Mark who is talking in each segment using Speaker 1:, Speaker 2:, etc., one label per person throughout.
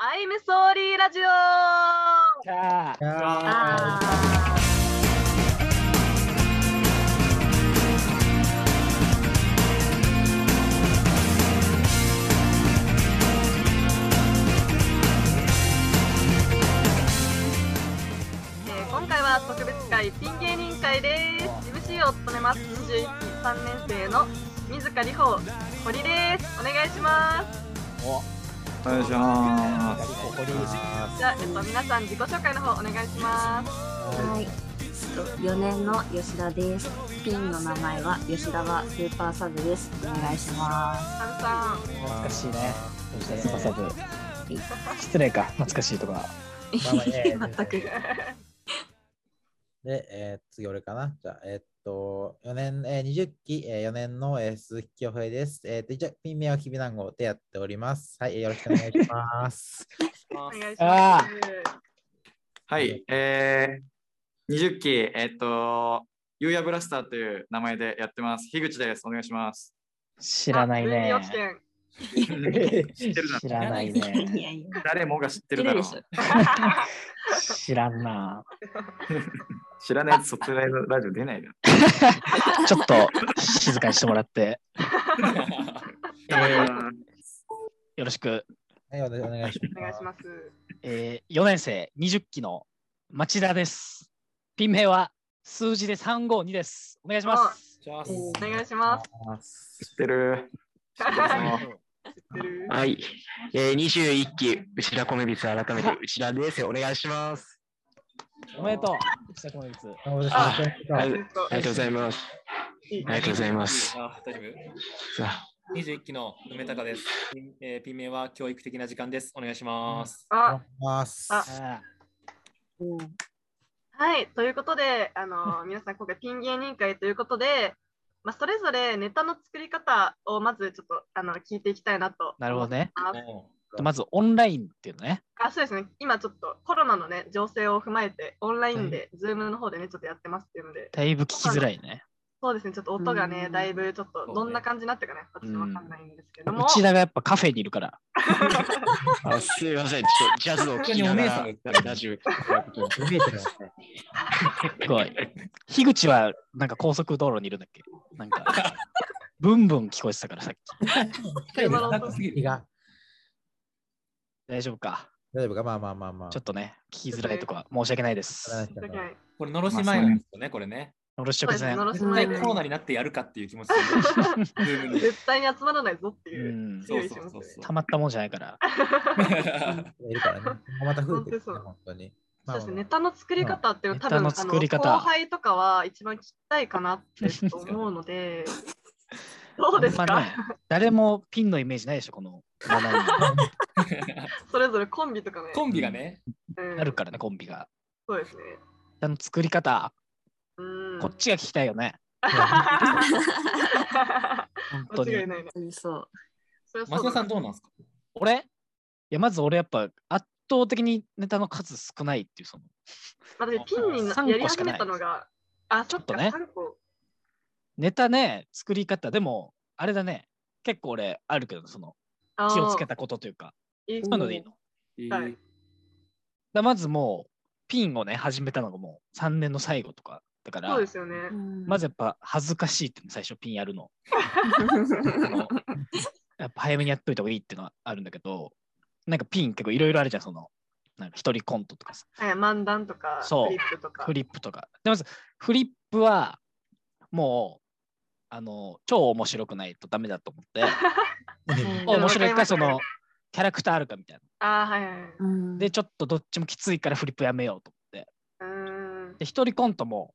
Speaker 1: I'm sorry ラジオあ
Speaker 2: じゃあ、
Speaker 1: あえー今回は特別会ピン芸人会です MC を務めます21期3年生の水香里穂堀ですお願いします
Speaker 2: お、
Speaker 3: お願いしま
Speaker 2: やっぱりここに、
Speaker 1: じゃあ、えっと、皆さん自己紹介の方お願いします
Speaker 4: はい。4年の吉田です。ピンの名前は吉田はスーパーサブです。お願いします。
Speaker 1: ハルさん
Speaker 2: 懐かしいね。吉田翼部。失礼か、懐かしいとか。
Speaker 4: 全く。
Speaker 5: で、えー次俺かな。じゃあ、えーっと、4年、えー、20期、えー、4年の、えー鈴木京平です。えーっと、一応、ピン名はきびだんごでやっております。はい、えーよろしくお願いし ます。
Speaker 1: お願いしま
Speaker 2: あ
Speaker 1: す
Speaker 3: はい、えー、20期、えっと、ゆうやブラスターという名前でやってます。樋口です。お願いします。
Speaker 2: 知らないね
Speaker 1: あ。運動
Speaker 3: 知ってるな
Speaker 2: 知らないね。
Speaker 4: いや。
Speaker 3: 誰もが知ってるだろう
Speaker 4: 知って。
Speaker 2: 知らんな。
Speaker 3: 知らないやつ卒大のラジオ出ないだ
Speaker 2: ちょっと静かにしてもらって、
Speaker 3: ろ。
Speaker 2: よろしく。
Speaker 5: はい、お願いし
Speaker 1: お願いしま
Speaker 5: ま
Speaker 1: す
Speaker 2: えー、4年生20期の町田です。ピン名は数字で352です。お願いします。
Speaker 1: お願いします
Speaker 5: す。
Speaker 3: 知って る。
Speaker 1: 知って
Speaker 3: あ
Speaker 1: る
Speaker 6: はい。えー、21期、内田米光、改めて内田です。お願いします。
Speaker 2: おめでとう。内田このつ。
Speaker 5: お願いし
Speaker 6: あ
Speaker 5: ます
Speaker 6: あり
Speaker 1: と
Speaker 6: ありがとうございます。ありがとうございます。
Speaker 7: あ大丈
Speaker 6: さあ
Speaker 7: 夫 ?21 期の梅高です。ピンえー、ピン名は教育的な時間です。お願いします。
Speaker 1: あ
Speaker 5: お願いします。
Speaker 1: あ
Speaker 2: あ
Speaker 1: はい、ということで、あの皆さん、今回、ピン芸人会ということで、まあ、それぞれネタの作り方をまずちょっとあの聞いていきたいなと。
Speaker 2: なるほどね。
Speaker 1: あ
Speaker 2: まずオンラインっていうのね。
Speaker 1: あそうですね、今ちょっとコロナのね、情勢を踏まえて、オンラインで、ズームの方でね、ちょっとやってますっていうので、
Speaker 2: だいぶ聞きづらいね。
Speaker 1: そうですね、ちょっと音がね
Speaker 4: う、ん
Speaker 1: だいぶちょっ
Speaker 7: そ
Speaker 1: と、
Speaker 7: うね
Speaker 1: どんな感じになってるかね、私わかんないんですけども、
Speaker 2: 内田がやっぱカフェにいるから。
Speaker 6: あすいません。ちょっとジャズを聴きながら、ラジオ
Speaker 5: 見えてるわ
Speaker 2: すごい。樋口はなんか高速道路にいるんだっけなんか、ブンブン聞こえてたからさっき。
Speaker 1: 車の音
Speaker 5: いが
Speaker 2: 大丈夫か。
Speaker 5: 大丈夫かまあまあまあまあ。
Speaker 2: ちょっとね、聞きづらいとか申し訳ないです。
Speaker 5: 話した
Speaker 1: だけ
Speaker 5: から
Speaker 1: ない
Speaker 7: これ、のろし前なんですよね、これね。
Speaker 2: おろし
Speaker 1: そうで
Speaker 2: 直
Speaker 1: すね、
Speaker 2: 前
Speaker 1: の。ろし
Speaker 7: 絶
Speaker 1: 前
Speaker 7: 対
Speaker 1: で
Speaker 7: コロナになってやるかっていう気持ちで。ズーム に
Speaker 1: 絶対に集まらないぞって
Speaker 2: う
Speaker 1: いう、
Speaker 2: ん。
Speaker 7: そうそうそうそう。
Speaker 2: たまったもんじゃないから。
Speaker 5: いるからね。また増えてる
Speaker 1: 本当
Speaker 5: ね、
Speaker 1: そう
Speaker 5: 本当に。
Speaker 1: そう
Speaker 5: まあ
Speaker 1: ですね、ネタの作り方っていうのは、
Speaker 2: うん
Speaker 1: 多分
Speaker 2: ネタの作り方
Speaker 1: あの後輩とかは一番聞きたいかなってちょっと思うの で、どうです
Speaker 2: あんま
Speaker 1: か、
Speaker 2: ね誰もピンのイメージないでしょ、この話題に。
Speaker 1: それぞれコンビとかね、
Speaker 7: コンビがね、
Speaker 1: うん
Speaker 2: なるからね、コンビが。
Speaker 1: そうですね。
Speaker 2: あの作り方、
Speaker 1: うん、
Speaker 2: こっちが聞きたいよね。本
Speaker 1: 間
Speaker 2: 当
Speaker 1: 違
Speaker 2: に
Speaker 1: い。ないね。
Speaker 4: そう。
Speaker 1: それはそう
Speaker 7: 松田
Speaker 1: だ
Speaker 7: さんどうなんですか
Speaker 2: 俺いや、まず俺やっぱ圧倒的にネタの数少ないっていう、その。
Speaker 1: まあでもピンにな
Speaker 2: 三
Speaker 1: やり
Speaker 2: 個し
Speaker 1: 始
Speaker 2: かない
Speaker 1: めたのが、あ、ちょっと
Speaker 2: ちょっとね
Speaker 1: ね。三個
Speaker 2: ネタね、作り方、でも、あれだね、結構俺、あるけど、その、
Speaker 1: あー
Speaker 2: 気をつけたことというか、
Speaker 1: いい
Speaker 2: そういうのでいいの。だか
Speaker 1: はい
Speaker 2: らまずもう、ピンをね、始めたのがもう3年の最後とか、だか
Speaker 1: そ
Speaker 2: ら
Speaker 1: うで、すよね。
Speaker 2: まずやっぱ恥ずかしいっていうの最初ピンやるの。あのやっぱ早めにやっといた方がいいっていうのはあるんだけど、なんかピン結構いろいろあるじゃん、その、なんか一人コントとかさ、
Speaker 1: はい、漫談とか、
Speaker 2: そう
Speaker 1: フリップとか。
Speaker 2: フリップとか。で、まず、フリップは、もう、あの、超面白くないとダメだと思 って、
Speaker 1: ん
Speaker 2: 面白い
Speaker 1: わかりま
Speaker 2: か、
Speaker 1: す
Speaker 2: その、キャラクターあるかみたいな。
Speaker 1: あー、はいはいはい。う
Speaker 2: で、ちょっとどっちもきついからフリップやめようと思って。
Speaker 1: ーん。
Speaker 2: で、一人コントも、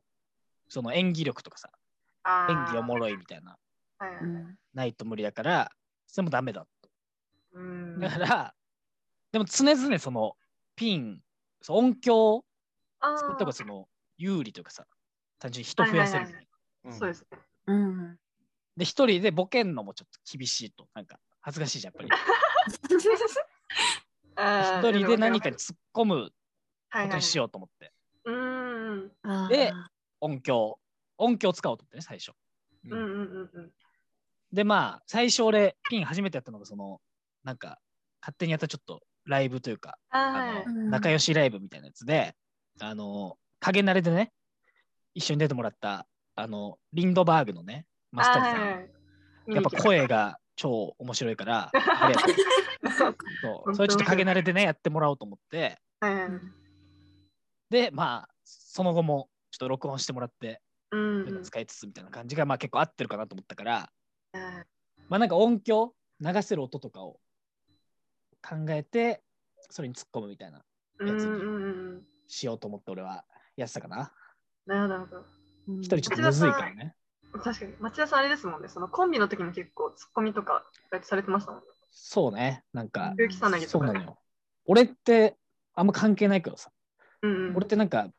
Speaker 2: その演技力とかさ、
Speaker 1: あー
Speaker 2: 演技おもろいみたいな、
Speaker 1: はいはいはい
Speaker 2: ないと無理だから、それもダメだと。
Speaker 1: うん
Speaker 2: だから、でも常々その、ピン、その音響を
Speaker 1: あー
Speaker 2: 作った方がその、有利というかさ、単純に人増やせるみた
Speaker 1: はいは
Speaker 2: いな。
Speaker 1: いはそうですね。
Speaker 4: うん。
Speaker 2: で、一人でボケんのもちょっと厳しいと、なんか、恥ずかしいじゃん、やっぱり。
Speaker 1: あー
Speaker 2: 一人で何かに突っ込むことにし
Speaker 1: よ
Speaker 2: ようと思って、
Speaker 1: う。はいはいうんうん
Speaker 2: で音響、音響使おうと思ってね、最初。
Speaker 1: うんうんうんうん。
Speaker 2: で、まあ、最初俺、ピン初めてやったのが、その、なんか、勝手にやったちょっとライブというか、
Speaker 1: はい
Speaker 2: あ。の仲良しライブみたいなやつで、あの、影慣れでね、一緒に出てもらった、あの、リンドバーグのね、マスターさん。
Speaker 1: はい
Speaker 2: やっぱ声が超面白いから、あ れやっぱそうそれちょっと影慣れでね、やってもらおうと思って、
Speaker 1: うん
Speaker 2: で、まあ、その後もちょっと録音してもらって、
Speaker 1: うんうん
Speaker 2: 使いつつみたいな感じが、まあ結構合ってるかなと思ったから、まあなんか音響、流せる音とかを考えて、それに突っ込むみたいな、
Speaker 1: うんうん
Speaker 2: しようと思って俺はやってたかな。
Speaker 1: なるほど。
Speaker 4: 一
Speaker 2: 一人ちょっとむずいからね。
Speaker 1: 確かに、町田さんあれですもんね、そのコンビの時も結構ツッコミとかされてましたもんね。
Speaker 2: そうね、なんか、
Speaker 1: 空気さなぎ
Speaker 2: そ
Speaker 1: とか
Speaker 2: うな
Speaker 1: ね。
Speaker 2: のよ。俺ってあんま関係ないけどさ、
Speaker 1: うんうん
Speaker 2: 俺ってなんか、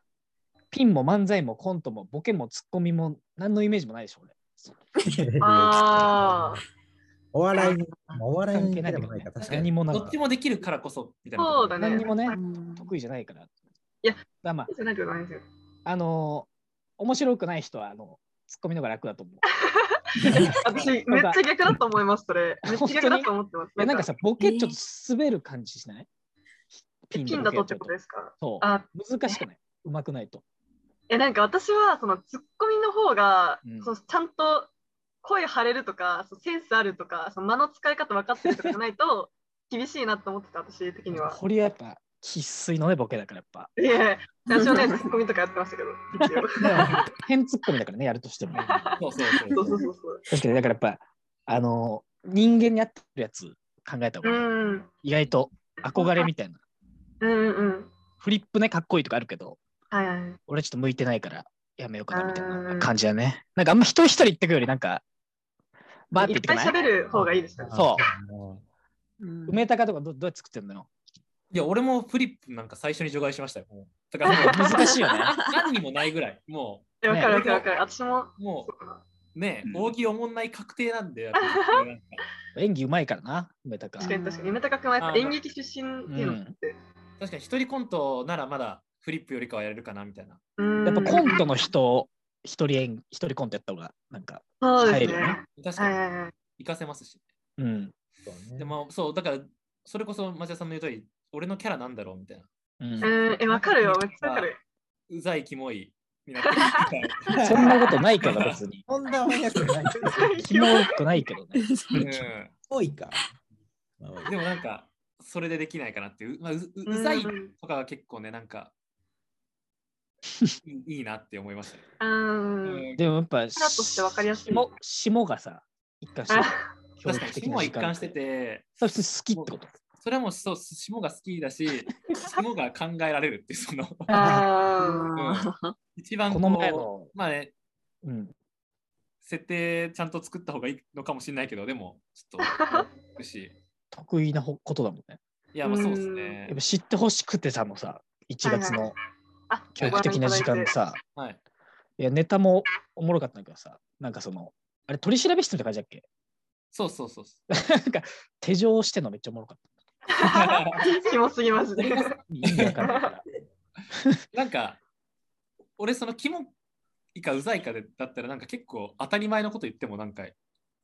Speaker 2: ピンも漫才もコントもボケもツッコミも何のイメージもないでしょ、俺。
Speaker 1: ああ、
Speaker 5: お笑いに、お笑い
Speaker 2: 関
Speaker 5: に
Speaker 2: 係ない
Speaker 5: で
Speaker 2: んだけ
Speaker 5: も
Speaker 2: ど、
Speaker 5: ない
Speaker 2: ね
Speaker 5: から、、確か
Speaker 2: 何
Speaker 5: に。
Speaker 2: もなん
Speaker 7: ど
Speaker 2: か
Speaker 7: っちもできるからこそみたいなところ。
Speaker 1: そうだね。
Speaker 2: 何にもね
Speaker 1: はい
Speaker 2: 得意じゃないから。
Speaker 1: や
Speaker 2: だまあ、
Speaker 1: じゃないけどないですよ。
Speaker 2: あのー面白くない人は、あの、ツッコミの方が楽だと思う。
Speaker 1: 私、めっちゃ逆だと思います、それ。めっちゃ逆だと思ってます。
Speaker 2: えなんか
Speaker 1: さ、
Speaker 2: さ、ボケちょっと滑る感じしない、ピ
Speaker 1: ピンだとってことですか
Speaker 2: そう。
Speaker 1: あ
Speaker 2: 難しくないうまくないと。
Speaker 1: え、なんか私は、そのツッコミの方が、
Speaker 2: うん
Speaker 1: そのちゃんと声張れるとか、そのセンスあるとか、その間の使い方分かってるとかじゃないと、 厳しいなと思ってた、私的には。
Speaker 2: これやっぱ、生粋のね、ボケだからやっ ぱ。
Speaker 1: いやいや、私はね、ツッコミとかやってましたけど、一 応
Speaker 2: 変ツッコミだからね、やるとしても。
Speaker 7: そうそうそう
Speaker 1: そうそうそうそう。
Speaker 2: 確かに、だからやっぱ、あのー人間に合ってるやつ考えた方
Speaker 1: う
Speaker 2: がいい、
Speaker 1: ん。
Speaker 2: 意外と憧れみたいな。
Speaker 1: うんうんうん。
Speaker 2: フリップね、かっこいいとかあるけど、
Speaker 1: はいはい。
Speaker 2: 俺ちょっと向いてないからやめようかなみたい
Speaker 1: あ
Speaker 2: な
Speaker 1: ー
Speaker 2: 感じだね。なんかあんま一人一人言ってくよりなんか、バーって
Speaker 1: いっ
Speaker 2: 言ってく
Speaker 1: ぱい
Speaker 2: な
Speaker 1: 喋
Speaker 2: い
Speaker 1: る方がいいですよね。
Speaker 2: そ
Speaker 5: も
Speaker 2: 梅高とかどどうやって作ってんのよ。
Speaker 7: いや、俺もフリップなんか最初に除外しましたよ。もうだ からもう
Speaker 2: 難しいよね。
Speaker 7: 何にもないぐらい。も
Speaker 1: いやわかるわかるわかる。私も、
Speaker 7: う、も
Speaker 1: そうかな
Speaker 7: うね、
Speaker 2: うん
Speaker 7: 大喜利おもんない確定なんで。
Speaker 2: 演技うまいからな、梅高。
Speaker 1: 確かに確かに。夢高君はやっぱ演劇出身っていうのもあって。
Speaker 7: 確かに一人コントならまだフリップよりかはやれるかなみたいな。
Speaker 1: うん
Speaker 2: やっぱコントの人、一人演一人コントやった方が、なんか、
Speaker 1: そうです
Speaker 2: 入るよ
Speaker 1: ね。
Speaker 7: 確
Speaker 1: はい
Speaker 7: かに
Speaker 1: はいはい。
Speaker 7: 活かせますし。
Speaker 2: うん。
Speaker 7: でもそう、だからそれこそ町田さんの言う通り、俺のキャラなんだろうみたいな。
Speaker 2: うん、
Speaker 1: うん、え、わかるよ。めっちゃわかる。
Speaker 7: うざい、キモい。になってくるみたい
Speaker 2: そんなことないけど、別に。
Speaker 5: そんな翻訳ない。
Speaker 2: キモくないけどね。
Speaker 7: な
Speaker 5: 多いか。まあ多い
Speaker 7: うん。でもなんか、それでできないかなっていう。まあ、うううざいとかは結構ね、なんか、いいいいなって思いましたね。
Speaker 1: うん。
Speaker 7: うん
Speaker 2: でも やっぱ、
Speaker 1: キャラとしてわかりやすい
Speaker 2: 下下がさ、一貫してる
Speaker 1: あ、
Speaker 2: 教
Speaker 7: 確か
Speaker 2: 育
Speaker 7: に、
Speaker 2: 的
Speaker 7: 下
Speaker 2: な
Speaker 7: は
Speaker 2: 時
Speaker 7: 一
Speaker 2: 間
Speaker 7: 貫してて、
Speaker 2: それ普通好きってこと。
Speaker 7: それはもうそう、下が好きだし、下が考えられるっていう、その、
Speaker 1: あ
Speaker 7: 一番
Speaker 2: この前の、
Speaker 7: まあね、
Speaker 2: うん、
Speaker 7: 設定ちゃんと作った方がいいのかもしれないけど、でも、ち ょっと、し、
Speaker 2: 得意なほことだもんね。
Speaker 7: いや、まあそうですね
Speaker 2: やっ。ぱ知ってほしくてさのさ、1月の
Speaker 1: あ。あ、
Speaker 2: 教育的な時間でさ、
Speaker 7: はい。
Speaker 2: いや、ネタもおもろかったんだけどさ、なんかその、あれ、取り調べ室みたいな感じだっけ
Speaker 7: そうそうそう。
Speaker 2: なんか、手錠してんのめっちゃおもろかっ
Speaker 1: キモすぎますね。
Speaker 2: た。意味わかんない から。
Speaker 7: なんか、俺、その、キモいかうざいかでだったら、なんか結構当たり前のこと言っても、なんか、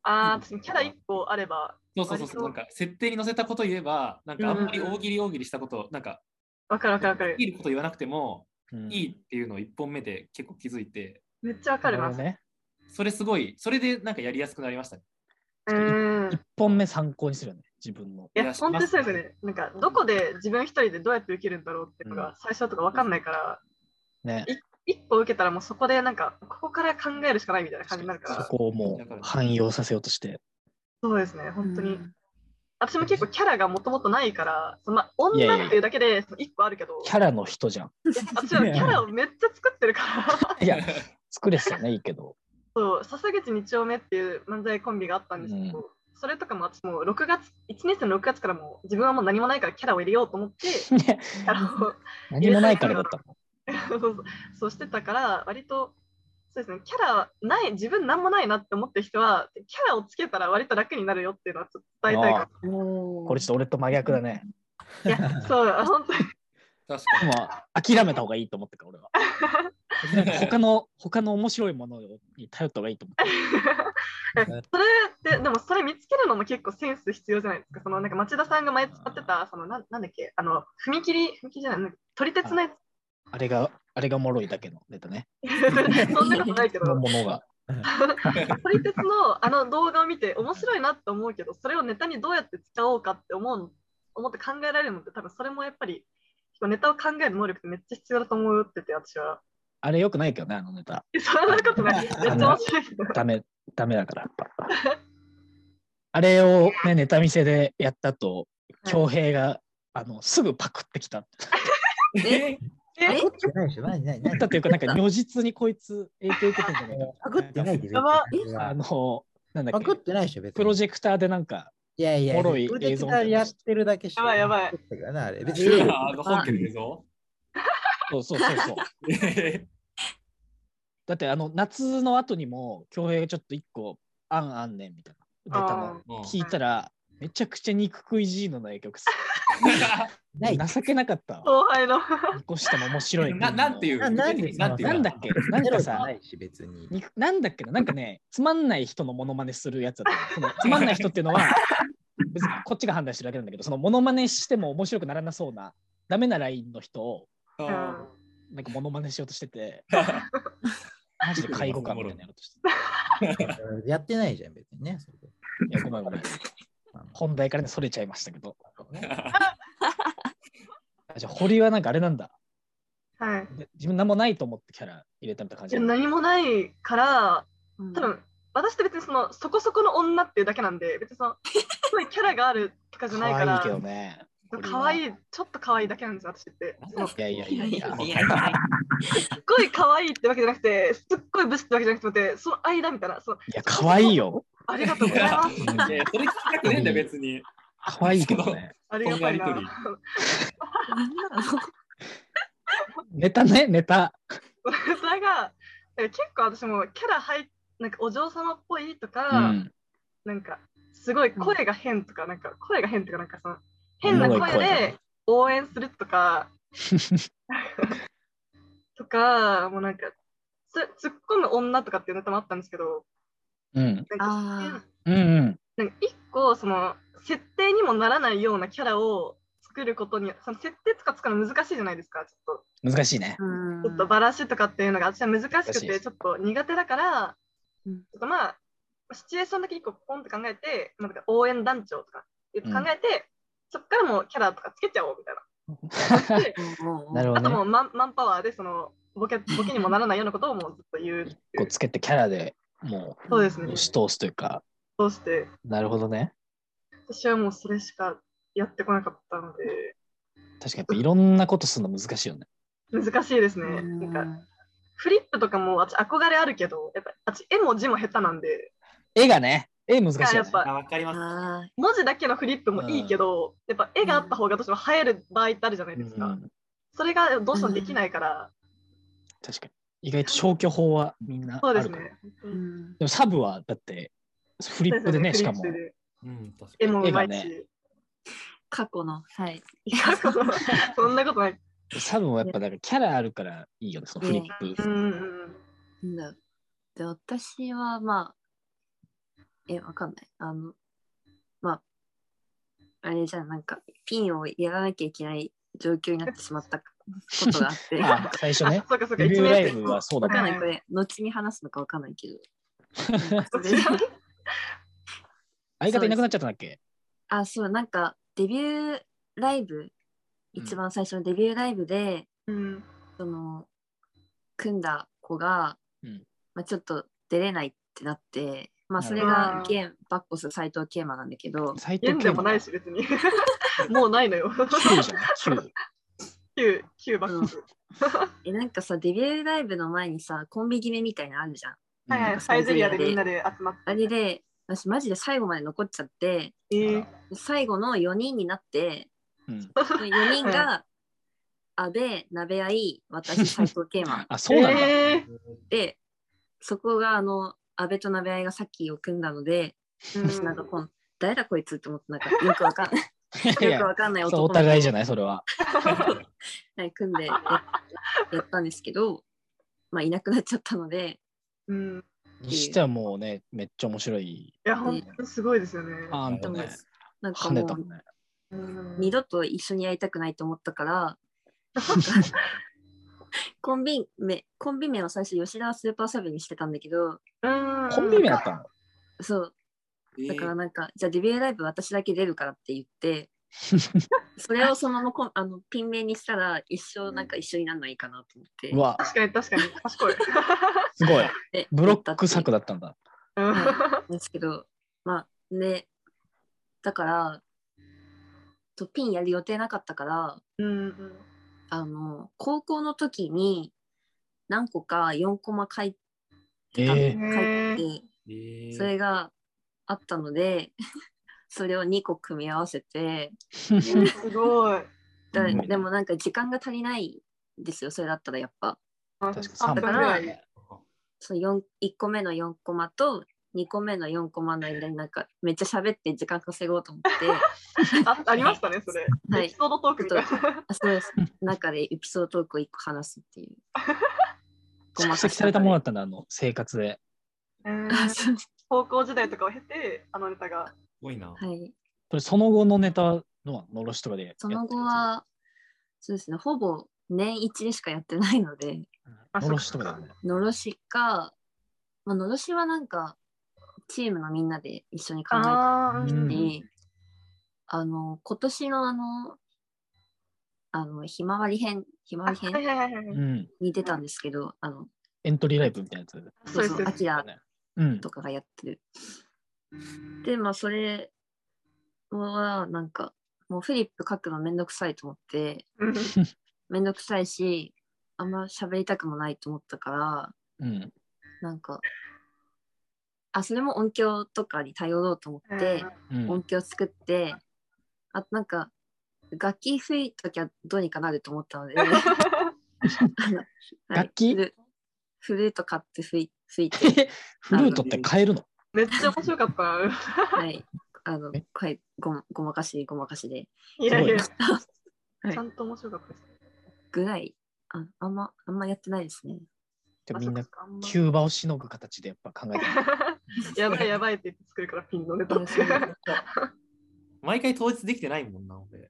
Speaker 1: ああ、キャラ一個あれば
Speaker 7: そうそうそうそう、なんか、設定に載せたこと言えば、なんか、あんまり大喜利大喜利したこと、なんか、
Speaker 1: わかるわかるわかる
Speaker 7: い。いこと言わなくても、
Speaker 2: うん
Speaker 7: いいっていうのを一本目で結構気づいて、
Speaker 1: めっちゃわかるま
Speaker 2: なるほ
Speaker 1: す
Speaker 2: ど。ね。
Speaker 7: それすごい、それでなんかやりやすくなりましたね。
Speaker 1: うん。
Speaker 2: 1本目参考にするよね、自分の。
Speaker 1: い
Speaker 7: い
Speaker 1: や、
Speaker 7: や
Speaker 1: 本当にそうですよね。なんか、どこで自分一人でどうやって受けるんだろうっていうの
Speaker 2: うん
Speaker 1: が、最初とかわかんないから、
Speaker 2: ね。
Speaker 1: 一個受けたらもうそこでなんか、ここから考えるしかないみたいな感じになるか
Speaker 2: そ
Speaker 1: ら、
Speaker 2: こをもう汎用させようとして。
Speaker 1: そうですね、本当に。私も結構キャラがもともとないから、そのまあ、
Speaker 2: いやいや
Speaker 1: 女っていうだけでその一個あるけど、
Speaker 2: キャラの人じゃん。
Speaker 1: 私はキャラをめっちゃ作ってるから、
Speaker 2: いや、作れてたね、いいけど。
Speaker 1: そう、笹口二丁目っていう漫才コンビがあったんですけど、
Speaker 2: う
Speaker 1: それとかも私もう6月、1年生の6月からもう自分はもう何もないからキャラを入れようと思って、
Speaker 2: ね、
Speaker 1: キャラを
Speaker 2: 何もないからだったの。
Speaker 1: そうそうそうしてたから割とそうですねキャラない自分なんもないなって思ってる人はキャラをつけたら割と楽になるよっていうのはちょっと伝えたいか
Speaker 2: これちょっと俺と真逆だね。
Speaker 1: らいやそうあ本当に
Speaker 7: 確
Speaker 2: もう諦めた方がいいと思ってから俺は。なんか 他の、他の面白いものに頼った方がいいと思って。
Speaker 1: それってでもそれ見つけるのも結構センス必要じゃないですかそのなんか町田さんが前使ってたそのなんなんだっけあの踏切踏切じゃないなんか撮り鉄のやつ
Speaker 2: あれが、あれがおもろいだけのネタね。
Speaker 1: そんなことないけ
Speaker 2: の
Speaker 1: ど
Speaker 2: ものが。
Speaker 1: 撮り鉄のあの動画を見て面白いなって思うけどそれをネタにどうやって使おうかって思う思って考えられるのって多分それもやっぱりネタを考える能力ってめっちゃ必要だと思うってて私は
Speaker 2: あれよくないけどね、あのネタ。
Speaker 1: えそんなことないめっちゃ面白いけど
Speaker 2: ダメ、ダメだから、やっぱ。あれをね、ネタ見せでやった後、恭平が、あの、すぐパクってきたって。
Speaker 4: え
Speaker 1: え
Speaker 5: 怒ってないでしょ何何何
Speaker 2: だっていうか、なんか如実にこいつ影響受けてんじゃない
Speaker 5: パクってないで
Speaker 1: やば
Speaker 5: 別に
Speaker 2: か。あの、なんだ
Speaker 5: パ
Speaker 2: っ
Speaker 5: クっ
Speaker 2: け、
Speaker 5: てないでしょ別
Speaker 2: プ
Speaker 5: に
Speaker 2: ロジェクターでなんか、
Speaker 5: いやいや、
Speaker 2: おもろい
Speaker 5: プロジェ
Speaker 2: 映
Speaker 5: クタ
Speaker 2: 像みたい
Speaker 5: ー
Speaker 2: な
Speaker 5: やってるだけしょ
Speaker 1: やばいやばい
Speaker 5: パクってからなあれ別に
Speaker 7: あの本家の映像
Speaker 2: そうそうそうそう。だって、あの、夏の後にも、恭平がちょっと一個、あんあんねんみたいな。ネタの。
Speaker 7: うん
Speaker 2: 聞いたら、めちゃくちゃ肉食い G の影響くす。
Speaker 5: ない
Speaker 2: 情けなかったわ。
Speaker 1: 後輩の
Speaker 2: こしたも面白い。。
Speaker 7: ななんていうう
Speaker 5: ななんで
Speaker 7: なんていう
Speaker 2: なんだっけなん
Speaker 5: ゼロ
Speaker 2: か
Speaker 5: じゃ
Speaker 2: さ
Speaker 5: な、いし別に
Speaker 2: 肉なんだっけななんかね、つまんない人のモノマネするやつだったそのつまんない人っていうのは、別にこっちが判断してるだけなんだけど、そのモノマネしても面白くならなそうな、ダメなラインの人を、
Speaker 7: うん
Speaker 1: うん
Speaker 2: なんかモノマネしようとしてて、マジで介護官みたいなのやろうとして
Speaker 5: やってないじゃん別にねそれ
Speaker 2: いや、ごめんごめん。本題からね、それちゃいましたけど。あじゃあ、堀はなんかあれなんだ。
Speaker 1: はい
Speaker 2: で自分何もないと思ってキャラ入れたみたいな感
Speaker 1: い
Speaker 2: じ
Speaker 1: や
Speaker 2: なんだ
Speaker 1: 何もないから
Speaker 4: うん
Speaker 1: 多分私って別にそのそこそこの女っていうだけなんで別にその すごいキャラがあるとかじゃないから
Speaker 2: 可愛いけどね。
Speaker 1: 可愛いちょっと可愛いだけなんですよ私 ってそのす
Speaker 2: いやいやいやいや。
Speaker 7: い
Speaker 4: い
Speaker 7: や
Speaker 4: や
Speaker 7: い
Speaker 4: い
Speaker 7: や
Speaker 4: や
Speaker 1: っごい可愛いってわけじゃなくてすっごいブスってわけじゃなくてその間みたいなその
Speaker 2: いや、可愛いよ。
Speaker 1: ありがとうござい ます
Speaker 2: うん
Speaker 7: いやそれ聞きたくねえんだよ別に。
Speaker 2: 可愛いけどね。
Speaker 1: ありがたいな
Speaker 7: こんなやり
Speaker 2: ネタね、ネタ。
Speaker 1: それがえ結構私もキャラ入っなんかお嬢様っぽいとか、
Speaker 2: うん。
Speaker 1: なんかすごい声が変とかなんか声が変とかなんかその変な
Speaker 2: おもろい
Speaker 1: 声
Speaker 2: 声だ
Speaker 1: で
Speaker 2: ね
Speaker 1: 応援するとかとかもうなんかつ突っ込む女とかっていうネタもあったんですけど
Speaker 2: うん。
Speaker 1: なんか
Speaker 4: あ
Speaker 2: うんうん。
Speaker 1: なんか一個その設定にもならないようなキャラを作ることにその設定とか作るの難しいじゃないですかちょっ
Speaker 2: 難しいね
Speaker 4: ー。うん
Speaker 1: とちょっとバラしとかっていうのが私は難し
Speaker 2: 難
Speaker 1: く
Speaker 2: しい
Speaker 1: て
Speaker 2: です
Speaker 1: ちょっと苦手だからち
Speaker 4: う
Speaker 1: ょ
Speaker 4: ん
Speaker 1: っとまあシチュエーションだけ一個ポンって考えてなんか応援団長とかって考えて、そっからもうキャラとかつけちゃおうみたいな。
Speaker 4: う ん
Speaker 2: なるほ
Speaker 1: あとも
Speaker 2: ど
Speaker 1: う
Speaker 2: ね。
Speaker 1: マンマンパワーでそのボケボケにもならないようなことをもうずっと言うってい
Speaker 2: 一個
Speaker 1: う
Speaker 2: つけてキャラでも
Speaker 1: そうです
Speaker 2: う
Speaker 1: ね
Speaker 2: 押し通すというか。
Speaker 1: そうして
Speaker 2: なるほどね。
Speaker 1: 私はもうそれしかやってこなかったので
Speaker 2: 確かにやっぱいろんなことするの難しいよね。
Speaker 1: 難しいですね、
Speaker 4: うん
Speaker 1: なんかフリップとかも私憧れあるけどやっぱ私絵も字も下手なんで
Speaker 2: 絵がね、絵難しいよ、ね。
Speaker 1: やっぱ
Speaker 7: わかります。
Speaker 4: あー
Speaker 1: 文字だけのフリップもいいけど、やっぱ絵があった方がどうしても映える場合ってあるじゃないですか、
Speaker 2: うん
Speaker 1: それがどうしてもできないから、
Speaker 2: 確かに。意外と消去法はみんなあ
Speaker 1: そう
Speaker 2: る
Speaker 1: です
Speaker 2: から。
Speaker 1: ね
Speaker 4: うん
Speaker 2: でもサブはだってフリップでね、しかも
Speaker 1: フリップで
Speaker 7: うん確か
Speaker 1: 絵もうまい
Speaker 2: 絵が
Speaker 1: し、
Speaker 4: 過去の はい
Speaker 1: そんなことない
Speaker 2: サブもやっぱだからキャラあるからいいよね、そのフリップ
Speaker 1: うん。うん
Speaker 4: なんだで私はまあえわかんないあのまああれじゃんなんかピンをやらなきゃいけない状況になってしまったこと があって
Speaker 2: あ
Speaker 4: わ
Speaker 2: 最初
Speaker 1: あ
Speaker 2: ね、
Speaker 1: そうかそうか
Speaker 2: レビ
Speaker 1: 一
Speaker 2: ュー
Speaker 1: 年
Speaker 2: ラ
Speaker 1: 生
Speaker 2: イブはそうだ
Speaker 4: かん
Speaker 2: ね。
Speaker 4: ないこれ後に話すのかわかんない けどそれで
Speaker 1: は
Speaker 2: 相方いなくなっちゃったんだっけ
Speaker 4: あそうなんかデビューライブ一番最初のデビューライブで、
Speaker 1: うん
Speaker 4: その組んだ子が、
Speaker 2: うん
Speaker 4: まあ、ちょっと出れないってなって、まあ、
Speaker 2: な
Speaker 4: そ
Speaker 2: る
Speaker 4: れ
Speaker 2: ほど
Speaker 4: が現バッコス斎藤桂馬なんだけど
Speaker 2: 斎藤
Speaker 1: 現
Speaker 2: 圭
Speaker 1: 在
Speaker 2: 吾
Speaker 1: もないし別に もうないのよ
Speaker 2: 9じゃん、9。
Speaker 1: 旧旧バック
Speaker 4: えなんかさデビューライブの前にさコンビ決めみたいなのあるじゃん
Speaker 1: はいは
Speaker 2: うん
Speaker 1: いサイゼリアでみんなで集まって
Speaker 4: あれで私マジで最後まで残っちゃって
Speaker 1: えー
Speaker 4: 最後の4人になって
Speaker 2: うん
Speaker 4: 4人が阿部鍋合私斎藤桂 馬
Speaker 2: あ、そうなん だ。
Speaker 1: え
Speaker 4: でそこがあの阿部と鍋合がさっきを組んだので
Speaker 1: ー
Speaker 4: 私なんかこの誰だこいつって思ってなんかよくわかんない
Speaker 2: いやい
Speaker 4: よ
Speaker 2: や
Speaker 4: くわかんない
Speaker 2: そう
Speaker 4: 男
Speaker 2: お互いじゃない、それは。
Speaker 4: ない組んでややったんですけどまあ、いなくなっちゃったので、
Speaker 1: うん。い
Speaker 2: にしてはもうね、めっちゃ面白い。
Speaker 1: や、本当にすごいですよね。
Speaker 2: パーンと
Speaker 4: で
Speaker 2: ね
Speaker 4: も、なんか
Speaker 2: 跳ね
Speaker 4: も
Speaker 2: た
Speaker 4: う
Speaker 2: もんね。
Speaker 1: うん
Speaker 4: 二度と一緒にやりたくないと思っ たから、コンビ名、コンビ名を最初吉田スーパーサビにしてたんだけど、
Speaker 1: うん
Speaker 2: コンビ名だったの
Speaker 4: そう、
Speaker 7: え
Speaker 4: だから
Speaker 7: ー
Speaker 4: なんか、じゃあデビューライブ私だけ出るからって 言って、それをそのままこんあのピン名にしたら一生なんか一緒になるのいいかなと思って。
Speaker 2: うわ、
Speaker 1: 確かに確かに賢い。
Speaker 2: すごい。
Speaker 4: で
Speaker 2: ブロック
Speaker 4: 作
Speaker 2: 作
Speaker 4: だ
Speaker 2: だったんだ。
Speaker 1: うん
Speaker 4: ったんですけど、まあね、だから、とピンやる予定なかったから、
Speaker 1: うん
Speaker 4: あの、高校の時に何個か4コマ書い
Speaker 2: え
Speaker 4: たの、
Speaker 2: え
Speaker 4: 書い
Speaker 1: へ
Speaker 4: て、
Speaker 7: えー
Speaker 4: それがあったので、 それを2個組み合わせて、
Speaker 1: うんすごい。
Speaker 4: だ
Speaker 3: うん
Speaker 4: でもなんか時間が足りないんですよ、それだったらやっぱ。
Speaker 2: 確か3
Speaker 1: だ
Speaker 2: 分
Speaker 1: か
Speaker 2: ぐ
Speaker 1: ら
Speaker 2: らい。
Speaker 4: その4 1個目の4コマと2個目の4コマの間になんかめっちゃ喋って時間稼ごうと思って、
Speaker 1: あありましたね、それ。
Speaker 4: は
Speaker 1: エ
Speaker 4: い
Speaker 1: ピ、ソードトークみたいな。
Speaker 4: あそうです中でエピソードトークを1個話すっていう。
Speaker 2: 蓄積されたものだったんだ、あの生活で。
Speaker 1: うん
Speaker 4: あそう
Speaker 1: 高校時代とかを経て、あのネタが。
Speaker 7: すごいな。
Speaker 4: はい、
Speaker 2: それその後のネタはどうなののろしとかでやって
Speaker 4: そ
Speaker 2: るやつ。
Speaker 4: の後は、そうですね、ほぼ年1でしかやってないので、
Speaker 1: あ
Speaker 2: のろしとかだよね。
Speaker 4: のろしか、まあのろしはなんか、チームのみんなで一緒に考えた
Speaker 1: あー
Speaker 2: うん
Speaker 4: り、あの、今年のあの、あの、ひまわり編、ひまわ
Speaker 1: あ
Speaker 4: り編
Speaker 1: はいはいはいは
Speaker 2: う
Speaker 1: い。
Speaker 2: ん。
Speaker 4: に出たんですけど、あの、
Speaker 2: エントリーライブみたいなやつ。
Speaker 1: そうですそうです
Speaker 4: アキラ
Speaker 2: うん
Speaker 4: と。かがやってる。で、まあ、それは、なんか、もうフリップ書くのめんどくさいと思って、
Speaker 1: うん
Speaker 4: めんどくさいし、あんま喋りたくもないと思ったから、
Speaker 2: うん。
Speaker 4: なんか、あ、それも音響とかに頼ろうと思って、
Speaker 2: う
Speaker 4: 音
Speaker 2: ん。
Speaker 4: 響作って、あとなんか、楽器吹いときはどうにかなると思っ たので、はい
Speaker 2: 楽器
Speaker 4: フルフルート買って吹い吹いて、
Speaker 2: フルートって変えるの
Speaker 1: めっちゃ面白かった。
Speaker 4: はい。あの
Speaker 2: え、
Speaker 4: はい、ごまごまかし、ごまかしで。
Speaker 1: いやいや
Speaker 2: す、
Speaker 4: はい
Speaker 1: ちゃんと面白かったです。
Speaker 4: ぐらいあ、あんま、あんまやってないですね。
Speaker 2: で
Speaker 1: あ
Speaker 2: みんな
Speaker 1: そっかあんま
Speaker 2: キューバをしのぐ形でやっぱ考えてる
Speaker 1: やばいやばいって言って作るからピンのネタ。い
Speaker 4: あそうなん
Speaker 7: 毎回当日できてないもんな、俺。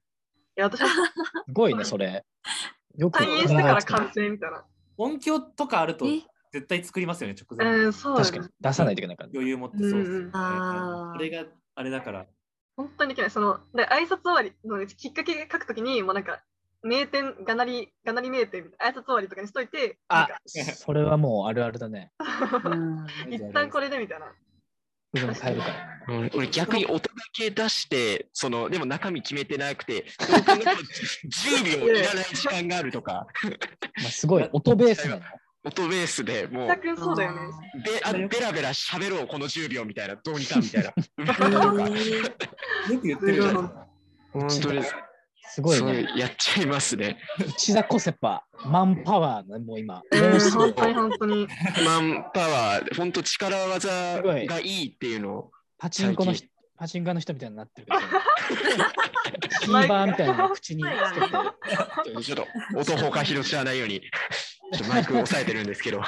Speaker 1: や、私は
Speaker 2: すごいね、それ。よく考
Speaker 1: 退院し
Speaker 2: え
Speaker 1: ててから
Speaker 2: つけた
Speaker 1: 完成みたいな。
Speaker 7: 音響とかあると
Speaker 4: え
Speaker 7: 絶対作りますよね、直前。
Speaker 1: うん、そう
Speaker 2: 確
Speaker 1: だ
Speaker 2: か
Speaker 1: ね
Speaker 2: に。出さないといけないから。
Speaker 7: 余裕持ってそうですよ
Speaker 1: うん
Speaker 7: ね。
Speaker 4: あー
Speaker 7: それがあれだから。
Speaker 1: 本当にいけない。その、で、挨拶終わりのきっかけ書くときに、もうなんか、名店、がなり、がなり名店みたいな、挨拶終わりとかにしといて、
Speaker 2: あ、それはもうあるあるだね。
Speaker 4: うん。
Speaker 1: 一旦これでみたいな。
Speaker 2: 部分変えるから。
Speaker 6: うん俺逆に音だけ出して、そのでも中身決めてなくて、そう考えると10秒いらない時間があるとか、
Speaker 2: まあ、すごい、音ベースなの。
Speaker 6: 音ベースでもう
Speaker 1: 北くんそうだよね。
Speaker 6: べあベラベラ喋ろう、この10秒みたいな、どうにかみ たいな。
Speaker 4: あ
Speaker 6: 本
Speaker 4: ー。えー
Speaker 7: よく言ってるよね。
Speaker 6: 当です。
Speaker 2: すごい
Speaker 6: そう
Speaker 2: ね。
Speaker 6: やっちゃいますね。
Speaker 2: 内田コセパ、マンパワーね、もう今。
Speaker 1: うん、
Speaker 2: すごい
Speaker 1: 本当に本当に。
Speaker 6: マンパワー、本当力技がいいっていうのを。
Speaker 2: パチンコの人
Speaker 6: 最
Speaker 2: パチンカの人みたいになってるから。キーバーみたいなの口につけて。
Speaker 6: ちょっと音ほか拾っちゃわないよう に、ちょっとマイクを押さえてるんですけど。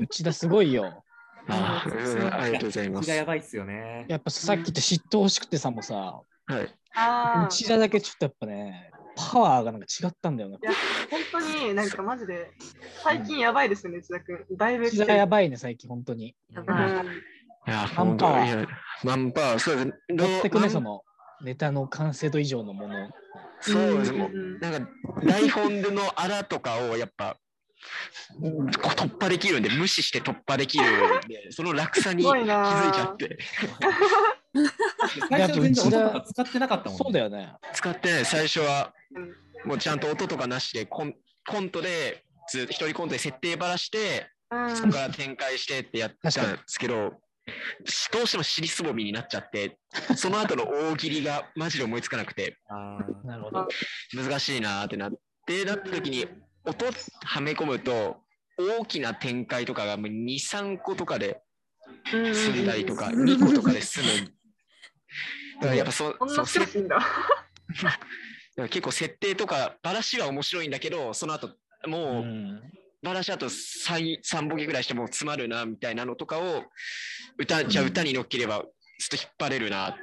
Speaker 2: 内田すごいよ。
Speaker 6: あーうんありがとうございま
Speaker 7: 気
Speaker 6: す
Speaker 7: が。やばいっすよね。
Speaker 2: やっぱさっき言って嫉妬欲しくてさもさ、
Speaker 6: はい。
Speaker 1: ああ。
Speaker 2: 内田だけちょっとやっぱね、パワーがなんか違ったんだよね
Speaker 1: い。や、本当になんかマジで、最近やばいですね、内田くん。だいぶ来
Speaker 2: 内
Speaker 1: てる。
Speaker 2: 田がやばいね、最近本当に。
Speaker 4: や
Speaker 1: う
Speaker 4: ばい。
Speaker 1: ん
Speaker 6: いや、
Speaker 2: マン
Speaker 6: 本
Speaker 2: パ
Speaker 6: 当
Speaker 2: ワー
Speaker 6: いや、マンパワー、そうです。ど
Speaker 2: 持ってく
Speaker 6: マ
Speaker 2: ね、
Speaker 6: ン
Speaker 2: そのネタの完成度以上のもの。
Speaker 6: そうです。も
Speaker 1: うんうんう
Speaker 6: うんなんか、台本のあらとかを、やっぱ、うんこう突破できるんで、無視して突破できるんで、その落差に
Speaker 1: す
Speaker 6: 気
Speaker 1: ご
Speaker 6: づ
Speaker 1: い
Speaker 6: いち
Speaker 1: な
Speaker 6: ゃって、
Speaker 7: 最初全然音とか使ってなかったもん、ね。
Speaker 2: そうだよね。
Speaker 6: 使ってない、最初は
Speaker 1: うん、
Speaker 6: もうちゃんと音とかなしで、コンコントで、ず一人コントで設定ばらして、そこから展開してってやってたんですけど、どうしても尻すぼみになっちゃって、その後の大喜利がマジで思いつかなくて、
Speaker 7: あー
Speaker 2: なるほど。
Speaker 6: 難しいなーってなってなった時に音はめ込むと大きな展開とかがもう23個とかで済んだりとか
Speaker 4: うんうんうん
Speaker 6: 2個とかで済むだからやっぱそ
Speaker 1: こん
Speaker 6: そ
Speaker 1: な
Speaker 6: うせ
Speaker 1: 強いんだ。
Speaker 6: 結構設定とかばらしは面白いんだけどその後
Speaker 2: う。
Speaker 6: もうん話あと 3, 3ボケぐらいしてもう詰まるなみたいなのとかを歌じゃあ歌に乗っければずっと引っ張れるな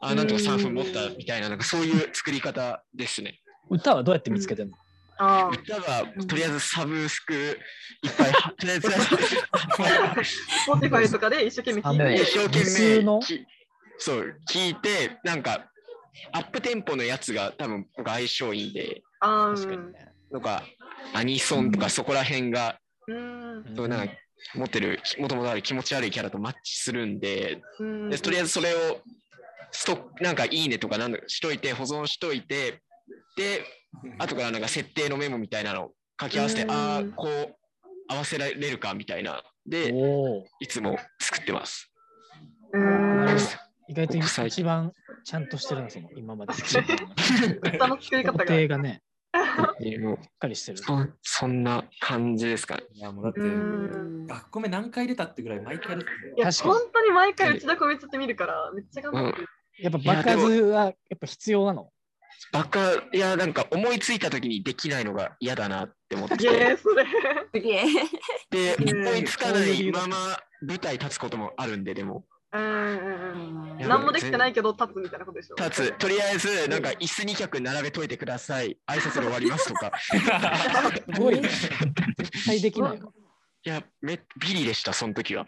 Speaker 6: あなんとか3分持ったみたいななんかそういう作り方ですね。
Speaker 2: 歌はどうやって見つけてんの、
Speaker 1: あ ー
Speaker 6: 歌はとりあえずサブスクいっぱいはと りあえず
Speaker 1: Spotify とかで一生懸命聞いて。
Speaker 6: 一生懸
Speaker 2: 普通の
Speaker 6: 命きそう聞いてなんかアップテンポのやつが多分僕相性いいんで
Speaker 1: あ
Speaker 2: 確か
Speaker 1: ー
Speaker 2: にね。
Speaker 6: とかアニソンとかそこら辺が
Speaker 1: うん。
Speaker 6: そうなんか持ってるもともとある気持ち悪いキャラとマッチするんで
Speaker 1: うん。
Speaker 6: でとりあえずそれをストックなんかいいねとかなんだしといて保存しといてで後からなんか設定のメモみたいなのを書き合わせて
Speaker 1: うん
Speaker 6: ああこう合わせられるかみたいなで
Speaker 2: おー
Speaker 6: いつも作ってます。
Speaker 1: うん
Speaker 2: 意外と
Speaker 6: 国際
Speaker 2: 一番ちゃんとしてるな、その今まで。
Speaker 1: 確か歌の作り方 が。
Speaker 2: 固定がね、
Speaker 6: でもう
Speaker 2: しっかりしてる。
Speaker 6: そそんな感じですかね。
Speaker 7: いや、もうだって、
Speaker 1: うん
Speaker 7: 学校目何回出たってぐらい毎回ですね
Speaker 1: いや、
Speaker 2: 確かに
Speaker 1: 本当に毎回内田こみつって見るから、めっちゃ頑張ってる。
Speaker 2: やっぱ爆発はやっぱ必要なの。
Speaker 6: バカいやなんか思いついた時にできないのが嫌だなって思って
Speaker 1: いやい
Speaker 6: て
Speaker 1: や、それ。
Speaker 4: すげえ。
Speaker 6: で
Speaker 1: うん
Speaker 6: 思いつかな
Speaker 2: そういう理
Speaker 6: い
Speaker 2: 由だ
Speaker 6: まま舞台立つこともあるんででも
Speaker 1: うんうん
Speaker 6: い
Speaker 1: うん。
Speaker 6: や
Speaker 1: 何もできてないけど、立つみたいなことでしょ。
Speaker 6: 立つとりあえずなんか椅子2脚並べといてください挨拶で終わります とか
Speaker 2: すごい、ね、絶対できないの。
Speaker 6: いやめビリでしたその時は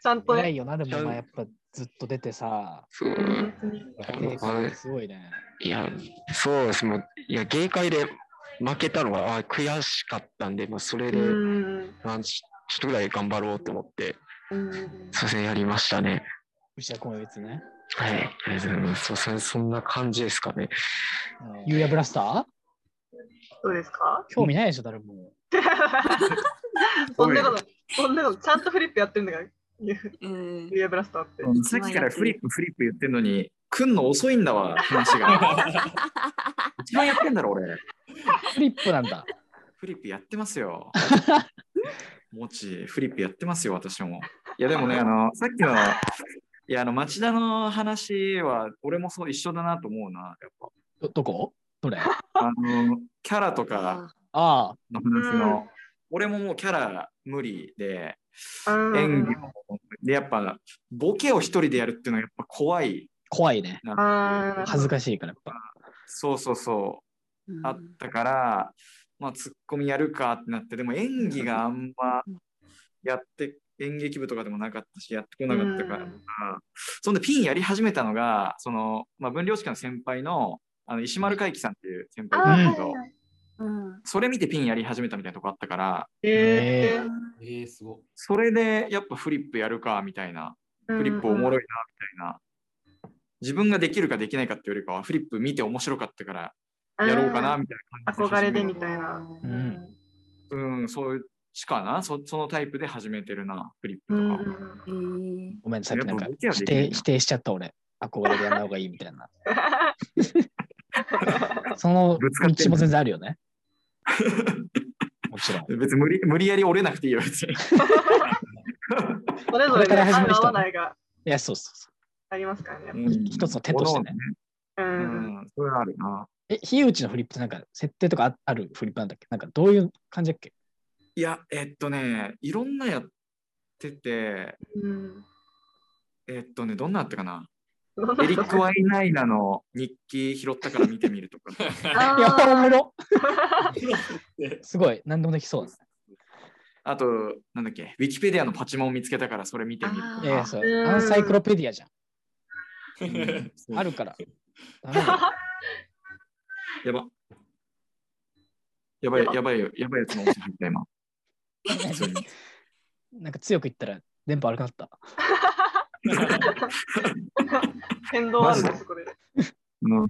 Speaker 1: ちゃんと。
Speaker 2: 偉いよな、でもお前やっぱずっと出てさ、
Speaker 6: そう
Speaker 1: うん
Speaker 2: 家庭すごいね。
Speaker 6: いやそうですもういや芸会で負けたのがあ悔しかったんで、まあ、それで、
Speaker 1: うん
Speaker 6: まあちちょっとぐらい頑張ろうと思って
Speaker 1: うん
Speaker 6: そうですねやりましたね
Speaker 2: 牛田今月ね。
Speaker 6: はいありがとうございますそうそれそんな感じですかね
Speaker 2: ユーヤブラスター
Speaker 1: どうですか
Speaker 2: 興味ないでしょ、誰も。
Speaker 1: そんなこと、そんなこと、ちゃんとフリップやってるんだから、ユ
Speaker 4: うん。
Speaker 1: リアブラスターって。
Speaker 3: さっきからフリップフリップ言ってんのに、来んの遅いん だわ、話が。一番やってんだろ、俺。
Speaker 2: フリップなんだ。
Speaker 3: フリップやってま すよ。もち、フリップやってますよ、私も。いや、でもね、あの、さっきの、いや、あの、町田の話は、俺もそう一緒だなと思うな、やっぱ。
Speaker 2: どどこどれあ
Speaker 3: あの、キャラとか
Speaker 4: あ
Speaker 2: あ、
Speaker 3: の話の、
Speaker 1: う
Speaker 3: 俺ももうキャラ無理で、
Speaker 1: うん
Speaker 3: 演技も、で、やっぱ、ボケを一人でやるっていうのはやっぱ怖い。
Speaker 2: 怖いね。
Speaker 1: あー
Speaker 2: 恥ずかしいからやっぱ。
Speaker 3: そうそうそう。
Speaker 4: うん
Speaker 3: あったから、まあ、ツッコミやるかってなって、でも演技があんまやって、演劇部とかでもなかったし、やってこなかったから、
Speaker 1: うん
Speaker 3: そんでピンやり始めたのが、その、まあ、分量士官の先輩の、あの石丸海輝さんっていう先輩
Speaker 1: あ
Speaker 3: な
Speaker 1: ー
Speaker 3: んだけど、
Speaker 1: はいはい
Speaker 4: うん。
Speaker 3: それ見てピンやり始めたみたいなとこあったから、
Speaker 1: えー
Speaker 7: えー、すごい。
Speaker 3: それでやっぱフリップやるかみたいな、フリップおもろいなみたいな、自分ができるかできないかっていうよりかは、フリップ見て面白かったからやろうかなみたいな感じ
Speaker 1: 憧れで
Speaker 3: 始め
Speaker 1: みたいな。
Speaker 2: うん
Speaker 3: うん、そうしかなそ、そのタイプで始めてるな、フリップ
Speaker 1: うん
Speaker 3: と
Speaker 1: う
Speaker 3: か。
Speaker 1: ん
Speaker 4: えー
Speaker 2: ごめん、さっきなんか
Speaker 3: やっぱ僕らで
Speaker 2: 否
Speaker 3: きない
Speaker 2: 定否定しちゃった俺。憧れでやんない方がいいみたいな。 その
Speaker 3: ぶつかってん
Speaker 2: 道も
Speaker 3: の
Speaker 2: 全然あるよ ね。もちろん。
Speaker 3: 別に無理無理やり折れなくていいよ、別に。
Speaker 1: それぞれ
Speaker 2: これから
Speaker 1: ね
Speaker 2: 始め
Speaker 1: 合う合
Speaker 2: る人
Speaker 1: わないが
Speaker 2: いや、そうそうそ
Speaker 1: ありますからね。
Speaker 2: う。 一つの手としてね。
Speaker 1: う。
Speaker 3: うんん、それはあるな。
Speaker 2: え、火打ちのフリップってなんか設定とかああるフリップなんだっけなんかどういう感じだっけ
Speaker 3: いや、えっとね、いろんなやってて、
Speaker 1: うん
Speaker 3: えっとね、どんなやった かな。
Speaker 1: どんな
Speaker 3: エリック・ワイナイナの日記拾ったから見てみるとか。
Speaker 1: あ
Speaker 2: いや、おも
Speaker 1: ー
Speaker 2: ろすごい、何でもできそうだ
Speaker 3: あと、なんだっけ、ウィキペディアのパチモン見つけたからそれ見てみる
Speaker 4: あ
Speaker 2: ね。いやい
Speaker 3: と
Speaker 2: や、そう
Speaker 3: か。
Speaker 2: う。
Speaker 1: ん
Speaker 2: アンサイクロペディアじゃん。
Speaker 3: うん
Speaker 2: あるから。ダメだよ
Speaker 3: やば。やばい、やばいよ、やばいやつの音入った 今。普通に
Speaker 2: なんか強く言ったら電波悪くなった。
Speaker 1: 変動あるんです、これ。
Speaker 3: うんうん。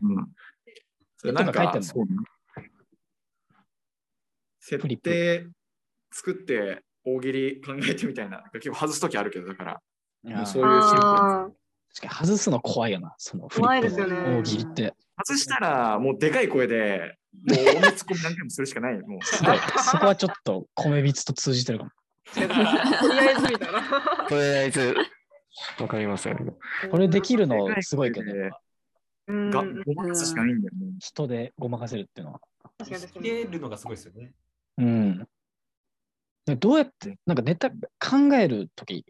Speaker 3: それなん
Speaker 2: とか書いてん
Speaker 3: か、
Speaker 2: の
Speaker 3: そうね設
Speaker 2: フリッ
Speaker 3: 定作って大喜利考えてみたいな。結構外すときあるけど、だから。
Speaker 2: うん
Speaker 3: そういうシンプルな
Speaker 1: あ
Speaker 2: 確かに外すの怖いよな、そのフリ
Speaker 1: 怖い
Speaker 2: ッ
Speaker 1: で
Speaker 2: プ
Speaker 1: すよね
Speaker 2: の大喜利って。
Speaker 3: 外したら、もうでかい声で、もう俺ツッコミ何回もするしかない。もう。
Speaker 2: すごい。そこはちょっと米びつと通じてるかも。
Speaker 1: ーとりあえずみたいな。
Speaker 6: とりあえずわかりません
Speaker 2: これできるのすごいけど、やっぱ
Speaker 1: うん
Speaker 3: が、ごまかすしかないんだよ、もう。
Speaker 2: 人でごまかせるっていうのは。
Speaker 1: 確かに確かに
Speaker 7: 切れるのがすごいですよね。
Speaker 2: うん。でどうやって、なんかネタ考えるとき、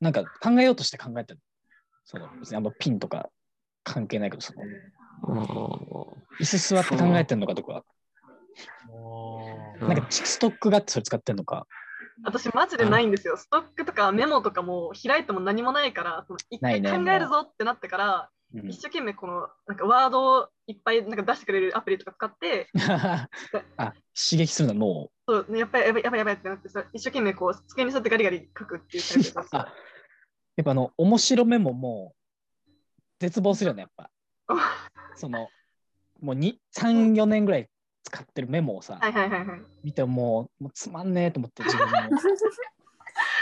Speaker 2: なんか考えようとして考えたその別にあんまピンとか関係ないけど、その椅子座って考えてんのかとか、なんかストックがあってそれ使ってんのか、
Speaker 1: 私マジでないんですよ。ストックとかメモとかも開いても何もないから、その一
Speaker 2: ない
Speaker 1: 回考
Speaker 2: ね
Speaker 1: えるぞってなってから、
Speaker 2: うん
Speaker 1: 一生懸命このなんかワードをいっぱいなんか出してくれるアプリとか使って、
Speaker 2: あ刺激するのは脳を。
Speaker 1: そうやっぱりやばいやばいやばいってなって、それ一生懸命こう机に座ってガリガリ書くっていうタイプです。
Speaker 2: あやっぱあの、面白メモも絶望するよね、やっ ぱ。その、もうに3、4年ぐらい使ってるメモをさ、
Speaker 1: はいはいはいはい。
Speaker 2: 見てもうもうつまんねえと思って自分も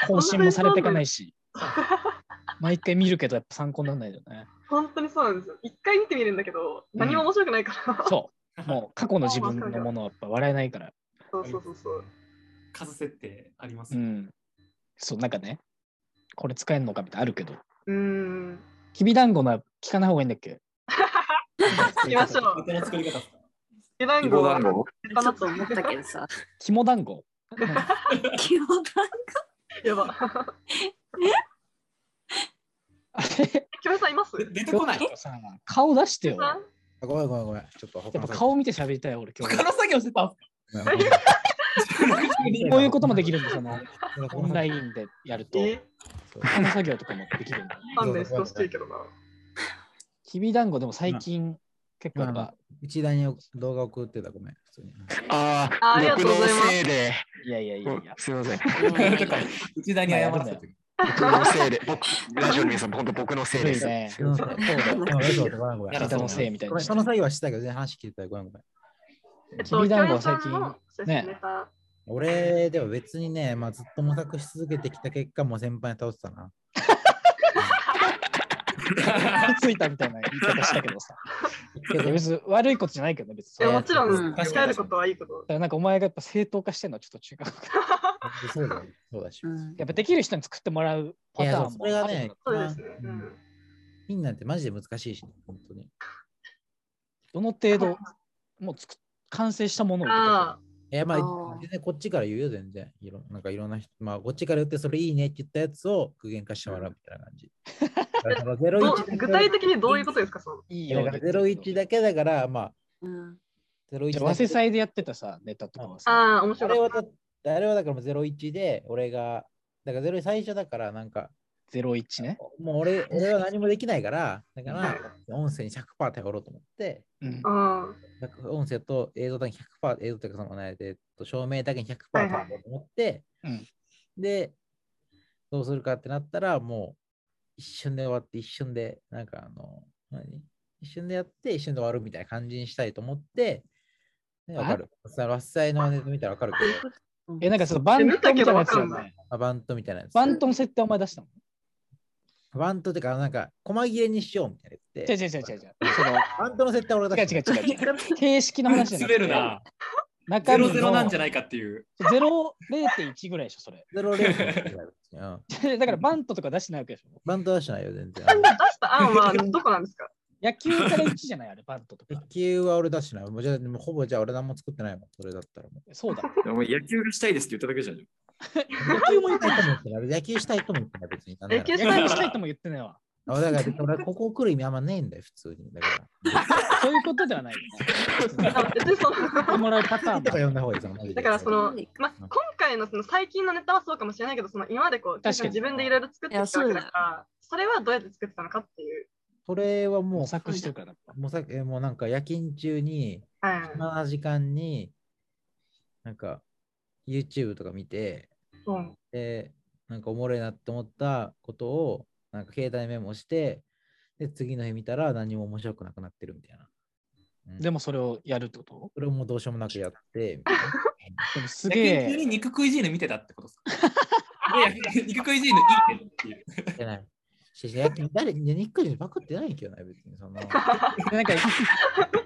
Speaker 2: 更新もされていかないし、毎回見るけどやっぱ参考にならないよね。
Speaker 1: 本当にそうなんですよ。一回見てみるんだけど、
Speaker 2: ん
Speaker 1: 何も面白くないから。
Speaker 2: そう、もう過去の自分のものはやっぱ笑えないから。
Speaker 1: そうそうそうそう。
Speaker 7: 数設定あります
Speaker 2: う
Speaker 7: ね。
Speaker 2: ん。そう、なんかね、これ使えるのかみたいなのあるけど、
Speaker 1: うーん。
Speaker 2: きびだんごのは聞かない方がいいんだっけ
Speaker 1: 聞きましょう。
Speaker 7: ネタの作り方ですか
Speaker 1: 湯団
Speaker 3: ご
Speaker 1: 子
Speaker 3: だ
Speaker 1: は
Speaker 3: んご
Speaker 4: ちょっと思ったけど さ。
Speaker 2: 肝だんご。
Speaker 4: 基本だ。
Speaker 1: やば。
Speaker 2: あれ
Speaker 1: 木村さんいます
Speaker 7: で出てこ ない。
Speaker 2: さ顔出してよ。
Speaker 1: さん
Speaker 5: あごめんごめんごめん。ちょっと他
Speaker 2: やっ
Speaker 5: の
Speaker 2: ぱ
Speaker 5: 作
Speaker 2: 顔見て喋りたいよ俺今
Speaker 7: 他
Speaker 2: 日。
Speaker 7: の作業してたんですか
Speaker 5: ごめんごめん
Speaker 2: こういうこともできるんで、その
Speaker 5: ご
Speaker 2: オ
Speaker 5: めん
Speaker 2: ンラインでやると、
Speaker 1: え
Speaker 2: 他の作業とかもできるんだ。
Speaker 1: 勘弁してほしいけどな。
Speaker 2: きびだんごでも最近結構やっぱ、
Speaker 5: 一台に動画送ってた、ごめん。普通に
Speaker 6: あ
Speaker 1: ああ
Speaker 6: あ
Speaker 1: りがと
Speaker 6: 僕
Speaker 1: うござい
Speaker 6: の
Speaker 1: ます
Speaker 6: せいで。
Speaker 2: いやいやいやいや、
Speaker 6: すみません。
Speaker 7: だから 内田に謝らせて。
Speaker 6: 僕のせいで。 僕ラジオの皆さん、本当僕のせい
Speaker 2: 古
Speaker 6: で
Speaker 2: い
Speaker 6: す。
Speaker 2: ね。
Speaker 5: うんそうごめんそうごめんごめん
Speaker 7: なら
Speaker 2: 板のせいみたいに
Speaker 5: ごめん
Speaker 2: して
Speaker 5: その。作業はしてたけど、全然話聞いてたよごめんごめん。
Speaker 1: えっ
Speaker 2: きびだんごは
Speaker 1: 木村さ
Speaker 2: 最近
Speaker 1: の写真
Speaker 2: ね
Speaker 1: ネタ
Speaker 5: 俺、でも別にね、まあ、ずっと模索し続けてきた結果、もう先輩に倒してたな。
Speaker 2: ついたみたいな言い方したけどさ。 いや別に悪いことじゃないけどね、別
Speaker 1: い
Speaker 2: に。
Speaker 1: や
Speaker 2: だ
Speaker 1: もちろ
Speaker 4: うん
Speaker 1: ん、考えることはいいこと。
Speaker 2: からなんかお前がやっぱ正当化してるのはちょっと違う。
Speaker 5: そうだよ、そうだし。
Speaker 4: うん
Speaker 2: やっぱできる人に作ってもらうパターンもある
Speaker 5: いや
Speaker 2: よ
Speaker 5: それがね
Speaker 1: そうですね。
Speaker 5: う
Speaker 1: うんん
Speaker 5: ピンなんてマジで難しいし、本当に。い
Speaker 2: どの程度、もう作っ完成したものを受け取る
Speaker 1: あ
Speaker 5: や、まあ
Speaker 4: あー、
Speaker 5: 全然こっちから言うよ、全然。いろなんかいろんな人、まあ、こっちから言って、それいいねって言ったやつを具現化してもらうみたいな感じ。だから
Speaker 1: あ、ど
Speaker 5: 01
Speaker 1: 具体的にどういうことですか、その。
Speaker 2: いいよ
Speaker 5: だ
Speaker 2: ね
Speaker 5: から01だけだから、まあ、
Speaker 4: うん。
Speaker 5: 01
Speaker 2: じ
Speaker 5: だ
Speaker 2: ゃ
Speaker 5: け
Speaker 2: あ和製祭でやってたさ、ネタとかはさ。
Speaker 1: ああ、面
Speaker 5: あ
Speaker 1: 白
Speaker 5: れ
Speaker 1: か
Speaker 5: は
Speaker 1: った
Speaker 5: だ、あれはだからもう01で、俺が、だから01最初だから、なんか、
Speaker 2: 01ね。
Speaker 5: もう 俺俺は何もできないから、だから、音声に100%頼ろうと思って、
Speaker 2: うん。
Speaker 1: うん。
Speaker 5: 音声と映像だけ100%、映像というかその、ね、えっと、照明だけ100%頼ろうと思って、
Speaker 2: はいはい
Speaker 5: で、どうするかってなったら、もう一瞬で終わって、一瞬で、なんかあの、何一瞬でやって、一瞬で終わるみたいな感じにしたいと思って、ね、わかる。さ、ラッサイのネタ見たらわかるけど、
Speaker 2: え、なんかそのバントみたいなやつよ
Speaker 1: 見たけどわかんな
Speaker 2: ね。
Speaker 5: あバントみたいなやつ。
Speaker 2: バントの設定をお前出したの
Speaker 5: バントっていうか、なんか、細切れにしようみたいな言って。
Speaker 2: 違う違う違う違う違う。 その
Speaker 5: バントの設定は俺が出して
Speaker 2: 違う違う違う違う。形式の話じゃなく
Speaker 7: 滑
Speaker 2: て。
Speaker 7: るな。
Speaker 2: 中身
Speaker 7: ゼロ
Speaker 2: の
Speaker 7: ゼロなんじゃないかっていう。
Speaker 2: 0 0.1ぐらいでしょ、それ。
Speaker 5: ゼロレう ん。
Speaker 2: だからバントとか出してないわけでしょ。
Speaker 5: バントはしないよ、全然。
Speaker 1: 出した案はどこなん ですか
Speaker 2: 野球から1じゃない、あれ、バントとか
Speaker 5: 野。球は俺出しない。もうじゃあもうほぼじゃあ俺何も作ってないもん、それだったらもう。
Speaker 2: そうだ。
Speaker 3: でも野球がしたいですって言っただけじゃん。
Speaker 5: 野球も言いたいと思ってない。野球したいと思ってない、別に。
Speaker 1: 野球
Speaker 2: 野球
Speaker 1: したい
Speaker 2: したいとも言ってないわ。
Speaker 5: あだから、俺ここ来る意味あんまねえんだよ、普通に。だから。
Speaker 2: そういうことではないよね。
Speaker 1: あ別にその
Speaker 2: やってもらうパターン
Speaker 5: とか
Speaker 2: も。
Speaker 5: 呼んだ方がいいぞ、マジで
Speaker 1: だからその、まあ
Speaker 5: うん、
Speaker 1: 今回のその最近のネタはそうかもしれないけど、その今までこう
Speaker 2: 確かに
Speaker 1: 自分でいろいろ作ってきたわけだ
Speaker 4: いやそう
Speaker 1: から、それはどうやって作ってたのかっていう。
Speaker 5: それはも
Speaker 2: 模
Speaker 5: う、
Speaker 2: 索してるから。
Speaker 5: もうさえもうなんか夜勤中に、
Speaker 1: うん
Speaker 5: 7時間に、なんか、YouTube とか見て、
Speaker 1: うん
Speaker 5: で、なんかおもろいなって思ったことを、なんか携帯メモして、で、次の日見たら何も面白くなくなってるみたいな。うん
Speaker 2: でもそれをやるってこと
Speaker 5: それをもうどうしようもなくやって、みたいな
Speaker 2: でもす
Speaker 7: 野
Speaker 2: げ
Speaker 7: 球中
Speaker 2: え。
Speaker 7: に肉食いジーヌ見てたってことです かいや肉食いジーヌいいねっていう。
Speaker 5: じゃない。ししや誰にニックにパクってないけどな、別に。その
Speaker 2: なんか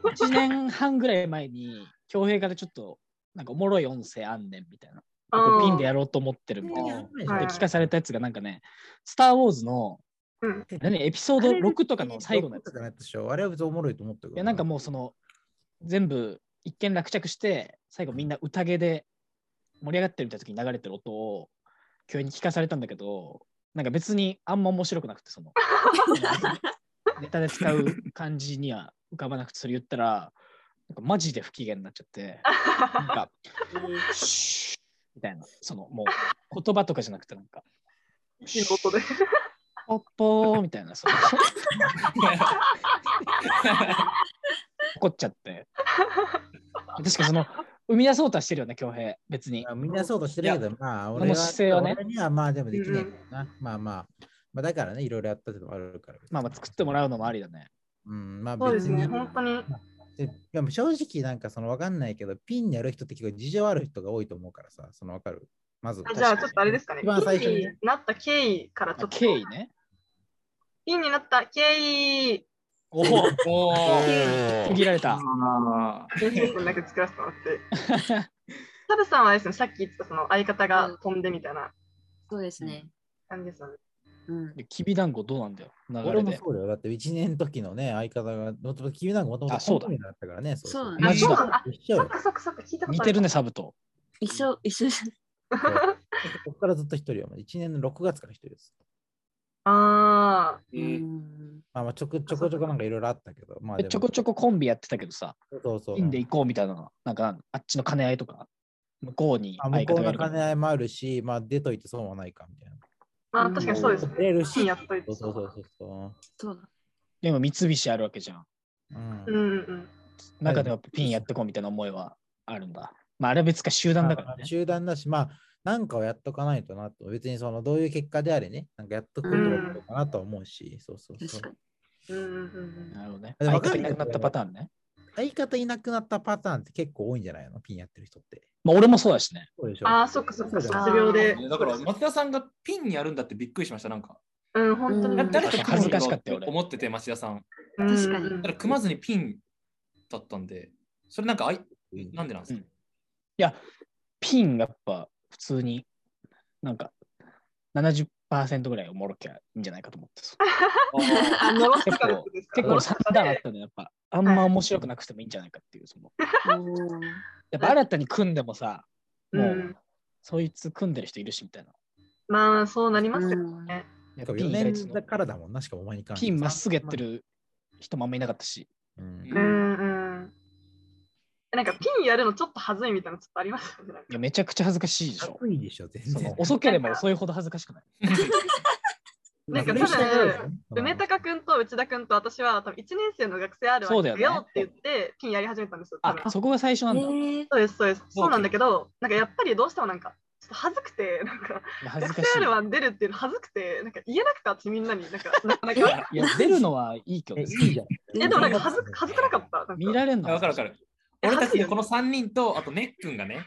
Speaker 2: 1年半ぐらい前に、恭平からちょっとなんかおもろい音声あんねんみたいな。これピン でやろうと思ってるみたいな。で聞かされたやつがなんかね、スター・ウォーズの
Speaker 1: うん
Speaker 2: 何エピソード6とかの最後のやつ。
Speaker 5: とかのやつでしょ。あれは別におもろいと思ったけど。
Speaker 2: いやなんかもうその全部一見落着して最後みんな宴で盛り上がってるみたいな時に流れてる音を共演に聞かされたんだけど、なんか別にあんま面白くなくて、その ネタで使う感じには浮かばなくて、それ言ったら、なんかマジで不機嫌になっちゃって、なんか、シューみたいな、そのもう言葉とかじゃなくて、なんか、
Speaker 1: いい音で。
Speaker 2: ポッポーみたいな、その 怒っちゃって。確かその、生み出そうとはしてるよね、恭平、別に
Speaker 5: ま。あみんなそうとしてるけど、まあ、
Speaker 2: の
Speaker 5: 俺は
Speaker 2: 姿勢はね
Speaker 5: 俺にはまあでもできないからな。まあまあ、まあだからね、いろいろやったってのもあるから。
Speaker 2: まあまあ、作ってもらうのもありだね。
Speaker 5: うん、まあ
Speaker 1: そうで
Speaker 5: 別
Speaker 1: す
Speaker 5: に。
Speaker 1: ね、本当に。
Speaker 5: ででも正直なんかそのわかんないけど、ピンやる人って結構事情ある人が多いと思うからさ、そのわかる。まず。
Speaker 1: あじゃあ、ちょっとあれですかね。
Speaker 5: 一番最
Speaker 1: ピ
Speaker 5: 初
Speaker 1: ン
Speaker 5: に
Speaker 1: に
Speaker 5: ね。
Speaker 1: なった経緯からちょ
Speaker 2: あ
Speaker 1: っと。
Speaker 2: 経緯ね。
Speaker 1: ピンになった経緯。
Speaker 2: おお
Speaker 7: おー
Speaker 2: 区切られた。
Speaker 3: あ
Speaker 1: 編集分だけ作らせてもらって。サブさんはですね、さっき言ってたその相方が飛んでみたいな
Speaker 4: そうですね。
Speaker 1: 感じですよね。
Speaker 4: うん。
Speaker 2: できびだんごどうなんだよ、流
Speaker 5: 俺
Speaker 2: れ
Speaker 5: も
Speaker 2: で。
Speaker 5: そうだよ。だって1年の時のね、相方が、もともと君なんかもともと
Speaker 2: あそうだ
Speaker 5: だったからね。
Speaker 4: そうだね
Speaker 2: 同
Speaker 1: あ、
Speaker 2: じ
Speaker 1: そう
Speaker 2: だ
Speaker 1: なんだ。あ
Speaker 5: 一緒
Speaker 1: そっ
Speaker 5: よ。
Speaker 1: かそっかそっか、聞いたこ
Speaker 2: 似
Speaker 1: とある。
Speaker 2: てるね、サブと。
Speaker 4: 一緒、一緒じゃない
Speaker 5: ここからずっと一人よ。1年の6月から一人です。
Speaker 1: ああ。
Speaker 4: う
Speaker 3: ー
Speaker 4: ん。
Speaker 5: まあまあちょくちょこちょこなんかいろいろあったけど、まあ
Speaker 2: え
Speaker 5: でも
Speaker 2: ちょこちょこコンビやってたけどさ、
Speaker 5: そうそう。
Speaker 2: ピンで行こうみたいなの、なんかあっちの兼ね合いとか、向こうに
Speaker 5: あ
Speaker 2: 相
Speaker 5: 向こ
Speaker 2: 方が
Speaker 5: う
Speaker 2: い
Speaker 5: の
Speaker 2: るか
Speaker 5: 兼ね
Speaker 2: ら。
Speaker 5: 合いもあるし、まあ出といて損はないかみたいな。
Speaker 1: まあ、確かにそうですね。
Speaker 5: 出る
Speaker 1: ピン
Speaker 5: し
Speaker 1: や、っといて。
Speaker 5: そうそうそうそうそ
Speaker 4: そうだ。
Speaker 2: でも三菱あるわけじゃん。
Speaker 5: う。うん
Speaker 1: うんうんうん。
Speaker 2: 中ではピンやってこうみたいな思いはあるんだ。まああれは別か集団だから
Speaker 5: まあ
Speaker 2: ね。
Speaker 5: 集団だし、まあ、なんかをやっとかないとなと、別にそのどういう結果であれね、なんかやっとくことがいいのかなとは思うし、そうそうそ
Speaker 4: 確
Speaker 5: う
Speaker 4: か。に。
Speaker 1: うんうんうん
Speaker 2: なるほどね。
Speaker 5: でも
Speaker 2: 相
Speaker 5: わかん
Speaker 2: 方
Speaker 5: ない
Speaker 2: いなくなったパターンね。
Speaker 5: 相方いなくなったパターンって結構多いんじゃないのピンやってる人って。
Speaker 2: まあ俺もそうだしね。
Speaker 5: そうでし
Speaker 1: うん。ああ、そっかそっか、卒業で。
Speaker 7: だから松田さんがピンにやるんだってびっくりしました、なんか。
Speaker 1: うん、本当に。
Speaker 4: うん
Speaker 7: 誰と組む
Speaker 2: 恥ずかしか
Speaker 7: の
Speaker 2: っ
Speaker 7: ったて
Speaker 2: よ俺
Speaker 7: 思ってて、町田さん。
Speaker 1: 確
Speaker 4: かに
Speaker 7: ただ組まずにピンだったんで、それなんかあい、なんでなんですか、
Speaker 2: いや、ピンがやっぱ普通になんか70%ぐらいおもろきゃいいんじゃないかと思ってさ。
Speaker 1: あ、呪ったからってことですか
Speaker 2: 結構3段あったのやっぱあんま面白くなくてもいいんじゃないかっていうその
Speaker 4: おー
Speaker 2: やっぱ新たに組んでもさ
Speaker 1: う
Speaker 2: も
Speaker 1: ん
Speaker 2: う。そいつ組んでる人いるしみたいな
Speaker 1: まあ、そうなりますよ
Speaker 4: うん
Speaker 1: ね。
Speaker 2: やっぱピ
Speaker 5: 4
Speaker 2: ン意外とそ
Speaker 5: 年
Speaker 2: の
Speaker 5: だからだもんな、しかもお前に関して
Speaker 2: ピンまっすぐやって。る人もあんまいなかったし
Speaker 5: うん
Speaker 1: う、んうん。なんかピンやるのちょっと恥ずいみたいなのちょっとありますよね。
Speaker 2: いやめちゃくちゃ恥ずかしいでしょ
Speaker 5: 熱いでしょ、全
Speaker 2: その
Speaker 5: 然。
Speaker 2: 遅ければ遅いほど恥ずかしくない
Speaker 1: なんか
Speaker 5: まあ
Speaker 1: 多分
Speaker 5: それはね
Speaker 1: 梅高くんと内田くんと私は多分1年生の学生ある
Speaker 2: そう
Speaker 1: わ
Speaker 2: だよ
Speaker 1: け
Speaker 2: ね
Speaker 1: よって言ってピンやり始めたんですよ。多
Speaker 2: あ
Speaker 1: 分
Speaker 2: そこが最初なんだい
Speaker 4: えー
Speaker 1: そうですそうです。そうなんだけど、なんかやっぱりどうしてもなんかちょっと恥ずくて、なんか
Speaker 2: や恥ず
Speaker 1: 学
Speaker 2: か
Speaker 1: 生
Speaker 2: し
Speaker 1: ある
Speaker 2: い
Speaker 1: は出るっていうの恥ずくて、なんか言えなくて私みんなになん かなかなか。
Speaker 2: いや出るのはいいけど
Speaker 5: えい
Speaker 2: ね
Speaker 5: いじゃん。
Speaker 1: えでもなんか恥ず恥ずかなかった。なんか
Speaker 2: 見られんの
Speaker 7: あわかるわかる。俺たちのこの3人と、あとネックンがね、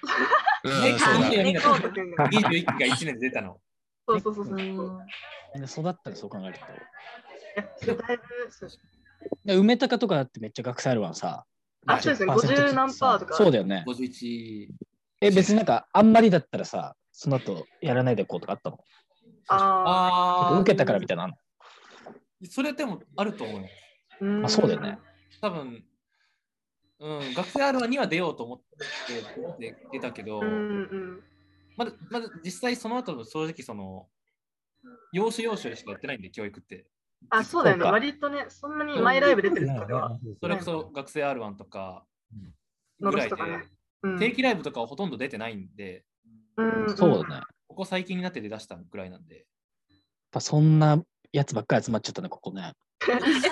Speaker 6: うん
Speaker 7: ネッ
Speaker 6: そう
Speaker 7: クン
Speaker 6: だ
Speaker 7: が
Speaker 1: ね
Speaker 7: みんな
Speaker 1: 猫太くんが
Speaker 7: 21期が1年で出たの。
Speaker 1: そうそうそうそう。い
Speaker 4: うん
Speaker 2: みんな育ったらそう考えると
Speaker 1: やちょっとだいぶそう
Speaker 2: で梅高とかだってめっちゃ学生あるわさ
Speaker 1: あそうですね
Speaker 2: 50%
Speaker 1: 50何パーとか
Speaker 2: そうだよね
Speaker 7: 51。
Speaker 2: え、別になんか、あんまりだったらさ、その後やらないでこうとかあったの
Speaker 1: あ
Speaker 7: あ
Speaker 2: 受けたからみたいなのあんの
Speaker 7: あ、それでもあると思
Speaker 1: ー
Speaker 7: う。
Speaker 1: ん
Speaker 2: まあ、そうだよね。。
Speaker 7: 多分、うん、学生 R1 には出ようと思って出たけど、
Speaker 1: うんうん。
Speaker 7: まだ、まだ実際その後も正直その、要所要所でしかやってないんで、教育って。
Speaker 1: あ、そうだよね。
Speaker 2: そうか
Speaker 1: 割とね、そんなにマイライブ出てる人では、
Speaker 7: それこそ学生 R1 とか
Speaker 1: ノ
Speaker 7: ぐ
Speaker 1: ロ
Speaker 7: ら
Speaker 1: ス
Speaker 7: い
Speaker 1: と
Speaker 7: で、
Speaker 1: かね。うん
Speaker 7: 定期ライブとかはほとんど出てないんで、
Speaker 1: うん
Speaker 2: そうだね。やっ
Speaker 7: ここ最近になって出だしたぐらいなんで、
Speaker 2: ぱそんなやつばっかり集まっちゃったね、ここね。
Speaker 1: 内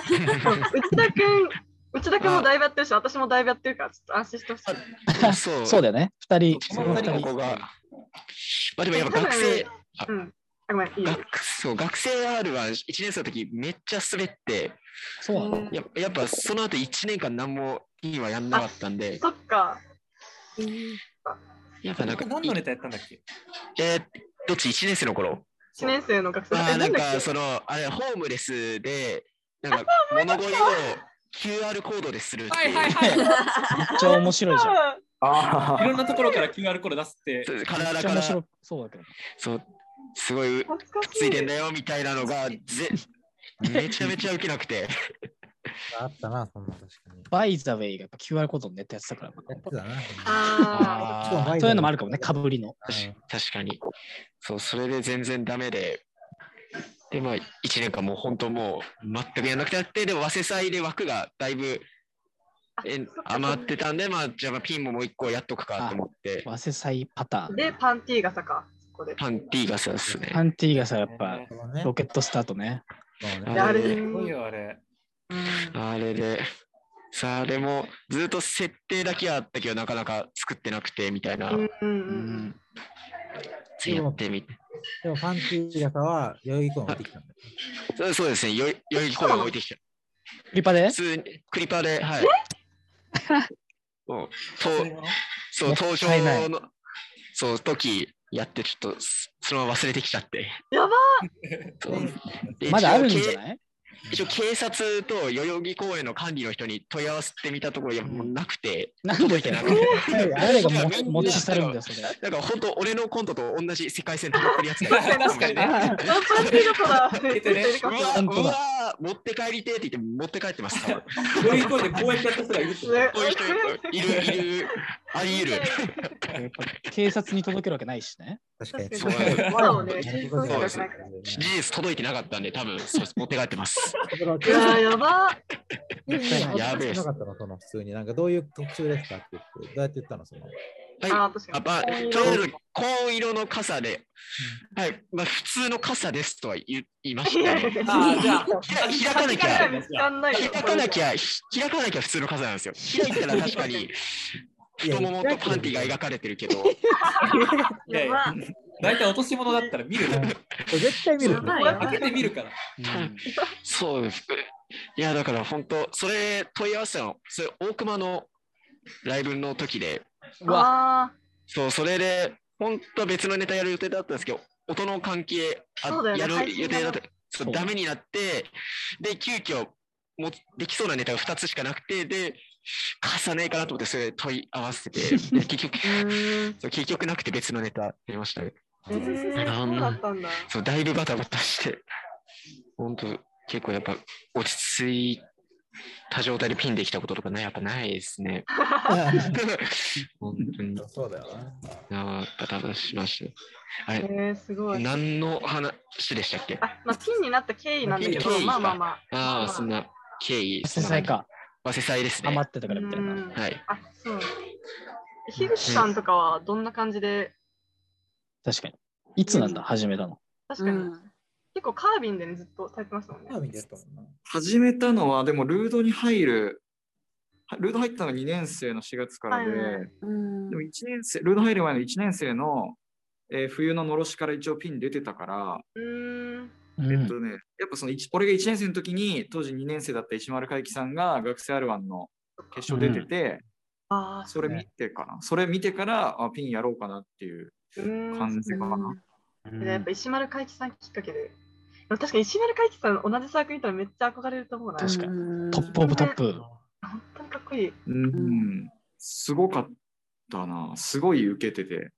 Speaker 1: 田君、内田君もだいぶやってるし、私もだいぶやってるから、ちょっと安心してほしい。
Speaker 6: そう
Speaker 2: そうだよね。二人、
Speaker 7: そ
Speaker 2: そうの
Speaker 7: こ
Speaker 2: 二人
Speaker 7: の二
Speaker 6: ここ
Speaker 7: 人
Speaker 6: が。まあでもやっぱ学生、
Speaker 1: うん。あ、ごめん、いいよ。
Speaker 6: 学そう学生 R は1年生の時めっちゃ滑って、
Speaker 2: そうなの。
Speaker 6: ややっぱその後1年間何もいいはやんなかったんで、
Speaker 1: そっか。
Speaker 6: やっぱなんか、
Speaker 7: 何のネタやったんだっけ
Speaker 6: えーどっち ?1 年生の頃
Speaker 1: 1年生の学生
Speaker 6: あー
Speaker 1: え
Speaker 6: なん
Speaker 1: だっ
Speaker 6: か
Speaker 1: け
Speaker 6: その、あれ、ホームレスで、なんか物乞いを QR コードでするって。
Speaker 7: はいいはいうはい。
Speaker 2: めっちゃ面白 いじゃん。めっ
Speaker 3: あ
Speaker 7: いろんなところから QR コード出すって
Speaker 6: そ、う体
Speaker 2: ちゃ
Speaker 6: か
Speaker 2: 面
Speaker 6: ら、
Speaker 2: 白そうだけど。
Speaker 6: そう、すごい
Speaker 1: 懐か
Speaker 6: つ
Speaker 1: し
Speaker 6: い
Speaker 1: い。
Speaker 6: てんだよみたいなのがぜめちゃめちゃ受けなくて
Speaker 5: あったな、そんな確かに。
Speaker 2: バイザウェイがやっぱ QR コードのネットやってたから。
Speaker 5: やってたな。
Speaker 1: あ
Speaker 5: ちょっと
Speaker 2: あ
Speaker 5: バ
Speaker 2: ー
Speaker 5: イザウェイ
Speaker 2: そういうのもあるかもね、かぶりの。
Speaker 5: うん
Speaker 6: 確かに。そう、それで全然ダメで、で、まあ、1年間もう本当もう全くやんなくてあって、でも、早稲祭で枠がだいぶえ
Speaker 1: そっか
Speaker 6: 余ってたんで、まあ、じゃあまあピンももう一個やっとくかと思って、
Speaker 2: 早稲祭パター
Speaker 1: あ。
Speaker 2: ン。
Speaker 1: で、パンティーがさか、そこで。
Speaker 6: パンティーガスですね
Speaker 2: パ。ンティーがさ、やっぱ
Speaker 7: ね、
Speaker 5: そうね
Speaker 2: ロケットスタートね。
Speaker 5: そう
Speaker 1: で、
Speaker 5: ね
Speaker 1: あれ
Speaker 6: あれ
Speaker 1: で、
Speaker 7: すごいよ、あれ。
Speaker 6: あれで、さあ、でも、ずっと設定だけはあったけど、なかなか作ってなくて、みたいな、
Speaker 1: うんう
Speaker 2: うんん。
Speaker 6: やってみて。
Speaker 5: でも、パンティー型は、代々木公園持ってきたんだよ。
Speaker 6: そうそうですね、よい代々木公園置いてきた。
Speaker 2: リパで
Speaker 6: 普通に、クリパーで、はい。
Speaker 2: もっ
Speaker 6: そうとそう、登
Speaker 7: 忘れ物
Speaker 2: たいない
Speaker 6: 場の、そう、時やって、ちょっと、すそのまま忘れてきちゃって。
Speaker 1: やば
Speaker 6: そう で
Speaker 2: まだあるん
Speaker 6: 一応
Speaker 2: じ
Speaker 6: け
Speaker 2: ゃない
Speaker 6: 一応警察と代々木公園の管理の人に問い合わせてみたところいやもうなくて、
Speaker 2: なん
Speaker 6: 届
Speaker 2: で
Speaker 6: いてな
Speaker 2: だ
Speaker 6: く
Speaker 2: よ
Speaker 6: て。
Speaker 2: 誰が持ち持ち去るんだよ、それ。
Speaker 6: だから本当俺のコントと同じ世界線たまってるやつだ
Speaker 7: 確かにね
Speaker 1: あパンティーがさだ。
Speaker 7: てね
Speaker 6: うわ
Speaker 2: 本当
Speaker 6: う
Speaker 2: だ
Speaker 6: わ持って帰りてえって言って持って帰ってます多 分
Speaker 7: こういう声でこうやってやった人がいるってこと
Speaker 1: ね
Speaker 6: こういう人いるいるあり得る
Speaker 2: やっぱ警察に届けるわけないしね。
Speaker 5: 確かに。
Speaker 1: そうそ
Speaker 6: ね
Speaker 1: うねそう
Speaker 6: ね
Speaker 5: そうです
Speaker 6: 事
Speaker 5: ね
Speaker 6: 実届いてなかったんで多分そう です持って帰ってます
Speaker 1: いや、やば
Speaker 6: やべえ
Speaker 5: なかったの、その普通に。なんかどういう特集ですかって言って、どうやって言ったの、その。
Speaker 6: はい
Speaker 1: あ、確か
Speaker 6: あ
Speaker 1: に。
Speaker 6: まあ、とりあえず、紺色の傘で、はい、まあ、普通の傘ですとは言い言いましたね。
Speaker 7: あーじゃあ、
Speaker 6: ひら開かなきゃ
Speaker 1: 見つかんない
Speaker 6: 開かなきゃ、ひ開かなきゃ普通の傘なんですよ。開いたら確かに、太ももとパンティが描かれてるけど、
Speaker 1: やば
Speaker 7: 大体落とし物だったら見る。こ
Speaker 5: 絶対見る。
Speaker 1: やばいや
Speaker 7: う
Speaker 1: ばい
Speaker 7: 開けて見るから。
Speaker 2: うん
Speaker 6: そうです。いや、だから本当、それ問い合わせたの、それ大熊のライブの時で、
Speaker 1: あ
Speaker 6: そう、それで、本当は別のネタやる予定だったんですけど、音の関係、あ
Speaker 1: そうだよね
Speaker 6: や
Speaker 1: 配
Speaker 6: る
Speaker 1: 信
Speaker 6: 予定だった、
Speaker 2: そ
Speaker 6: そううダメになって、で、急遽もうできそうなネタが2つしかなくて、で、重ねえかなと思って、それ問い合わ せて、で結局、
Speaker 1: ーうーん
Speaker 6: そう結局なくて別のネタやりましたね。
Speaker 1: えーそうだったんだ。
Speaker 6: そう、だいぶバタバタして、本当結構やっぱ落ち着いた状態でピンできたこととかね、やっぱないですね。 本当に、
Speaker 5: そうだよな。
Speaker 6: あーバタバタしました。
Speaker 1: えー、すごい。
Speaker 6: 何の話でしたっけ
Speaker 1: あ、まあ、ピンになった経緯なんだけ
Speaker 6: 経
Speaker 1: ど、
Speaker 6: 緯
Speaker 1: まあまあまあ。
Speaker 6: ああ、そんな経緯。
Speaker 2: 早稲祭か。
Speaker 6: 早稲祭ですね。
Speaker 2: 余ってたからみたい
Speaker 1: うん
Speaker 2: な。
Speaker 6: はい。
Speaker 1: あ、そう。樋口さんとかはどんな感じで、
Speaker 2: 確かに。いつなんだ、始めたの。
Speaker 1: 確
Speaker 4: う
Speaker 1: かに
Speaker 4: ん。
Speaker 1: 結構カービンでねずっとされてましたもんね
Speaker 5: ま。あ、見てたもんな。
Speaker 3: 始めたのは、でもルードに入る、はルード入ったのが2年生の4月からで、
Speaker 1: はいは
Speaker 4: うん
Speaker 3: でも1年生、ルード入る前の1年生の、えー冬ののろしから一応ピン出てたから、
Speaker 1: うーん。
Speaker 2: うん
Speaker 3: えっとね、やっぱその一俺が1年生の時に当時2年生だった石丸海輝さんが学生 R1 の決勝出てて、
Speaker 1: ああ、
Speaker 3: それ見てかなそれ見てからあピンやろうかなっていう
Speaker 1: うーん
Speaker 3: 感じかな、
Speaker 1: でやっぱ石丸海輝さんきっかけで。でも確かに石丸海輝さん同じサークルにいたらめっちゃ憧れると思うな。
Speaker 2: 確かに
Speaker 4: に
Speaker 2: トップオブトップ。
Speaker 1: 本当にかっこいい。
Speaker 3: うんすごかったなすごい受けてて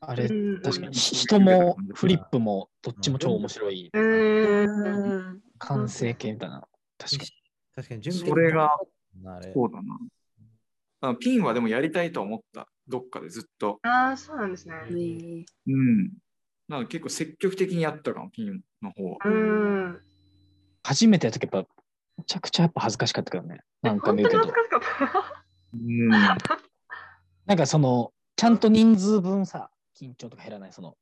Speaker 2: あれ
Speaker 1: う、ん
Speaker 2: 確かに。
Speaker 1: う
Speaker 2: 人もフリップもどっちも超面白い。
Speaker 1: ーん。
Speaker 4: うん
Speaker 2: 完成形みたいな。確かに。
Speaker 5: 確かに準備。
Speaker 3: それが、
Speaker 5: あれ。
Speaker 3: そうだなあピンはでもやりたいと思ったどっかでずっと
Speaker 1: ああ、そうなんですね。
Speaker 4: ね
Speaker 3: うんなんか結構積極的にやったかもピンの方は
Speaker 1: うーん。
Speaker 2: 初めてやった時やっぱ、めちゃくちゃやっぱ恥ずかしかったけどね。なんか
Speaker 1: 本当に
Speaker 2: 見るけ
Speaker 1: 恥ず。
Speaker 2: ど
Speaker 1: かしかった。
Speaker 3: うん
Speaker 2: なんかその、ちゃんと人数分さ、緊張とか減らない。その、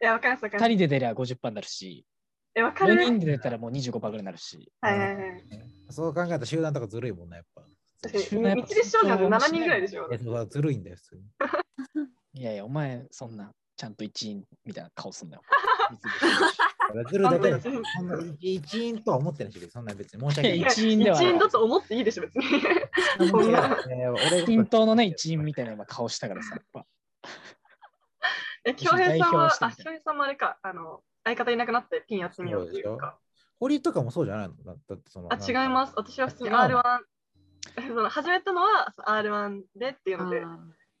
Speaker 1: いや、わかります、わかります。
Speaker 2: 2人で出りゃ50%になるし、
Speaker 1: え、わか
Speaker 2: 4
Speaker 1: る。
Speaker 2: 人で出たらもう25%ぐらいになるし。
Speaker 1: はいはいはい。
Speaker 5: そう考えたら集団とかずるいもんな、やっぱ。
Speaker 1: 確かに、一立少女だと7人ぐらいでしょ。
Speaker 5: え、そうだずるいんだよ、普通に。
Speaker 2: いやいや、お前、そんな、ちゃんと一員みたいな顔すん なよ。
Speaker 5: だからずるだけだよそんな一一員とは思ってないし、そんな別に申し訳
Speaker 2: い
Speaker 5: な
Speaker 2: や
Speaker 5: い。
Speaker 2: 一員では
Speaker 1: 一員だと思っていいでしょ、別に。
Speaker 5: そん
Speaker 1: んな
Speaker 5: なえー 俺
Speaker 2: 均等のね、一員みたいな今顔したからさ、やっぱ。
Speaker 1: え、京平さん
Speaker 2: 代表
Speaker 1: は
Speaker 2: し、てみ
Speaker 1: あ、
Speaker 2: たい
Speaker 1: 京平さんもあれか、あの、相方いなくなってピンやってみようっていうか。
Speaker 5: 堀とかもそうじゃないのだだってその。
Speaker 1: あ、違います。。私は普通に
Speaker 5: 違うの
Speaker 1: R1、そ の始めたのはその R1 でっていうので、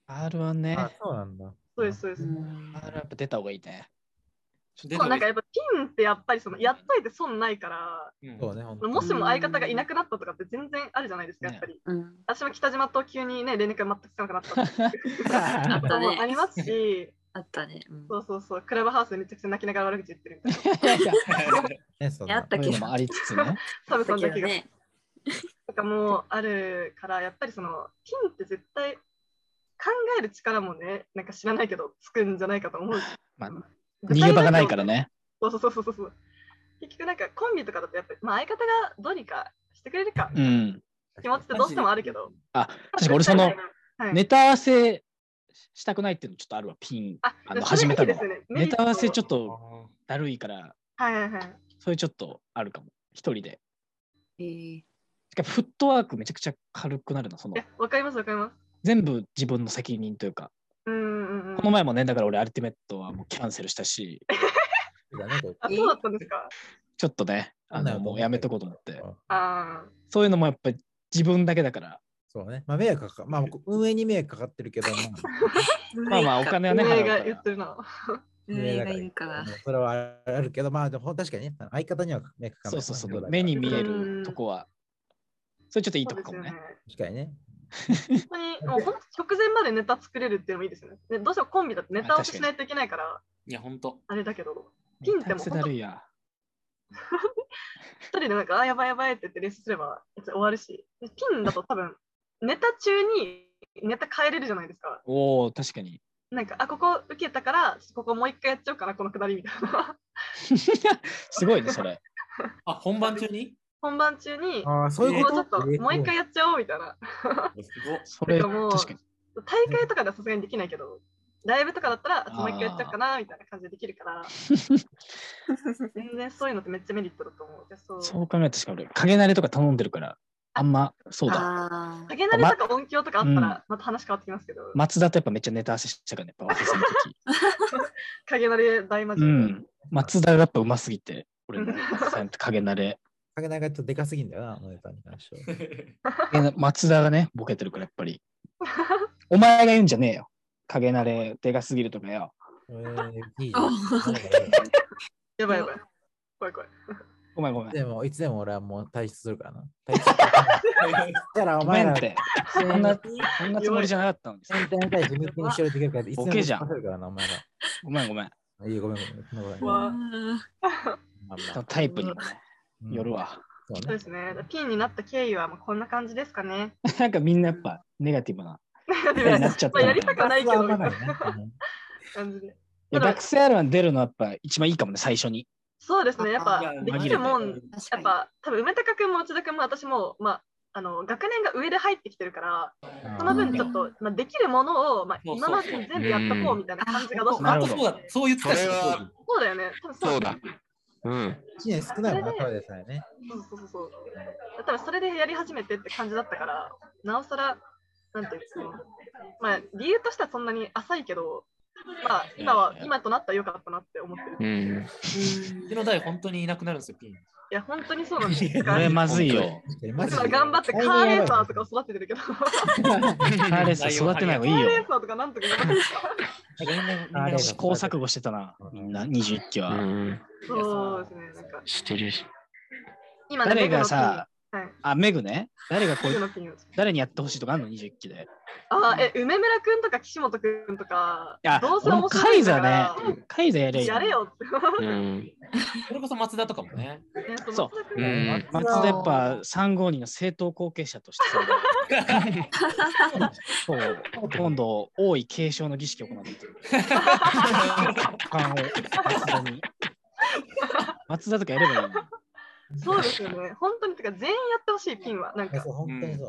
Speaker 4: あ
Speaker 2: R1 ね。
Speaker 5: あ、そうなんだ。
Speaker 1: そうです、そうで
Speaker 4: ー
Speaker 1: す。
Speaker 4: うん
Speaker 2: R1 やっぱ出た方がいいね。
Speaker 7: 出
Speaker 1: そう
Speaker 7: た
Speaker 1: なん
Speaker 7: り
Speaker 1: かやっぱピンってやっぱりそのやっといて損ないから
Speaker 7: うん
Speaker 5: そうね、ほんと
Speaker 1: もしも相方がいなくなったとかって全然あるじゃないですか
Speaker 2: ね
Speaker 1: やっぱり、
Speaker 4: うん。
Speaker 1: 私も北島と急にね連絡が全くつかなくなったっていう
Speaker 4: あっ
Speaker 1: こと
Speaker 4: た
Speaker 1: もあ
Speaker 4: ね。
Speaker 1: りますし
Speaker 4: あったね。うん
Speaker 1: そうそうそうクラブハウスでめちゃくちゃ泣きながら悪口言ってるみたいな
Speaker 5: ね、そん
Speaker 4: や
Speaker 5: な
Speaker 4: った
Speaker 2: そうい
Speaker 4: け
Speaker 2: う
Speaker 4: ど。
Speaker 2: のもありつつね。
Speaker 1: サ
Speaker 4: あ
Speaker 1: ブ
Speaker 4: った
Speaker 1: さん
Speaker 4: け
Speaker 1: だけ
Speaker 4: ど
Speaker 1: が
Speaker 4: ね。
Speaker 1: とかもあるからやっぱりそのピンって絶対考える力もねなんか知らないけどつくんじゃないかと思う、
Speaker 2: まあ
Speaker 1: 具体
Speaker 2: 逃
Speaker 1: だ
Speaker 2: げ
Speaker 1: と
Speaker 2: 場がないからね。
Speaker 1: そうそうそうそうそう結局なんかコンビとかだとやっぱり、まあ、相方がどうにかしてくれるか、
Speaker 2: うん。
Speaker 1: 気持ちってどうしてもあるけど
Speaker 2: あ、確か俺その、
Speaker 1: はい
Speaker 2: ネタ合わせしたくないっていうのちょっとあるわ、ピン。
Speaker 1: あ
Speaker 2: あ
Speaker 1: で
Speaker 2: の
Speaker 1: も
Speaker 2: 始めたの
Speaker 1: それいいですよね
Speaker 2: ネタ合わせちょっ
Speaker 7: あ
Speaker 2: と
Speaker 7: ー
Speaker 2: だるいから、
Speaker 1: はいはいはい
Speaker 2: それちょっとあるかも。一人で。
Speaker 4: えー
Speaker 2: しかもフットワークめちゃくちゃ軽くなるな、その
Speaker 1: いや、わかりますわかります。
Speaker 2: 全部自分の責任というか、
Speaker 1: うんうんうん。
Speaker 2: この前もね、だから俺、アルティメットはもうキャンセルしたし、
Speaker 5: だね、こ
Speaker 1: あ、そうだったんですか。
Speaker 2: ちょっとね、あ
Speaker 5: なんだ
Speaker 2: の
Speaker 5: よ
Speaker 2: もうやめとこうと思っ
Speaker 5: う
Speaker 2: て、
Speaker 5: うん
Speaker 1: あ
Speaker 2: そういうのもやっぱり自分だけだから、
Speaker 5: そうね。まあ、迷惑かか、まあ、運営に迷惑かかってるけど、 ま
Speaker 2: まあまあ、お金
Speaker 1: あ、
Speaker 2: はね、
Speaker 1: 運営
Speaker 2: 払うか
Speaker 1: が
Speaker 2: ら
Speaker 1: 言ってるな。
Speaker 5: あ、
Speaker 4: 運営がいるか
Speaker 5: あ
Speaker 4: ら
Speaker 5: の。それはあるけど、まあ、でも確かにね、相方には迷惑かか
Speaker 2: そ
Speaker 5: んな
Speaker 2: う
Speaker 5: い
Speaker 2: そうそ
Speaker 5: まあ
Speaker 2: う、目に見え
Speaker 1: うん
Speaker 2: るとこは、それちょっといい
Speaker 1: そ
Speaker 2: と
Speaker 1: う
Speaker 2: こ
Speaker 1: で
Speaker 2: か
Speaker 1: すよね
Speaker 2: もね。。
Speaker 5: 確かにね。
Speaker 1: 本当に、もう本当直前までネタ作れるっていうのもいいですよね。ねどうしてもコンビだってネタ合わせしないといけないから、
Speaker 7: いや、ほんと。
Speaker 1: あれだけど、ピンってもう
Speaker 2: タクスだるいや。
Speaker 1: 一人でなんか、あ、やばいやばいって言って練習すれば終わるし、でピンだと多分、ネタ中にネタ変えれるじゃないですか。
Speaker 2: おお、確かに。
Speaker 1: なんか、あ、ここ受けたから、ここもう一回やっちゃおうかな、このくだりみたいな。
Speaker 2: すごいね、それ。
Speaker 7: あ、本番中に
Speaker 1: 本番中に、
Speaker 5: ああ、そういう
Speaker 1: こ
Speaker 5: こ
Speaker 1: こちょ
Speaker 5: と
Speaker 1: っともう一回やっちゃおうみたいな。
Speaker 7: すごっ
Speaker 2: それ、
Speaker 1: でも
Speaker 2: 確かに。
Speaker 1: 大会とかではさすがにできないけど、ライブとかだったら、あもう一回やっちゃおうかなみたいな感じでできるから、全然そういうのってめっちゃメリットだと思う。でそう
Speaker 2: そう考えたしか俺、影慣れとか頼んでるから、あんま、そうだ。
Speaker 4: ああ。
Speaker 1: 影慣れとか音響とかあったら、また話変わってきますけど、
Speaker 2: 松田とやっぱめっちゃネタ合わせしたからね、 やっぱ私の時。
Speaker 1: 影慣れ大魔
Speaker 2: う
Speaker 1: 人。
Speaker 2: ん。松田がやっぱうますぎて、俺も松田の影慣れ。
Speaker 5: かけながらちょっとでかすぎんだよな、あのネタに関しては。
Speaker 2: え松田がね、ボケてるからやっぱり。お前が言うんじゃねえよ。影慣れ、でかすぎるとかよ。
Speaker 5: えー、いいじゃ
Speaker 4: あ
Speaker 5: ん
Speaker 1: やばいやばい。怖い怖い。
Speaker 2: ごめんごめん。
Speaker 5: でも、いつでも俺はもう退出するからな。退出する から
Speaker 2: ご
Speaker 5: お
Speaker 2: め
Speaker 5: 前
Speaker 2: ん
Speaker 5: ら
Speaker 2: っ、て。そんな、
Speaker 4: ー
Speaker 2: そんなつもりじゃなかったのにさ。
Speaker 5: 全体に対してミーティングしろってるから、いつでも
Speaker 2: ボケじゃん
Speaker 5: 退出するからな、お前ら。
Speaker 2: ごめんごめん。
Speaker 5: いいよ、ごめん、ごめん。そんなこと
Speaker 1: う
Speaker 5: ない
Speaker 1: わ
Speaker 5: まあ
Speaker 2: そ
Speaker 5: ま
Speaker 2: のタイプにもね、
Speaker 5: あ
Speaker 2: よる。わ。
Speaker 5: うんそう
Speaker 1: そう
Speaker 5: ね
Speaker 1: ですね。ピンになった経緯はもうこんな感じですか ね。
Speaker 2: なんかみんなやっぱネガティブな。
Speaker 1: ま
Speaker 2: なっちゃった
Speaker 1: あやりたくはないけど、
Speaker 5: あ
Speaker 1: み
Speaker 5: んま
Speaker 1: たい
Speaker 5: ない
Speaker 1: な
Speaker 5: ね うん
Speaker 1: 感じで。
Speaker 2: いや学生あるある出るのはやっぱ一番いいかもね、最初に。
Speaker 1: そうですね。やっぱ
Speaker 7: いや
Speaker 1: できるもん、
Speaker 4: 確
Speaker 1: や
Speaker 4: か
Speaker 1: っ
Speaker 4: に。
Speaker 1: ぱ多分梅高君も内田君も私も、まあ、あの学年が上で入ってきてるから、その分ちょっと、まあ、できるものを、まあ、
Speaker 7: そう
Speaker 1: 今
Speaker 7: そう
Speaker 1: まで全部やっとこうみたいな感じがどうしても
Speaker 2: な
Speaker 1: あ
Speaker 7: あ
Speaker 2: る
Speaker 1: っ
Speaker 7: と
Speaker 1: て
Speaker 2: ほど
Speaker 7: そうだ、そう言ってたし
Speaker 6: それは
Speaker 1: そうだよね。多分
Speaker 6: そうだ。うん。
Speaker 5: 一年少ないもんな、川でさえね。
Speaker 1: そうそうそうそう。多分それでやり始めてって感じだったから、なおさら、なんていうんですかね。まあ理由としてはそんなに浅いけど、まあ今は、今となったら良かったなって思ってる。
Speaker 6: う
Speaker 1: い
Speaker 6: ん。
Speaker 7: うちの代、本当にいなくなるんですよ、ピン。
Speaker 1: や、本当にそうなんですよ。
Speaker 2: これまずいよ。
Speaker 5: 確かにマジで
Speaker 1: 今頑張ってカーレーサーとかを育ててるけど、カ
Speaker 2: カーレース育てない方がいい
Speaker 1: ーレ
Speaker 2: よ
Speaker 1: ー。サーとかなんとか頑張って
Speaker 2: あれ試行錯誤してたな、みんな、21期
Speaker 6: う
Speaker 2: は。
Speaker 6: ん。
Speaker 1: そうですね。なんか
Speaker 6: してるし。
Speaker 1: 今ね
Speaker 2: 誰がさ、
Speaker 1: メグのピンはい
Speaker 2: あ、メグね。誰がこ
Speaker 1: メグ
Speaker 2: う、
Speaker 1: のピンを
Speaker 2: 誰にやってほしいとかあるの、21期で。
Speaker 1: あーえ梅村くんとか岸本くんとか、
Speaker 2: いや、
Speaker 1: どうせ
Speaker 2: 俺も
Speaker 1: 面
Speaker 2: カ
Speaker 1: 白い
Speaker 2: イ
Speaker 1: んだか
Speaker 2: ザー
Speaker 1: ら、
Speaker 2: ね。カイザーやれ
Speaker 1: やれ
Speaker 2: よ。
Speaker 1: よって。
Speaker 6: うん。
Speaker 7: それこそ松田とかも ね。
Speaker 1: ね
Speaker 2: そう
Speaker 1: 松田く
Speaker 6: うん
Speaker 1: が
Speaker 6: ん。
Speaker 2: 松田やっぱ352の正統後継者としてさそう今度、王位継承の儀式を行って る。股間を松田に。松田とかやればいいのに
Speaker 1: そうですよね。本当にてか全員やってほしいピンは。なん
Speaker 5: いや
Speaker 1: か
Speaker 5: そう、本当にそ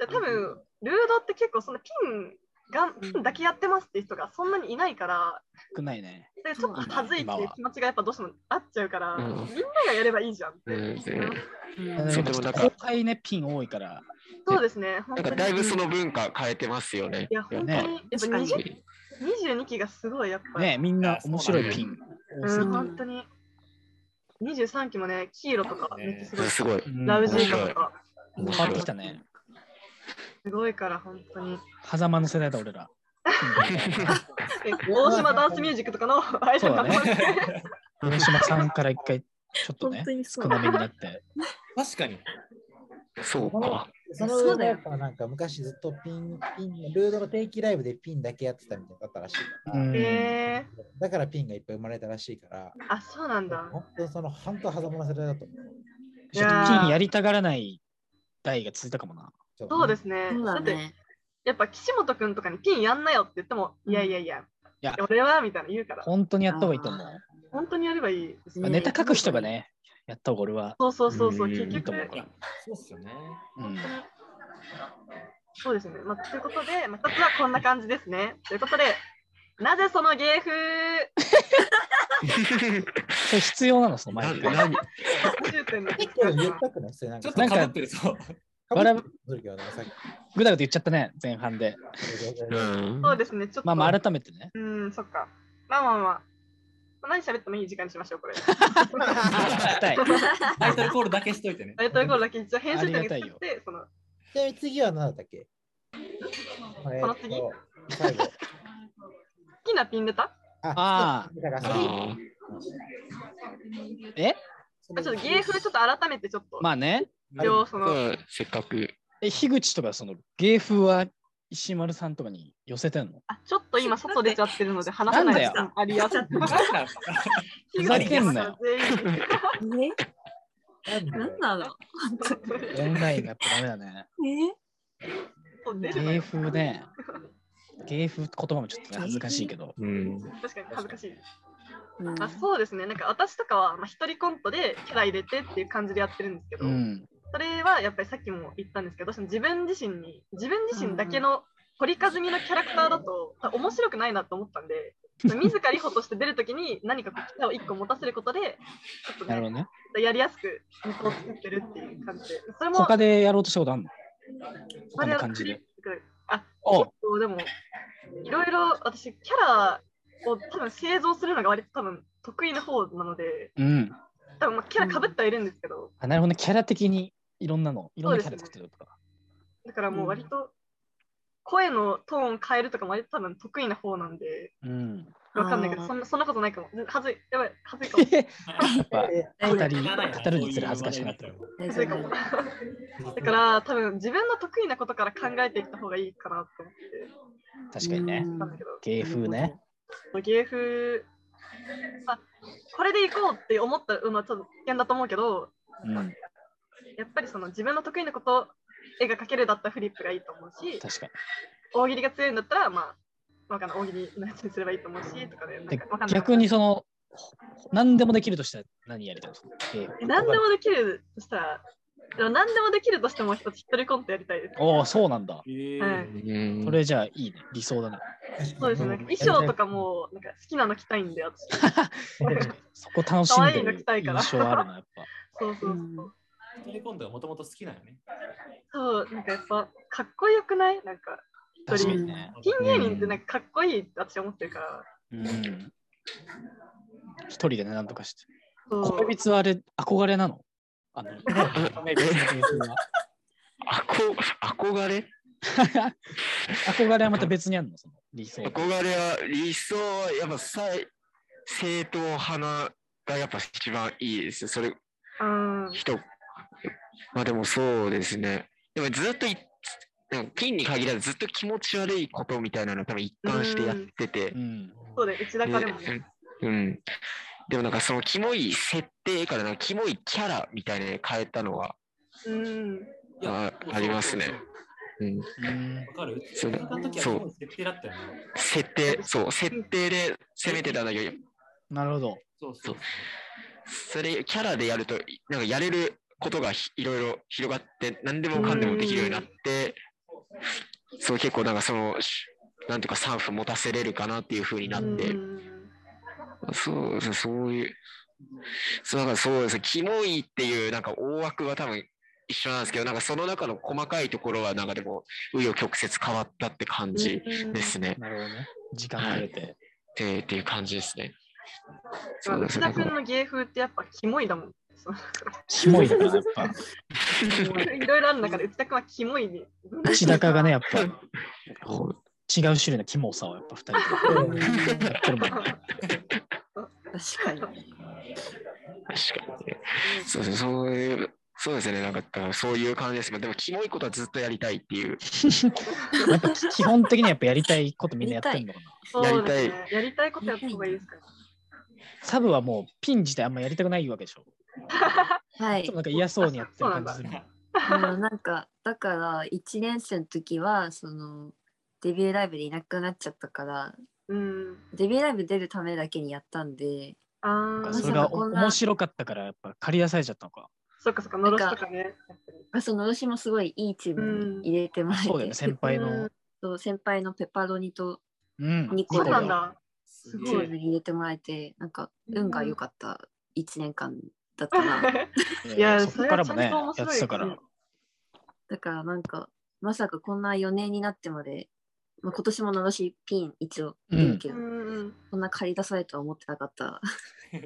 Speaker 5: う。
Speaker 1: 多分ルードって結構そのピンがピンだけやってますっていう人がそんなにいないから、
Speaker 2: 少ないね。
Speaker 1: でちょっと恥ずいっていう気持ちがやっぱどうしてもあっちゃうから、
Speaker 6: うん
Speaker 1: みんながやればいいじゃんって。
Speaker 6: うん
Speaker 4: うん
Speaker 6: そうでもなんか
Speaker 2: 後輩ね、ピン多いから。
Speaker 1: そうですね。本
Speaker 6: な
Speaker 1: 当
Speaker 6: んか
Speaker 1: に
Speaker 6: だいぶその文化変えてますよね
Speaker 1: い。や本当にやっぱ
Speaker 4: ね
Speaker 1: 20 22期がすごいやっぱ、
Speaker 2: ね、みんな面白いピン多す
Speaker 1: う
Speaker 2: ぎ
Speaker 1: ん、
Speaker 2: て
Speaker 1: 本当に23期もね、黄色とかめっちゃすごい、
Speaker 6: すごい。
Speaker 2: うん
Speaker 1: ラウ
Speaker 2: 変
Speaker 1: ジーカとか
Speaker 6: 面
Speaker 2: わ
Speaker 6: 白
Speaker 2: っ
Speaker 6: い
Speaker 2: てきたね。
Speaker 1: すごいから本当に。
Speaker 2: 狭間の世代だ、俺ら。
Speaker 1: え大島ダンスミュージックとかのアイドル
Speaker 2: そうだね上島さんから一回、ちょっとね
Speaker 4: 本当、にそ
Speaker 2: 少
Speaker 4: う
Speaker 2: なめになって。
Speaker 7: 確かに。
Speaker 6: そうか。
Speaker 5: その上でやっぱなんか昔ずっとピン、ピン、ルードの定期ライブでピンだけやってたみたいだったらしいから、
Speaker 2: うん
Speaker 1: え
Speaker 5: だからピンがいっぱい生まれたらしいから、
Speaker 1: ー、あ、そうなんだ。
Speaker 5: 本当にその半島狭間の世代だと思う。
Speaker 1: い
Speaker 2: ちょっと
Speaker 1: やー
Speaker 2: 金やりたがらない代が続いたかもな。
Speaker 5: ちょっと
Speaker 1: そうですね。
Speaker 4: そう
Speaker 1: だ
Speaker 4: だ
Speaker 1: って、
Speaker 4: ね。
Speaker 1: やっぱ岸本くんとかにピンやんなよって言っても、いやいやいや、
Speaker 2: いや
Speaker 1: 俺はみたいな言うから、
Speaker 2: 本当にやった方がいいと思う。
Speaker 1: 本当にやればいいです
Speaker 2: まあ
Speaker 1: ね。
Speaker 4: ね
Speaker 2: ネタ書く人がね、やった方が俺は。
Speaker 1: そうそうそうそう、
Speaker 6: うん
Speaker 1: 結
Speaker 2: いい
Speaker 1: 局
Speaker 2: と思う、
Speaker 7: いや、そうっすよね。
Speaker 2: うん、
Speaker 1: そうですね。まあ、ということで、まあ、一つはこんな感じですね。ということで、なぜその芸風
Speaker 2: それ必要なの、その
Speaker 6: な
Speaker 2: 前
Speaker 6: ん
Speaker 2: で。
Speaker 6: 何
Speaker 1: 10点で
Speaker 5: 結構 言ったくないそれなん
Speaker 7: ちょ
Speaker 5: か
Speaker 7: っとかぶってるぞ。
Speaker 5: 笑う時はね、さっき
Speaker 2: ぐだぐだ言っちゃったね、前半で。
Speaker 6: う
Speaker 5: の
Speaker 6: ん。
Speaker 1: そうですね。ちょっと、
Speaker 2: まあまあ、改めてね。
Speaker 1: うん、そっか。まあまあまあ。何喋ってもいい時間にしましょう、これ。
Speaker 2: 聞きたい。
Speaker 7: タイトルコールだけしといてね。
Speaker 1: えということだけ、一応編集点に
Speaker 2: あり
Speaker 1: 作
Speaker 2: がたいよ
Speaker 1: って、その、
Speaker 5: ちなみに次は何だったっけえ
Speaker 1: そ
Speaker 5: ー
Speaker 1: の
Speaker 5: っ
Speaker 1: 次
Speaker 5: と、最 後。
Speaker 1: 好きなピンネタ
Speaker 5: あ
Speaker 2: あ、
Speaker 5: だから
Speaker 6: あー
Speaker 2: え
Speaker 1: あちょっと芸風ちょっと改めてちょっと、
Speaker 2: まあね。
Speaker 1: 一応そ
Speaker 6: ま
Speaker 1: の、
Speaker 6: あせっかく。
Speaker 2: え、樋口とか、その芸風は石丸さんとかに寄せてんの
Speaker 1: あちょっと今外出ちゃってるので話せない時間ありやすい。
Speaker 7: なんだ
Speaker 2: ふざけんなよ。
Speaker 1: 全員
Speaker 5: な
Speaker 4: え
Speaker 5: ん
Speaker 4: んなの
Speaker 2: オンラインがやっぱダメだね。
Speaker 1: そう出るの
Speaker 2: 芸
Speaker 1: よ
Speaker 2: 風ね。芸風って言葉もちょっとね恥ずかしいけど。
Speaker 6: うん。
Speaker 1: 確かに恥ずかしい。
Speaker 4: えうん
Speaker 1: あそうですね、なんか私とかは、まあ、一人コントでキャラ入れてっていう感じでやってるんですけど、
Speaker 2: うん。
Speaker 1: それはやっぱりさっきも言ったんですけど、どうしても自分自身に、自分自身だけの堀和美のキャラクターだと、あ面白くないなと思ったんで、自らリホとして出るときに何かこうキャラを1個持たせることで、ちょっと
Speaker 2: なるほ
Speaker 1: ね
Speaker 2: どね。
Speaker 1: やりやすくネタを作ってるっていう感じで、それも
Speaker 2: 他でやろうとしたことあんの他の
Speaker 1: は
Speaker 2: 感じで。。
Speaker 1: あ、
Speaker 2: お
Speaker 1: 結構でも、いろいろ私、キャラを多分製造するのが割と多分得意な方なので、
Speaker 2: うん。
Speaker 1: 多分まあキャラかぶってはいるんですけど、
Speaker 2: あなるほどね。キャラ的にいろんなの、いろんなキャラ作ってるとか。
Speaker 1: だからもう割と声のトーン変えるとかも割と多分得意な方なんで、
Speaker 2: うん。
Speaker 1: わかんないけど、
Speaker 4: あー
Speaker 1: そんなそんなことないかも。はずい、やばい、はずいかも。
Speaker 2: やっぱ
Speaker 4: 大
Speaker 2: 語
Speaker 4: 丈
Speaker 2: り
Speaker 7: やだよ
Speaker 2: 語るにつれ恥ずかしくなってる。
Speaker 4: 夫大
Speaker 1: はずいか
Speaker 4: 丈
Speaker 1: も。
Speaker 4: 夫
Speaker 1: だから多分自分の得意なことから考えていった方がいいかなと思って
Speaker 2: 確かにね
Speaker 4: う。
Speaker 1: たんだけど、
Speaker 2: 芸風ね。
Speaker 1: 芸風、あこれでいこうって思ったのはちょっと危険だと思うけど、
Speaker 2: うん。
Speaker 1: やっぱりその自分の得意なこと絵が描けるだったらフリップがいいと思うし
Speaker 2: 確か
Speaker 1: 大喜利が強いんだったらまあわかんない大喜利のやつにすればいいと思うしとかでなん
Speaker 2: に。で
Speaker 1: かわかんない
Speaker 2: 逆にその、ほ何でもできるとしたら何やりたいの芸風
Speaker 1: 何でもできるとしたらでも何でもできるとしても一つ一人コントやりたいです
Speaker 2: おお、そうなんだ。
Speaker 7: え
Speaker 1: はい
Speaker 6: うん
Speaker 2: それじゃあいいね。理想だね。
Speaker 1: そうですねなんか衣装とかもなんか好きなの着たいんで私
Speaker 2: そこ楽しんでる印象あるな、やっぱ。
Speaker 1: そうそうそう、
Speaker 4: うん
Speaker 7: 一人コントがもともと好きなのね。
Speaker 1: そうなんかやっぱかっこよくないなんか一
Speaker 2: 確か
Speaker 1: 人
Speaker 2: にね。
Speaker 1: ピン芸人ってなんかかっこいいって私は思ってるから
Speaker 2: うん。一人でね、なんとかして。
Speaker 1: そう
Speaker 2: 恋人はあれ、憧れなのあの、
Speaker 6: あこ憧れ
Speaker 2: 憧れはまた別にあるのその理想。
Speaker 6: 憧れは理想はやっぱ最正統派ながやっぱ一番いいですよそれ
Speaker 1: うん
Speaker 6: 人まあでもそうですねでもずっといなんかピンに限らずずっと気持ち悪いことみたいなのを多分一貫してやってて
Speaker 2: うん。
Speaker 1: そうで内田かでもね
Speaker 6: でうんでもなんかそのキモい設定からなんかキモいキャラみたいなのに変えたのは
Speaker 1: うん
Speaker 7: い
Speaker 6: あ
Speaker 7: や
Speaker 6: ありますね。うん
Speaker 2: うん
Speaker 7: わかる
Speaker 6: そうだ
Speaker 7: の時は
Speaker 6: そう
Speaker 7: もう設定だったよね。
Speaker 6: 設定そう設定で攻めてたんだけど
Speaker 2: なるほど。
Speaker 7: そうそう。
Speaker 6: それキャラでやるとなんかやれることがひいろいろ広がって何でもかんでもできるようになってそう結構なんかそのしなんとか3分持たせれるかなっていう風になって
Speaker 1: うん
Speaker 6: そうですねそういうそうだからそうですねキモいっていうなんか大枠は多分一緒なんですけどなんかその中の細かいところはなんかでも紆余曲折変わったって感じですね、
Speaker 2: なるほどね。時間かけて。
Speaker 6: ってっていう感じですね
Speaker 1: まあ
Speaker 6: そうです
Speaker 1: 内田
Speaker 6: ね
Speaker 1: 君の芸風ってやっぱキモいだもん。その
Speaker 2: キモいだから、やっぱ。
Speaker 1: いろいろある中で内田君はキモい に。
Speaker 2: 石高がね、やっぱ違う
Speaker 6: こう
Speaker 2: 種類のキモさをやっぱ二人でやってるもんね。
Speaker 4: 確かに。
Speaker 6: 確かにね。そうですね、そういう、そうですね、なんか、そういう感じですけど、でも、キモいことはずっとやりたいっていう。
Speaker 2: やっぱ基本的にはやっぱやりたいことみんなやってんだろうな。
Speaker 1: そうです
Speaker 6: やり
Speaker 1: ね。やりたいことやった方がいいですから。
Speaker 2: サブはもうピン自体あんまやりたくないわけでしょ。
Speaker 4: は
Speaker 2: ちょっ
Speaker 4: い
Speaker 2: と。なんか嫌そうにやってる感じするもん。
Speaker 4: でもなんか、だから、1年生の時は、その、デビューライブでいなくなっちゃったから、
Speaker 1: うん。
Speaker 4: デビューライブ出るためだけにやったんで、
Speaker 1: あ
Speaker 2: なん
Speaker 1: あ
Speaker 2: か、それが
Speaker 4: まさか
Speaker 2: お
Speaker 4: こんな
Speaker 2: 面白かったからやっぱ借り出されちゃったのか。
Speaker 1: そっかそっか、のろしとかね。
Speaker 4: あその私もすごいいいチームに入れてもらえて、
Speaker 2: そうだよね、先輩の。
Speaker 4: そう先輩のペパロニと
Speaker 2: うん。
Speaker 4: ニコ
Speaker 1: そうなん
Speaker 4: が
Speaker 1: だ。す
Speaker 4: チ
Speaker 1: ご
Speaker 4: ー
Speaker 1: い。
Speaker 4: ムに入れてもらえて、なんか、
Speaker 1: うん
Speaker 4: 運が良かった1年間だったな。
Speaker 1: いや、
Speaker 2: そこからもね、
Speaker 1: それはちゃんと面白
Speaker 2: やっ
Speaker 1: い
Speaker 2: てたから。
Speaker 1: うん
Speaker 4: だからなんか、まさかこんな4年になってまで、まあ、今年ものろしピン一応出るけ
Speaker 1: う
Speaker 4: ど、
Speaker 1: ん
Speaker 4: こんな借り出されとは思ってなかった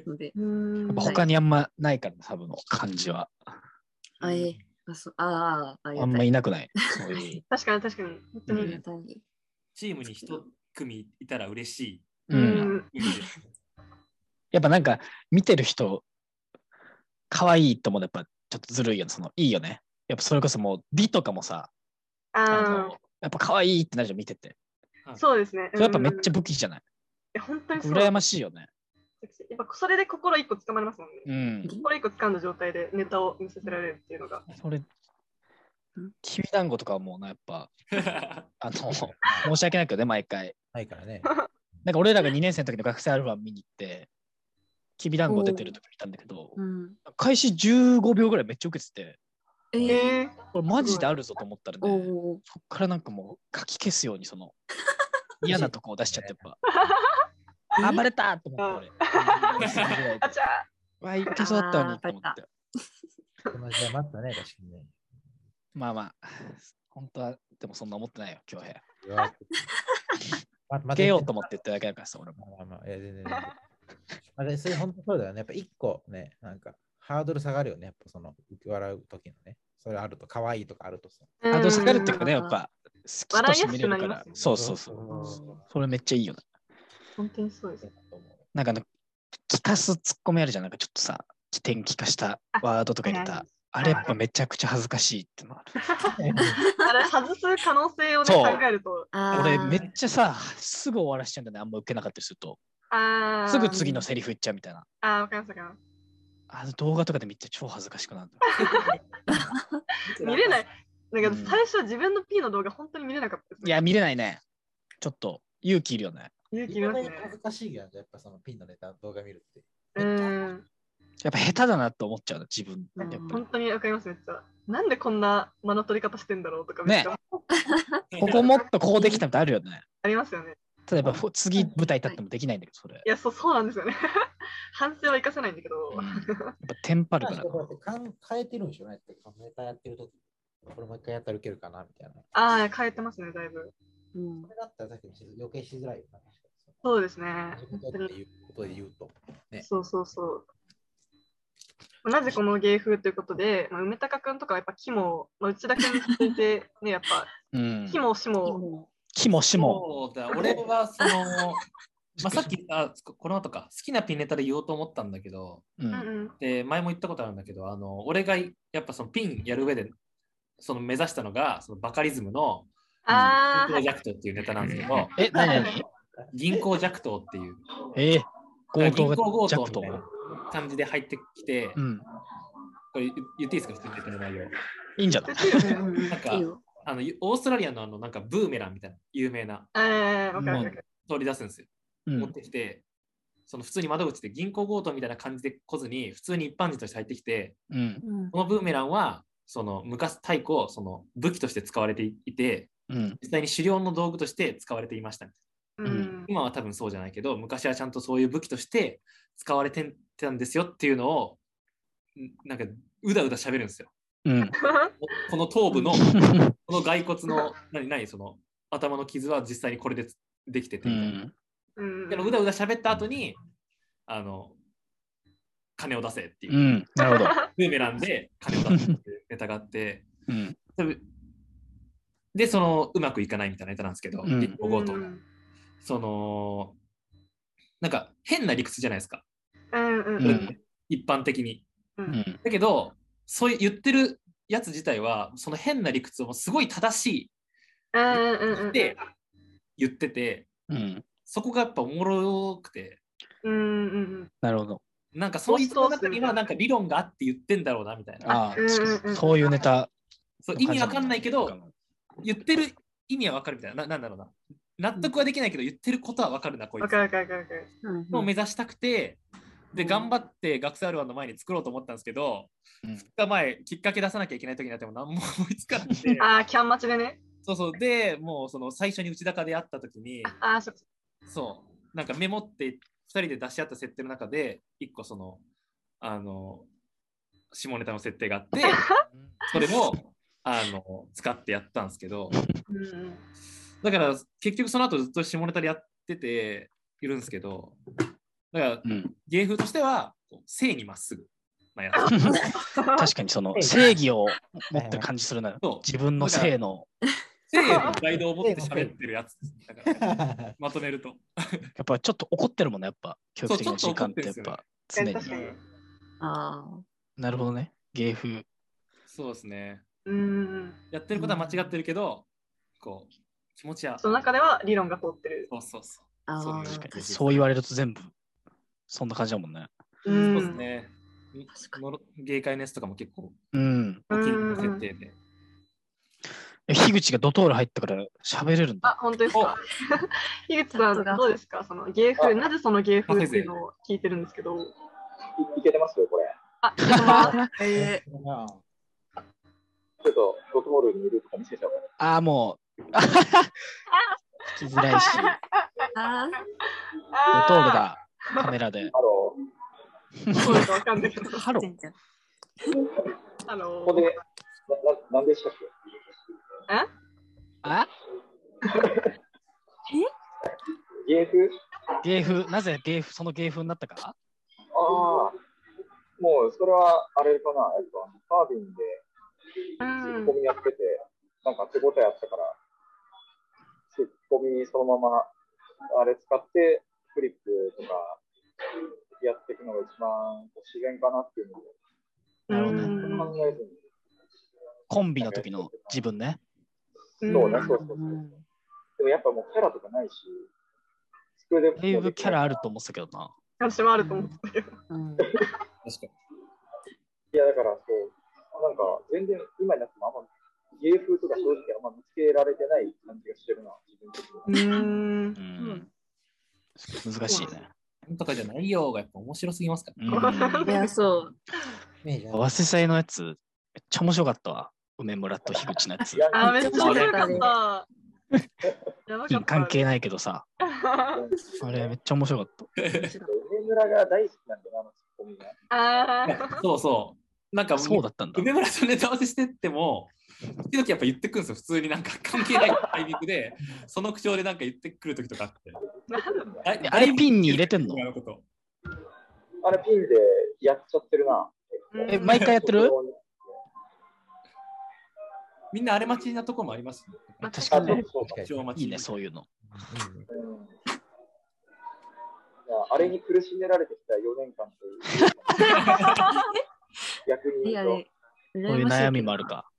Speaker 4: ので、
Speaker 1: うん。
Speaker 2: やっぱ
Speaker 1: うん
Speaker 2: 他にあんまないからね、サブの感じは。
Speaker 4: あえあそああ、あり
Speaker 2: あ
Speaker 4: が
Speaker 2: ん
Speaker 4: た
Speaker 2: ま
Speaker 4: い。
Speaker 2: いなくない。そ ういう。
Speaker 1: 確かに確かに。本当
Speaker 4: あり
Speaker 1: に。
Speaker 4: がたい。
Speaker 7: チームに一組いたら嬉しい。
Speaker 2: うん。
Speaker 7: 無理 です
Speaker 2: やっぱなんか見てる人、可愛いと思うのやっぱちょっとずるいよね。そのいいよね。やっぱそれこそもう美とかもさ、あ
Speaker 1: あ
Speaker 2: のやっぱ可愛いってなるじゃん、見てて。
Speaker 1: あ、そうですね。
Speaker 2: それやっぱめっち
Speaker 1: う
Speaker 2: ゃ
Speaker 1: ん
Speaker 2: 武器じゃない。
Speaker 1: いや本当にそう。
Speaker 2: 羨ましいよね。
Speaker 1: やっぱそれで心一個つかまれますもんね。
Speaker 2: うん。
Speaker 1: 心一個掴んだ状態でネタを見せせられるっていうのが。
Speaker 2: それ、きびだんごとかはもうな、やっぱ、 あの、申し訳ないけどね、毎回。
Speaker 5: ないからね。
Speaker 2: なんか俺らが2年生の時の学生アルバム見に行って、きびだんご出てる時見たんだけど、
Speaker 4: うん、
Speaker 2: 開始15秒ぐらいめっちゃ受けてて、
Speaker 4: え
Speaker 1: え
Speaker 4: ー、
Speaker 1: え
Speaker 2: これマジであるぞと思ったら
Speaker 4: お
Speaker 2: ね、
Speaker 4: お
Speaker 2: そっからなんかもう書き消すようにその、嫌なとこを出しちゃってやっぱ、あバレたと思って俺。そのぐらいで
Speaker 1: あちゃ
Speaker 2: うわ、いけそうだったのにと思って。
Speaker 5: でもじゃあ待ったね、確かにね。
Speaker 2: まあまあ、本当は、でもそんな思ってないよ、京平。
Speaker 5: うわま
Speaker 2: 負
Speaker 5: 負
Speaker 2: けようと思って言っただけだからさ、俺も。
Speaker 5: まあまあまあ、いや、全然全然。あれ、それ本当そうだよね。やっぱ一個ね、なんか、ハードル下がるよね。やっぱその、笑う時のね。それあると、可愛いとかあるとさ。
Speaker 1: あ。
Speaker 2: ハードル下がるっていうか
Speaker 1: か
Speaker 2: ね、
Speaker 4: うん
Speaker 2: やっぱ、好きとして見れ
Speaker 1: 笑いや
Speaker 2: るか
Speaker 1: すくなり
Speaker 2: ら
Speaker 1: ますよ。ね
Speaker 2: そうそうそう。
Speaker 5: う
Speaker 2: それめっちゃいいよな。
Speaker 1: 本当にそうです。
Speaker 2: なんかあの、聞かすツッコミあるじゃん。なんかちょっとさ、起点聞かしたワードとか入れた。あれやっぱめちゃくちゃ恥ずかしいってのある。
Speaker 1: あれ外す可能性をね
Speaker 2: そう
Speaker 1: 考えると。
Speaker 4: あー
Speaker 2: 俺めっちゃさ、すぐ終わらしちゃうんだよね。あんま受けなかったりすると。
Speaker 1: ああ。
Speaker 2: すぐ次の。セリフ言っちゃうみたいな。
Speaker 1: ああ、わかりましたわかりまし
Speaker 2: あの動画とかで見て超恥ずかしくなるんだよ。
Speaker 1: た。見れない。なん
Speaker 2: うん
Speaker 1: か最初自分の P の動画本当に見れなかったです。
Speaker 2: いや、見れないね。ちょっと勇気いるよね。
Speaker 1: 勇気いりますね。
Speaker 5: 恥ずかしいよね。やっぱそのピンのネタ、動画見るって。
Speaker 1: うん。
Speaker 2: やっぱ下手だなと思っちゃうの、自分。やっぱり。
Speaker 1: 本当にわかりますめっちゃ。なんでこんな間の取り方してんだろうとかめっちゃ
Speaker 2: ここもっとこうできたみたいなのあるよね。
Speaker 1: ありますよね。
Speaker 2: 例えばふ次舞台立ってもできないんだけど、それ。
Speaker 1: いや、そうそうなんですよね。 反省は生かせないんだけど。
Speaker 2: うんやっぱテンパるから。
Speaker 5: こうやってかん変えてるんでしょうね。ってこのネタやってる時これもう一回やったら受けるかなみたいな。こ
Speaker 1: ああ、変えてますね、だいぶ。
Speaker 4: うん
Speaker 5: れだったらさっきの余計しづらいよな。
Speaker 1: そうですね。
Speaker 5: 自分だっていうことで言うと。ね
Speaker 1: そうそうそう。なぜこの芸風ということで、まあ、梅高くんとかはやっぱ肝を、まあ、うちだけについて、ね、やっぱ
Speaker 2: うん。
Speaker 1: 肝、肝、
Speaker 2: きもしも。
Speaker 7: そうだ、俺はそ の、まあ、さっきあ、この後か、好きなピンネタで言おうと思ったんだけど、
Speaker 2: う。
Speaker 1: うんん
Speaker 7: で前も言ったことあるんだけど、あの俺がやっぱそのピンやる上でその目指したのがそのバカリズムの
Speaker 1: うん。ああ、
Speaker 7: 銀行弱頭っていうネタなんですけど、
Speaker 2: え、何何
Speaker 7: 銀行弱頭っていう、
Speaker 2: えー強盗
Speaker 7: 銀
Speaker 2: が
Speaker 7: 行強
Speaker 2: 弱盗
Speaker 7: 盗みたい。な感じで入ってきて、
Speaker 2: う
Speaker 7: こ
Speaker 2: ん。
Speaker 7: れ言言っていいですか、普通にネタの内容。
Speaker 2: いいんじゃない
Speaker 4: うんうん
Speaker 7: なんか
Speaker 4: いいよ。
Speaker 7: あのオーストラリアのあのなんかブーメランみたいな有名な
Speaker 1: ええわかるわかる。
Speaker 7: 取り出すんですよ。
Speaker 2: う
Speaker 7: 持っ
Speaker 2: ん。
Speaker 7: てきて、その普通に窓口で銀行強盗みたいな感じで来ずに、普通に一般人として入ってきて、
Speaker 2: うん。
Speaker 4: うん
Speaker 7: このブーメランは、その昔太古その武器として使われていて、
Speaker 2: うん。
Speaker 7: 実際に狩猟の道具として使われていました。
Speaker 1: う
Speaker 2: うん
Speaker 1: ん。
Speaker 7: 今は多分そうじゃないけど、昔はちゃんとそういう武器として使われてたんですよっていうのを、んなんかうだうだ喋るんですよ。
Speaker 2: うん。
Speaker 7: この 頭部の、この骸骨の、何、何、その頭の傷は実際にこれでできてて
Speaker 2: う
Speaker 7: みたいな。
Speaker 2: ん。
Speaker 1: うん
Speaker 7: でうだうだ喋った後に、あの、金を出せっていうう、
Speaker 2: ん。なるほど。
Speaker 7: ブーメランで金を出せっていうネタがあって、
Speaker 2: うん。
Speaker 7: 多分で、その、うまくいかないみたいなネタなんですけど、
Speaker 2: うん
Speaker 7: 銀行強盗
Speaker 1: う
Speaker 7: が
Speaker 1: ん
Speaker 7: その、なんか変な理屈じゃないですか。
Speaker 1: うんう
Speaker 2: うん
Speaker 1: ん。
Speaker 7: 一般的に。
Speaker 1: う
Speaker 2: うんん。
Speaker 7: だけど、そういう言ってるやつ自体は、その変な理屈をすごい正し
Speaker 1: うんうんうんう
Speaker 7: い
Speaker 1: ん
Speaker 7: って言ってて、
Speaker 2: うん。
Speaker 7: そこがやっぱおもろくて、
Speaker 1: うんうんうん
Speaker 2: なるほど。
Speaker 7: なんかその人の中にはなんか理論があって言ってんだろうなみたいな。
Speaker 2: ああ、
Speaker 1: うんうんうん
Speaker 2: 確かにそういうネタ。
Speaker 7: そう意味わかんないけど、言ってる意味はわかるみたいな。ななんだろうな。納得はできないけど、言ってることはわかるな、こい
Speaker 1: わ
Speaker 7: つ
Speaker 1: か。るわかるわかるわかる
Speaker 4: うん
Speaker 7: を目指したくて、で、頑張って学生あるワの前に作ろうと思ったんですけど、
Speaker 2: うん
Speaker 7: 2日前、きっかけ出さなきゃいけない時になっても何も思いつかなくて、
Speaker 1: ああキャン待ちでね
Speaker 7: そうそう、で、もうその最初に内高で会った時に、
Speaker 1: ああそっか
Speaker 7: そう、なんかメモって2人で出し合った設定の中で、1個その、あの、下ネタの設定があって、それを、あの、使ってやったんですけど、
Speaker 1: うんうん
Speaker 7: だから結局その後ずっと下ネタでやってているんですけど、だから
Speaker 2: うん。
Speaker 7: 芸風としては、こう正にまっすぐなや つ。
Speaker 2: 確かにその正義を持ってる感じするな。
Speaker 7: そう
Speaker 2: 自分の性の
Speaker 7: 正のプライドを持って喋ってるやつだから、まとめると。
Speaker 2: やっぱちょっと怒ってるもんね、やっぱ、教育的な
Speaker 7: そう
Speaker 2: 時
Speaker 7: ちょ
Speaker 2: 間
Speaker 7: っ
Speaker 2: っ
Speaker 7: と
Speaker 2: て
Speaker 7: 怒
Speaker 2: や
Speaker 7: っ
Speaker 2: って
Speaker 7: るんですよね
Speaker 2: ぱ常に。
Speaker 1: 確かに
Speaker 4: あ
Speaker 2: なるほどね。芸風。
Speaker 7: そうですね。
Speaker 1: うんうん
Speaker 7: やってることは間違ってるけど、こう、気持ちは。
Speaker 1: その中では理論が通ってる
Speaker 7: そうそうそ
Speaker 4: あ、あ
Speaker 7: そう
Speaker 4: あ、
Speaker 7: 確かに
Speaker 2: そう言われると全部、そんな感じだもんね。
Speaker 1: う
Speaker 7: う。
Speaker 1: ん
Speaker 7: そうですね。
Speaker 4: 確かに
Speaker 7: のろ芸会のやつとかも結構、
Speaker 2: うん。
Speaker 7: お気に入りの設定で。
Speaker 2: え樋口がドトール入ったから喋れるん
Speaker 1: あ
Speaker 2: だ。
Speaker 1: 本当ですか樋口さんどうですかその芸風なぜその芸風っていうのを聞いてるんですけど
Speaker 8: いけてますよ、これ。
Speaker 1: あ 聞いてます
Speaker 4: え
Speaker 8: ちょっと、ドトールにいるとか見せちゃおうか
Speaker 2: ああ、も う。聞きづらいし、ド
Speaker 4: ー、あー
Speaker 1: あ
Speaker 2: トールだ。カメラ で。
Speaker 8: な。あの、
Speaker 1: そうだかわかんないけど
Speaker 2: ハロー
Speaker 4: 全然
Speaker 1: あの
Speaker 8: ここで、な、ななんでしたっけ
Speaker 2: あ
Speaker 8: 芸風
Speaker 2: 芸風、なぜ芸風、その芸風になったか
Speaker 8: ああ、もう、それは、あれかな、えっと、サービンで、
Speaker 1: うん
Speaker 8: ツッコミやってて、なんか手応えあったから、ツッコミそのまま、あれ使って、フリップとか、やっていくのが一番自然かなっていうので、
Speaker 2: なるほどね
Speaker 1: うん
Speaker 8: 考えずに。
Speaker 2: コンビの時の自分ね。
Speaker 8: そうね、そうそうそう。
Speaker 4: うん
Speaker 8: でもやっぱもうキャラとかないし、机で
Speaker 2: だいぶキャラあると思ってたけどな。
Speaker 1: 私もあると思ってたけど
Speaker 4: うん
Speaker 7: 確かに。
Speaker 8: いや、だからそう、なんか全然今になってもあんま芸風とか正直あんま見つけられてない感じがしてるな、自分的には。
Speaker 1: うん
Speaker 2: うん。難しいね。
Speaker 7: なんとかじゃないよがやっぱ面白すぎますから。
Speaker 2: うん
Speaker 4: いや、そう。
Speaker 2: 早稲祭のやつ、めっちゃ面白かったわ。梅村と樋口のやつ。
Speaker 1: あーめっちゃ面白かったやばかった
Speaker 2: 関係ないけどさ、あれめっちゃ面白かった。
Speaker 8: 梅村が大好きなんだな、あのツッコミが。
Speaker 1: あー
Speaker 7: そうそう。なんか、
Speaker 2: そうだったんだ。
Speaker 7: 梅村とネタ合わせしてっても、時々やっぱ言ってくるんですよ、普通になんか関係ないタイミング で、その口調でなんか言ってくる時とかあって。
Speaker 1: なんだ
Speaker 7: だ
Speaker 2: あれピンに入れてんの
Speaker 7: だいぶ言ってくること
Speaker 8: あれピンでやっちゃってるな。
Speaker 1: うん
Speaker 2: え、毎回やってる
Speaker 7: みんなあれ待ちなとこもあります、ね。
Speaker 2: 確か
Speaker 8: あ、
Speaker 2: に
Speaker 8: そ
Speaker 2: ね
Speaker 8: う。そうか。
Speaker 5: 確
Speaker 7: 口調待ち
Speaker 2: いいね、そういうの。
Speaker 8: うんいやあれに苦しめられてきた4年間 という。逆に
Speaker 4: い
Speaker 8: 言
Speaker 4: や
Speaker 8: うと。
Speaker 4: ね、
Speaker 2: そういう悩みもあるか。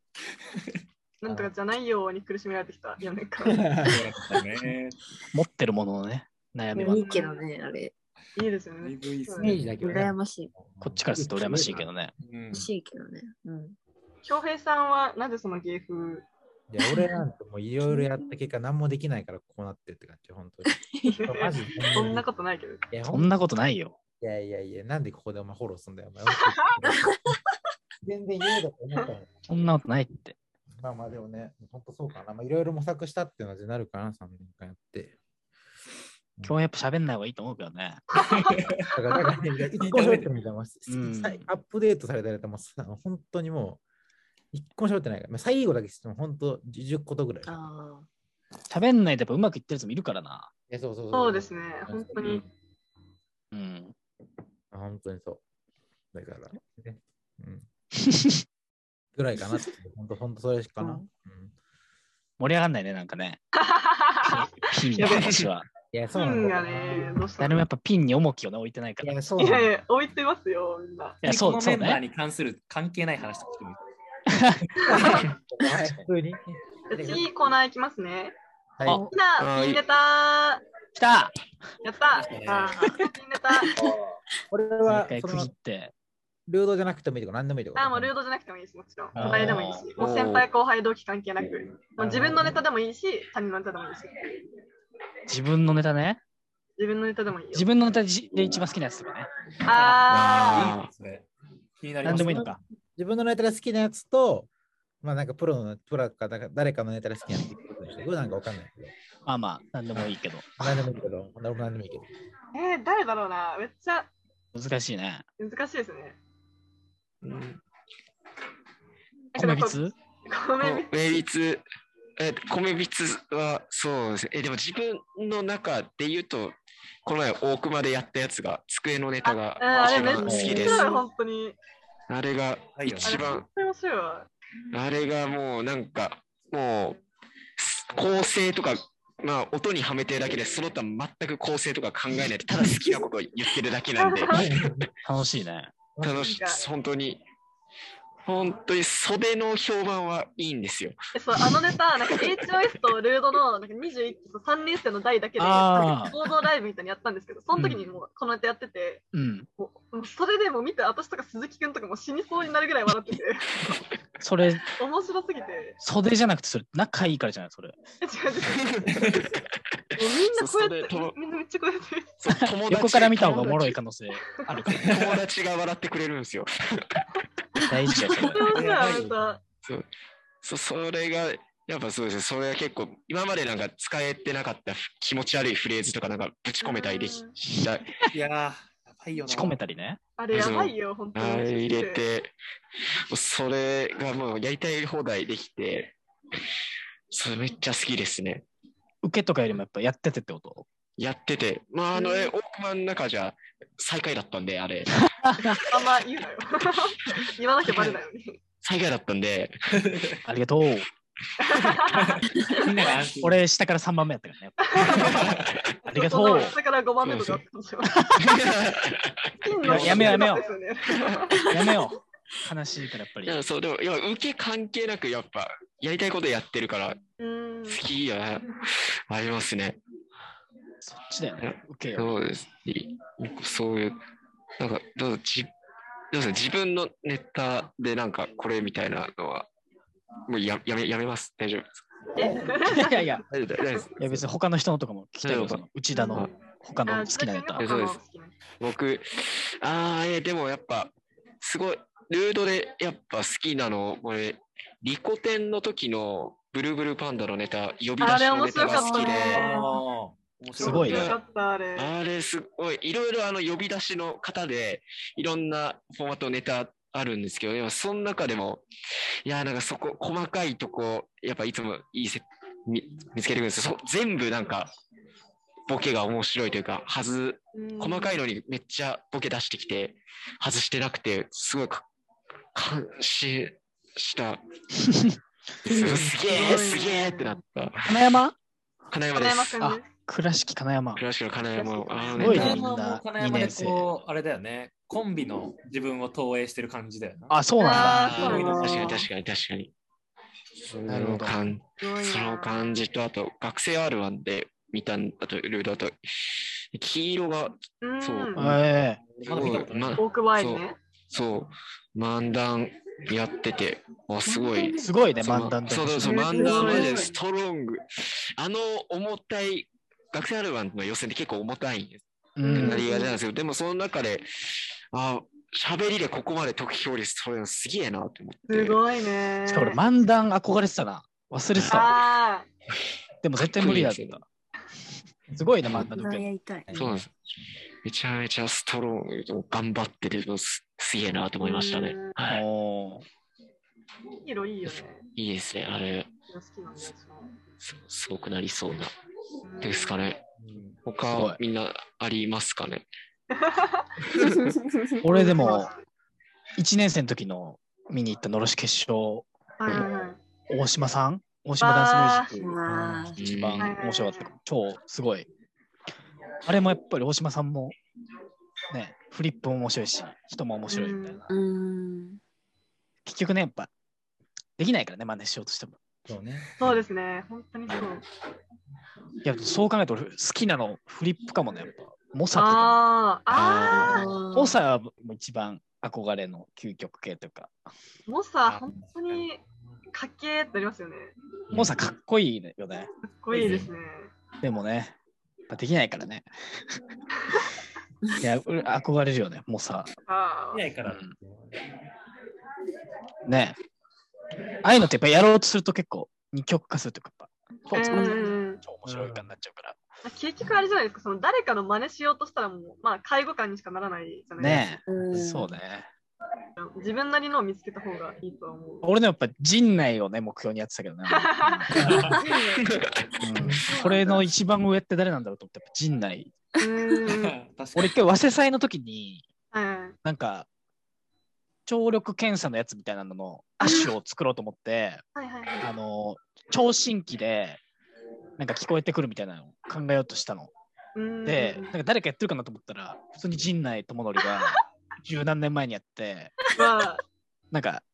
Speaker 1: なんとかじゃないように苦しめられてきた4年 間
Speaker 7: そうだったね。
Speaker 2: 持ってるもののね、悩みは。
Speaker 4: いいけどね、あれ。
Speaker 1: いいですよ
Speaker 7: だい
Speaker 1: ね
Speaker 7: ぶいいです
Speaker 5: イメー
Speaker 7: ね。
Speaker 5: ジだけど、
Speaker 4: 羨
Speaker 5: ね、
Speaker 4: ましい。
Speaker 2: こっちからすると羨ましいけどね。
Speaker 7: うん
Speaker 4: 欲、しいけどね。うん。
Speaker 1: 恭平さんはなぜその芸風
Speaker 5: いや俺なんてもういろいろやった結果何もできないからこうなってるって感じ、本当に。マジで
Speaker 1: そんなことないけど
Speaker 5: いや
Speaker 2: そ
Speaker 5: ほ
Speaker 2: ん
Speaker 5: ん
Speaker 2: なことないよ。
Speaker 5: いやいやいや、なんでここでお前フォローすんだよ、お前。全然言うだと思ったのに。
Speaker 2: そんなことないって。
Speaker 5: まあまあでもね、本当そうかな。まあいろいろ模索したっていうのはなるかな、3年間やって。
Speaker 2: 今日はやっぱ喋んない方がいいと思うけどね。
Speaker 5: だから、 だからね、一個喋ってみたい
Speaker 2: う
Speaker 5: な。
Speaker 2: ん
Speaker 5: さいアップデートされたら、もうさ本当にもう、一個も喋ってないから、まあ、最後だけしても本当10ことぐらい。い
Speaker 4: あ
Speaker 2: 喋んないとやっぱうまくいってる人もいるからな。
Speaker 5: やそうそうそう
Speaker 1: そうですね本当に。
Speaker 2: うん。
Speaker 5: あ本当にそう。だから、ね。うん。ぐらいか なって。本当、本当それしかな。
Speaker 4: う
Speaker 5: うんん
Speaker 2: 盛り上がんないね、なんかね。ピンの話は。
Speaker 5: いや、 そう
Speaker 1: ピ
Speaker 5: な
Speaker 1: ン
Speaker 5: んだ
Speaker 1: が
Speaker 5: よな。
Speaker 1: ね、どうした
Speaker 2: 誰も
Speaker 1: の
Speaker 2: や
Speaker 1: い
Speaker 2: っぱピンに重きをね置いてないから。い
Speaker 5: や、そうなんだ
Speaker 1: や
Speaker 5: よ
Speaker 1: いや、置いてますよ、みんな。
Speaker 2: や、そ
Speaker 7: こ
Speaker 2: う、
Speaker 7: の
Speaker 2: そ
Speaker 7: メ
Speaker 2: う
Speaker 7: ンバー
Speaker 2: ね。
Speaker 7: に関する関係ない話とかしてもいいです
Speaker 5: はい普通に。
Speaker 1: じゃあ次、コーナーいきますね。
Speaker 5: はい
Speaker 1: 好きな
Speaker 6: はい
Speaker 1: ピンネタ、
Speaker 2: 来た
Speaker 1: やった
Speaker 7: いいね
Speaker 1: あーピンネタ、
Speaker 5: これ
Speaker 2: 毎
Speaker 5: は、
Speaker 2: 回
Speaker 5: そ
Speaker 2: 区切
Speaker 5: の
Speaker 2: って。
Speaker 5: ルードじゃなくてもいいとか、何でもいいとか。
Speaker 1: あーもうルードじゃなくてもいいし、もちろん。
Speaker 5: あー
Speaker 1: お題でもいいし、もう先輩、後輩、同期関係なく、もう自分のネタでもいいし、他人のネタでもいいし、
Speaker 2: 自分のネタね。
Speaker 1: 自分のネタでもいいよ。
Speaker 2: 自分のネタじで一番好きなやつとかね。
Speaker 1: あ
Speaker 6: あ
Speaker 7: か。それ気になりま
Speaker 2: 何で
Speaker 7: す
Speaker 2: もいいのか。
Speaker 5: 自分のネタで好きなやつと、まあなんかプロの、プロかなんか誰かのネタで好きなやつどうなんかわかんないけど。
Speaker 2: まあまあ、何でもいいけど。
Speaker 5: 何でもいいけど、何でも何でもいいけど。
Speaker 1: ーえー、誰だろうな。めっちゃ
Speaker 2: 難しいね。
Speaker 1: 難しいですね。
Speaker 2: コメビツ
Speaker 1: ごめん
Speaker 6: 米、びつ、え、米びつはそうですね。え、でも自分の中で言うと、この前大熊でやったやつが、机のネタが
Speaker 1: あーあれ
Speaker 6: 一
Speaker 1: めっ
Speaker 6: 番好き
Speaker 1: ちゃ面
Speaker 6: です。
Speaker 1: 白い、本当に。
Speaker 6: あれが
Speaker 7: はいよ
Speaker 6: 一番、
Speaker 1: あれ面白いわ。
Speaker 6: あれがもうなんか、もう構成とか、まあ音にはめてるだけで、その他全く構成とか考えないで、ただ好きなことを言ってるだ けなんで、
Speaker 2: 楽しいね。
Speaker 6: 楽しい、本当に、本当に袖の評判はいいんですよ。
Speaker 1: えそうあのネタ、なんか HOS とルードのなんか21期と3年生の代だけで、
Speaker 2: あー
Speaker 1: 合同ライブみたいにやったんですけど、その時にもうこのネタやってて、
Speaker 2: うん。
Speaker 1: もうもうそれでもう見て、私とか鈴木くんとかもう死にそうになるぐらい笑ってて、
Speaker 2: それ、
Speaker 1: 面白すぎて、
Speaker 2: 袖じゃなくて、それ、仲いいからじゃない、それ。
Speaker 1: え違う違う。 もうみんなこうやっ
Speaker 6: そうそれ
Speaker 1: て、みんなめっちゃこうやって。
Speaker 6: そう友達
Speaker 2: 横から見た方がおもろい可能性あるから。
Speaker 6: 友達が笑ってくれるんですよ。
Speaker 2: 大事だよ、それ。
Speaker 1: 面白い
Speaker 7: や
Speaker 1: あのネタ。
Speaker 6: そそれが、やっぱそうですね、それは結構、今までなんか使えてなかった気持ち悪いフレーズとかなんかぶち込めたりでき
Speaker 1: うん
Speaker 6: した
Speaker 7: いやー、やばいよな。
Speaker 2: 仕込めたりね。
Speaker 1: あれやばいよ、本当に。
Speaker 6: あれ入れて、それがもうやりたい放題できて、それめっちゃ好きですね。
Speaker 2: 受けとかよりもやっぱやっててってこと
Speaker 6: やってて、まああの、
Speaker 1: うん
Speaker 6: え、大熊の中じゃ最下位だったんで、あれ、
Speaker 1: あんま言うなよ。 言わなきゃバレないよね。
Speaker 6: 最下位だったんで、
Speaker 2: ありがと う。
Speaker 7: みんなが安心。
Speaker 2: 俺、下から3番目やったからね。 ありがと
Speaker 1: そんなも。
Speaker 2: うん
Speaker 1: 下から5番目とかあったんでしょ。 金の
Speaker 2: やめようやめよう
Speaker 1: ですね
Speaker 2: やめよう。悲しいから、やっぱ
Speaker 6: い
Speaker 2: り。
Speaker 6: やそう、でも、いや受け関係なく、やっぱ、やりたいことやってるから、
Speaker 1: うーん
Speaker 6: 好きがありますね。
Speaker 2: そっちだよね。受けよう。
Speaker 6: そうです。いそういう、なんか、どうぞじどうぞ自分のネタでなんかこれみたいなのは、もうややめやめます。大丈夫で
Speaker 2: い
Speaker 6: す。
Speaker 2: やいやいや、い
Speaker 6: 大丈夫大丈夫です。
Speaker 2: や別に他の人のとかも聞きたいよ。
Speaker 6: そう
Speaker 2: その内田の他の好きなネタ
Speaker 1: あ。
Speaker 6: そうです
Speaker 1: 好きなネ
Speaker 6: 僕、ああ、えーでもやっぱ、すごい、ルードでやっぱ好きなの、これ、リコテンの時のブルーブルーパンダのネタ、呼び出
Speaker 1: あ
Speaker 6: し
Speaker 1: れ
Speaker 6: の
Speaker 1: 面
Speaker 6: ネタ
Speaker 1: 白か
Speaker 6: が
Speaker 1: っ
Speaker 6: 好
Speaker 1: た
Speaker 6: きで、
Speaker 1: ね。
Speaker 7: あー
Speaker 2: すごい
Speaker 1: タ
Speaker 2: ね
Speaker 1: よかった、あれ。
Speaker 6: あれすごい、いろいろあの呼び出しの方で、いろんなフォーマットネタあるんですけど、でもその中でも、いや、なんかそこ、細かいとこ、やっぱいつもいいせ見見つけてくるんですよ。そ全部なんか、ボケが面白いというか、はず、細かいのにめっちゃボケ出してきて、外してなくて、すごいか感心した。すすげえ、すげえってなった。
Speaker 2: 金山
Speaker 6: 金山
Speaker 1: 金
Speaker 6: で
Speaker 1: 山
Speaker 6: す
Speaker 1: く。んね。
Speaker 2: 倉敷金山。
Speaker 6: 倉敷の金山を。あの
Speaker 2: すごいね
Speaker 6: ネタ
Speaker 2: みんな
Speaker 7: 金山でこう、あれだよね。コンビの自分を投影してる感じだよな。
Speaker 2: あ、そうなんだ。
Speaker 1: あーそうなんだ
Speaker 6: 確かに確かに確かに。そ
Speaker 2: なるほ
Speaker 6: の
Speaker 2: ど
Speaker 6: 感
Speaker 1: すごい
Speaker 6: その
Speaker 1: な。
Speaker 6: 感じと、あと学生 R1 で見たんだと、ルールだと、黄色が、
Speaker 1: うん
Speaker 6: そう
Speaker 2: ええ
Speaker 6: す
Speaker 7: まだ見
Speaker 6: ご
Speaker 7: た
Speaker 6: い
Speaker 7: ことない
Speaker 6: ま
Speaker 1: オークワイズね。
Speaker 6: そう、漫談やってて、わ、すごい。
Speaker 2: すごいね、
Speaker 6: その
Speaker 2: 漫談と
Speaker 6: そうそうそう、
Speaker 1: ね
Speaker 6: 漫談マ
Speaker 1: す
Speaker 6: ジ
Speaker 1: ご
Speaker 6: で
Speaker 1: い
Speaker 6: ストロング。あの重たい、学生 R1 の予選って結構重たいんです
Speaker 2: う。
Speaker 6: ってなんりがちなんですけど、でもその中で、あ喋りでここまで得票率取れるのすげえなって思っ
Speaker 1: す
Speaker 6: て。
Speaker 1: ごいね。
Speaker 2: しかも俺、漫談憧れてたな。忘れてた。
Speaker 1: あ
Speaker 2: でも絶対無理だっ
Speaker 6: かっこいいで
Speaker 2: た。すごいな、漫談
Speaker 4: 漫
Speaker 2: の受
Speaker 4: 談
Speaker 2: け。
Speaker 4: やりたい。
Speaker 6: そうなんです。めちゃめちゃストロング、頑張ってるのすすげえなと思いましたね
Speaker 1: うん。
Speaker 6: はい。
Speaker 2: おー
Speaker 1: あ、黄色いいよね。
Speaker 6: いいですね。あれ、
Speaker 1: 好きなんです
Speaker 6: すすごくなりそうな。ですかね。
Speaker 7: うん
Speaker 2: すごい
Speaker 6: 他、みんなありますかね。
Speaker 2: 俺でも、1年生の時の見に行ったのろし決勝、
Speaker 1: はいはいはい。
Speaker 2: 大島さん大島ダンスミュージック。
Speaker 4: まあ、
Speaker 2: 一番面白かった。超すごい。あれもやっぱり大島さんも、ね、フリップも面白いし、人も面白いみたいな。
Speaker 4: うん。
Speaker 2: 結局ね、やっぱ、できないからね、真似しようとしても。
Speaker 5: そうね。
Speaker 1: そうですね、本当にそう。
Speaker 2: いや、そう考えると俺、好きなのフリップかもね、やっぱ。モサとかも
Speaker 1: あーあー、
Speaker 2: モサも一番憧れの究極系というか、
Speaker 1: もうさ、本当にかっけーってなりますよね。
Speaker 2: モサかっこいいよね。
Speaker 1: かっこいいですね。
Speaker 2: でもね、やっぱできないからね。いや、俺憧れるよね、モサ。
Speaker 1: あ
Speaker 7: いないから。
Speaker 2: ねああいうのってやっぱやろうとすると結構二極化するというか、
Speaker 1: あ、
Speaker 2: やっぱ超つまんない
Speaker 1: うん
Speaker 2: 超面白いかになっちゃうから。
Speaker 1: 結局あれじゃないですか、その誰かの真似しようとしたらもう、まあ、介護官にしかならないじゃないです
Speaker 2: ね
Speaker 4: う
Speaker 2: え、
Speaker 4: ん
Speaker 2: そうね。
Speaker 1: か。自分なりのを見つけた方がいいとは思う。
Speaker 2: 俺ね、やっぱ陣内をね、目標にやってたけどね。 うんこれの一番上って誰なんだろうと思って、やっぱ陣内。
Speaker 1: うん。はい
Speaker 7: 確か
Speaker 2: 俺
Speaker 7: に
Speaker 2: 一。回、早稲祭の時に、なんか、聴力検査のやつみたいなののアッシュを作ろうと思って、
Speaker 1: はいはい。
Speaker 2: あの、聴診器で、なんか聞こえてくるみたいなのを考えようとしたの。
Speaker 1: うん
Speaker 2: で、なんか誰かやってるかなと思ったら、普通に陣内智則が十何年前にやって、
Speaker 1: まあ、
Speaker 2: なんか、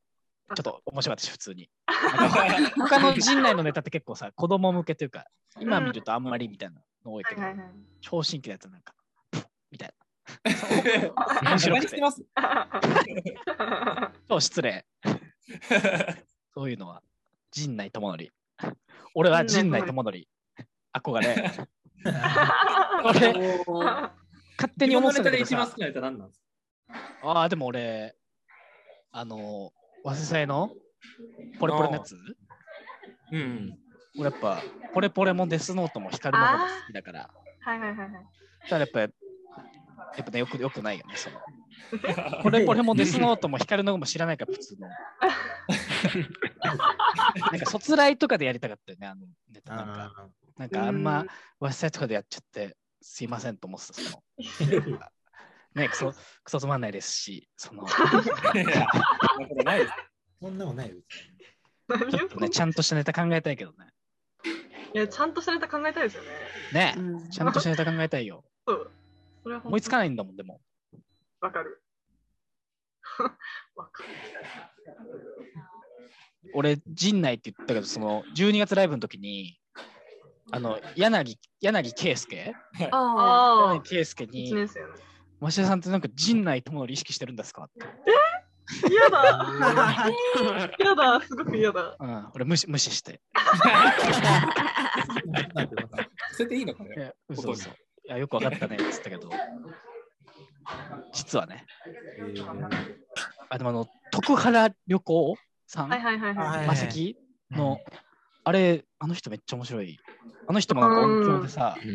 Speaker 2: ちょっと面白かったし、普通に。なんか他の陣内のネタって結構さ、子供向けというか、今見るとあんまりみたいなの多い
Speaker 1: は
Speaker 2: け
Speaker 1: い
Speaker 2: ど、
Speaker 1: はいはい。
Speaker 2: 超新規のやつなんか、みたい
Speaker 7: 面白くてます。
Speaker 2: な。超失礼。そういうのは、陣内智則。俺は陣内智則。憧れ。俺、
Speaker 4: おー
Speaker 2: 勝手
Speaker 7: 手
Speaker 2: に
Speaker 7: に
Speaker 2: 思
Speaker 7: 思
Speaker 2: っ
Speaker 7: っ
Speaker 2: たけ
Speaker 7: ててで
Speaker 2: ど
Speaker 7: 一番
Speaker 2: さ
Speaker 7: 好、きな歌何なんです
Speaker 2: ああ、でも俺、あの、早稲祭のポレポレのやつ
Speaker 7: か。うん。
Speaker 2: 俺やっぱ、ポレポレもデスノートも光るものも好きだから、
Speaker 1: はいはいはいはい。
Speaker 2: ただやっぱ、やっぱね、よくよくないよね、その。ポレポレもデスノートも光るのも知らないから、普 通の。なんか、卒来とかでやりたかったよね、あのネタなんか。
Speaker 5: あ
Speaker 2: なんかあんま、和室とかでやっちゃって、すいませんと思ってた、その。 ね、クソ、クソつまんないですし、そ の、ち
Speaker 7: いやいやそんなことない です。
Speaker 5: ーそんなもんないよ。
Speaker 1: 何
Speaker 2: ょっと
Speaker 1: を
Speaker 2: ね、ちゃんとしたネタ考えたいけどね。
Speaker 1: いやちゃんとしたネタ考えたいですよね。
Speaker 2: ね
Speaker 4: う、ん
Speaker 2: ちゃんとしたネタ考えたいよ。
Speaker 1: そう。それは本当に
Speaker 2: 思いつかないんだもん、でも。
Speaker 1: わかる。わかる。
Speaker 2: 俺、陣内って言ったけど、その12月ライブの時に、あの、柳、柳圭介
Speaker 4: あ
Speaker 1: あ
Speaker 2: 柳
Speaker 1: あ、
Speaker 2: 圭介
Speaker 1: 一
Speaker 2: に、
Speaker 1: 年生の。
Speaker 2: 町田さんってなんか陣内友則意識してるんですかって。
Speaker 1: 嫌だ。 嫌だ。すごく嫌だ。
Speaker 2: うん、俺無視、無視して。
Speaker 7: それでいいのか
Speaker 2: い
Speaker 7: ね。
Speaker 2: や、嘘嘘いや、よくわかったねって言ったけど、実はね、あ、でもあの、徳原旅行さん、
Speaker 1: はいはいはいはい。
Speaker 2: マセキの、あれ、あの人めっちゃ面白い。あの人もなんか音響でさ、
Speaker 1: はい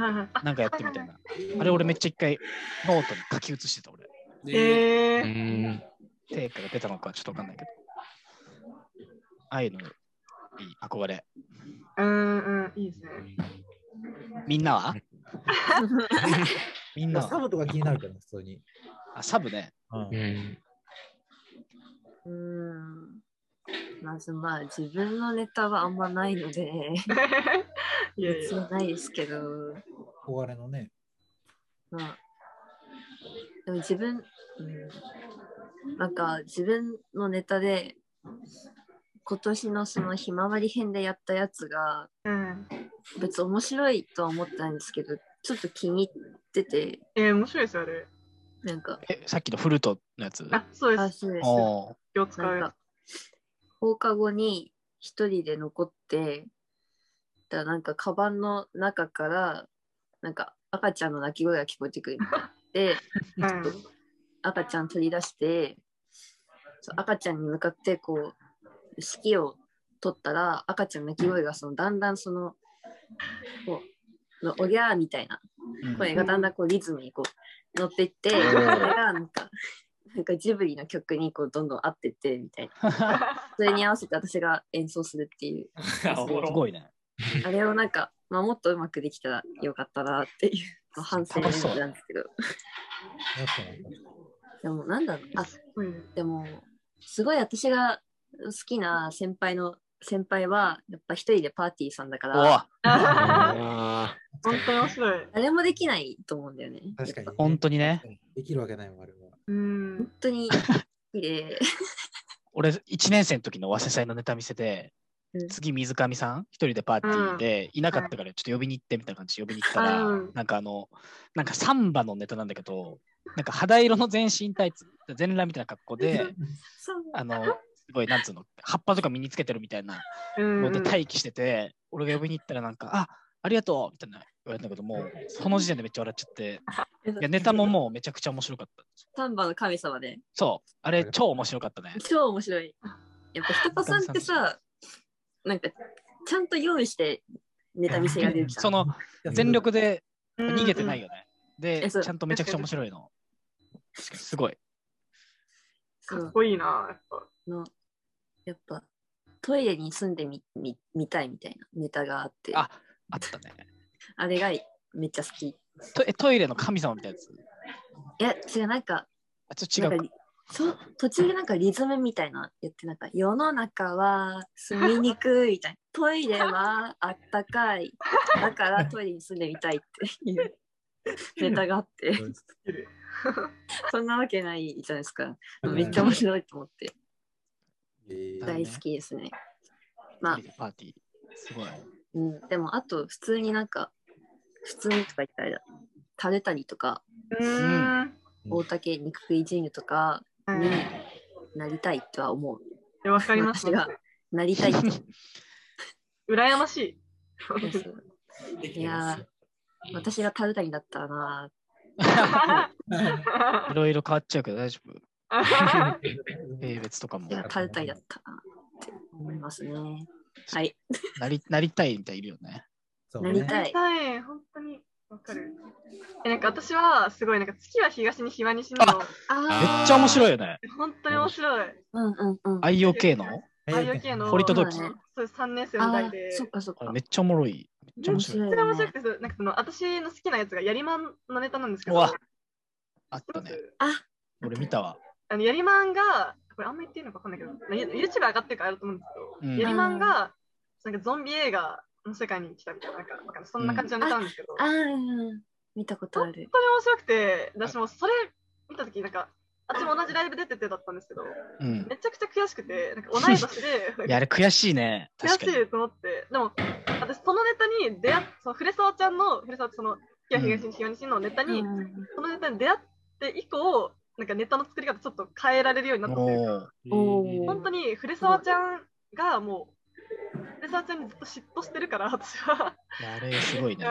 Speaker 1: はいはい。
Speaker 2: なんかやってみたいな。あれ俺めっちゃ一回ノートに書き写してた俺。
Speaker 1: えー、
Speaker 2: 成果が出たのかちょっとわかんないけど。ああいうのいい憧れ。
Speaker 1: うんうん、いいですね。
Speaker 2: みんな はみんな
Speaker 5: サ
Speaker 2: は
Speaker 5: ブとか気になるから、普通に。
Speaker 2: あサブね。
Speaker 5: うん
Speaker 4: ーうん。まずまあ自分のネタはあんまないので、
Speaker 1: いやい
Speaker 4: 別
Speaker 1: や。
Speaker 4: にないですけど、
Speaker 5: 憧れのね。
Speaker 4: まあ、でも自分、うん、なんか自分のネタで、今年のそのひまわり編でやったやつが、
Speaker 1: うん、
Speaker 4: 別に面白いとは思ってないんですけど、ちょっと気に入ってて、
Speaker 1: えー、面白いですよ、あれ。
Speaker 4: なんか、
Speaker 2: え、さっきのフルートのやつ。
Speaker 1: あ、そうで
Speaker 4: あ、
Speaker 1: す。
Speaker 4: そうです。
Speaker 2: おー
Speaker 1: 気を使
Speaker 4: なん
Speaker 1: う
Speaker 4: か。放課後に一人で残ってだなんかカバンの中からなんか赤ちゃんの泣き声が聞こえてくるみたい で
Speaker 1: うん
Speaker 4: 赤ちゃん取り出してそう赤ちゃんに向かってこう式を取ったら赤ちゃんの泣き声がそのだんだんそのこうのおぎゃーみたいな声がだんだんこうリズムにこう乗っていってそれがなんかなんかジブリの曲にこうどんどん合ってってみたいな。それに合わせて私が演奏するっていう、
Speaker 7: あお
Speaker 2: す
Speaker 7: もろ
Speaker 2: ごいね。
Speaker 4: あれをなんか、まあ、もっとうまくできたらよかったなっていう、まあ、反省なんですけど、でもなんだろう、あ、
Speaker 1: うん
Speaker 4: でも、すごい私が好きな先輩の先輩は、やっぱ一人でパーティーさんだか
Speaker 2: お
Speaker 4: ら、
Speaker 2: わ
Speaker 1: あ
Speaker 6: あ
Speaker 1: 本当に面白い。
Speaker 4: 誰もできないと思うんだよね。
Speaker 5: 確かに、
Speaker 4: やっぱ
Speaker 5: ね。
Speaker 2: 本当にね。
Speaker 5: できるわけないもん、あれは。
Speaker 1: うん
Speaker 4: 本。当に綺麗。
Speaker 2: 俺、1年生の時の早稲祭のネタ見せで
Speaker 4: う、ん
Speaker 2: 次、水上さん、一人でパーティーで、いなかったから、ちょっと呼びに行ってみたいな感じで呼びに行ったら、
Speaker 1: うん
Speaker 2: なんかあの、なんかサンバのネタなんだけど、なんか肌色の全身タイツ、全裸みたいな格好で、
Speaker 4: そう
Speaker 2: あの、すごい、なんつうの、葉っぱとか身につけてるみたいな
Speaker 1: うん
Speaker 2: ので待機してて、俺が呼びに行ったら、なんか、あありがとうみたいな言われたんだけど、もう、その時点でめっちゃ笑っちゃって、いやネタももうめちゃくちゃ面白かった。
Speaker 4: サンバの神様で、
Speaker 2: そう、あれ、超面白かったね。
Speaker 4: 超面白い。やっぱ、ひとぱさんってさ、なんか、ちゃんと用意してネタ見せられるじゃん。
Speaker 2: その、全力で逃げてない
Speaker 1: よ。
Speaker 2: よね。で、
Speaker 4: えそう
Speaker 2: ちゃんとめちゃくちゃ面白いの。確かにすごい。
Speaker 4: そ
Speaker 1: かっ
Speaker 4: う
Speaker 1: こいいな、やっぱ。
Speaker 4: の、やっぱ、トイレに住んでみみみたいみたいなネタがあって、
Speaker 2: あ
Speaker 4: あ
Speaker 2: あったね。
Speaker 4: れがめっちゃ好き。い
Speaker 2: トえトイレの神様みたいなやつ。
Speaker 4: や、違う、なんか、
Speaker 2: あ、ちょっと
Speaker 4: な
Speaker 2: 違
Speaker 4: ん
Speaker 2: う
Speaker 4: か
Speaker 2: か。
Speaker 4: りそう途中でなんかリズムみたいなやってなんか世の中は住みにくいみたいなトイレはあったかいだからトイレに住んでみたいっていうネタがあってそんなわけないじゃないですかめっちゃ面白いと思って
Speaker 5: えー
Speaker 2: だい
Speaker 4: 大好きですねまあ
Speaker 2: トイレパーティー。すごい。
Speaker 4: うんでもあと普通になんか普通にとか言ったらあれだタルタリとか
Speaker 1: うーん。
Speaker 4: 大竹肉食いジングとか
Speaker 1: うん
Speaker 4: に
Speaker 1: い
Speaker 4: なりたいとは思う
Speaker 1: やわかります
Speaker 4: 私。がなりたいと
Speaker 1: 羨ましい。
Speaker 4: ですいやー、私がタルタにだったらな
Speaker 2: うんいろいろ変わっちゃうけど大丈夫。性別とかも
Speaker 4: ー、い。やタルタにだったなって思いますね。はい、
Speaker 2: なりなりたいみたいないるよね。
Speaker 5: そう
Speaker 4: な
Speaker 5: ね
Speaker 4: り
Speaker 1: や
Speaker 4: た
Speaker 1: り
Speaker 4: い。
Speaker 1: たい、本当に。わかる。え、なんか私は、すごい、なんか月は東に日は西なの。
Speaker 2: め
Speaker 4: あ
Speaker 2: っちゃ面白いよね。
Speaker 1: 本当に面白い。
Speaker 4: ー、うんうんうん。あ
Speaker 2: IOK の
Speaker 1: あいう系の。
Speaker 2: 堀田
Speaker 4: ど
Speaker 2: 時。
Speaker 4: そうだね
Speaker 1: そう、3年生の代
Speaker 4: ー
Speaker 1: で。
Speaker 4: そっかそっ
Speaker 2: あ
Speaker 4: か
Speaker 2: れめ。っちゃおもろい。めっちゃ面白い。
Speaker 1: それ面白く。
Speaker 4: ね
Speaker 1: て、そうなんかその私の好きなやつがやりまんのネタなんですけ
Speaker 2: う
Speaker 1: ど、
Speaker 2: わ、あったね。
Speaker 4: あ
Speaker 2: 俺見たわ。
Speaker 1: あのやりまんが、これあんま言っていいのか分かんないけど、ユ YouTube 上がってるからあると思うんですけど、
Speaker 2: うん
Speaker 1: やりまんがなんかゾンビ映画の世界に来たみたいな、なんかなんかそんな感じのネタなんですけど、
Speaker 4: あ
Speaker 1: 本
Speaker 4: ー、うん、見たことある。
Speaker 1: 当に面白くて、私もそれ見たとき、なんか、私も同じライブ出ててだったんですけど、
Speaker 2: うん。
Speaker 1: めちゃくちゃ悔しくて、なんか同い年 で、
Speaker 2: いや、あれ悔しいね。
Speaker 1: 悔
Speaker 2: 確か
Speaker 1: し
Speaker 2: に。
Speaker 1: いと思って、でも、私、そのネタに出会っそのフレソワちゃんの、フレソワってその、東東東西のネタ
Speaker 4: う
Speaker 1: に、
Speaker 4: ん、
Speaker 1: そのネタに出会って以降、なんかネタの作り方ちょっと変えられるようになったというか、
Speaker 2: もう、
Speaker 4: お
Speaker 5: えー
Speaker 4: ー
Speaker 1: 本当に古澤ちゃんがもう、古澤ちゃんにずっと嫉妬してるから、私は。
Speaker 2: いやあれすごいね。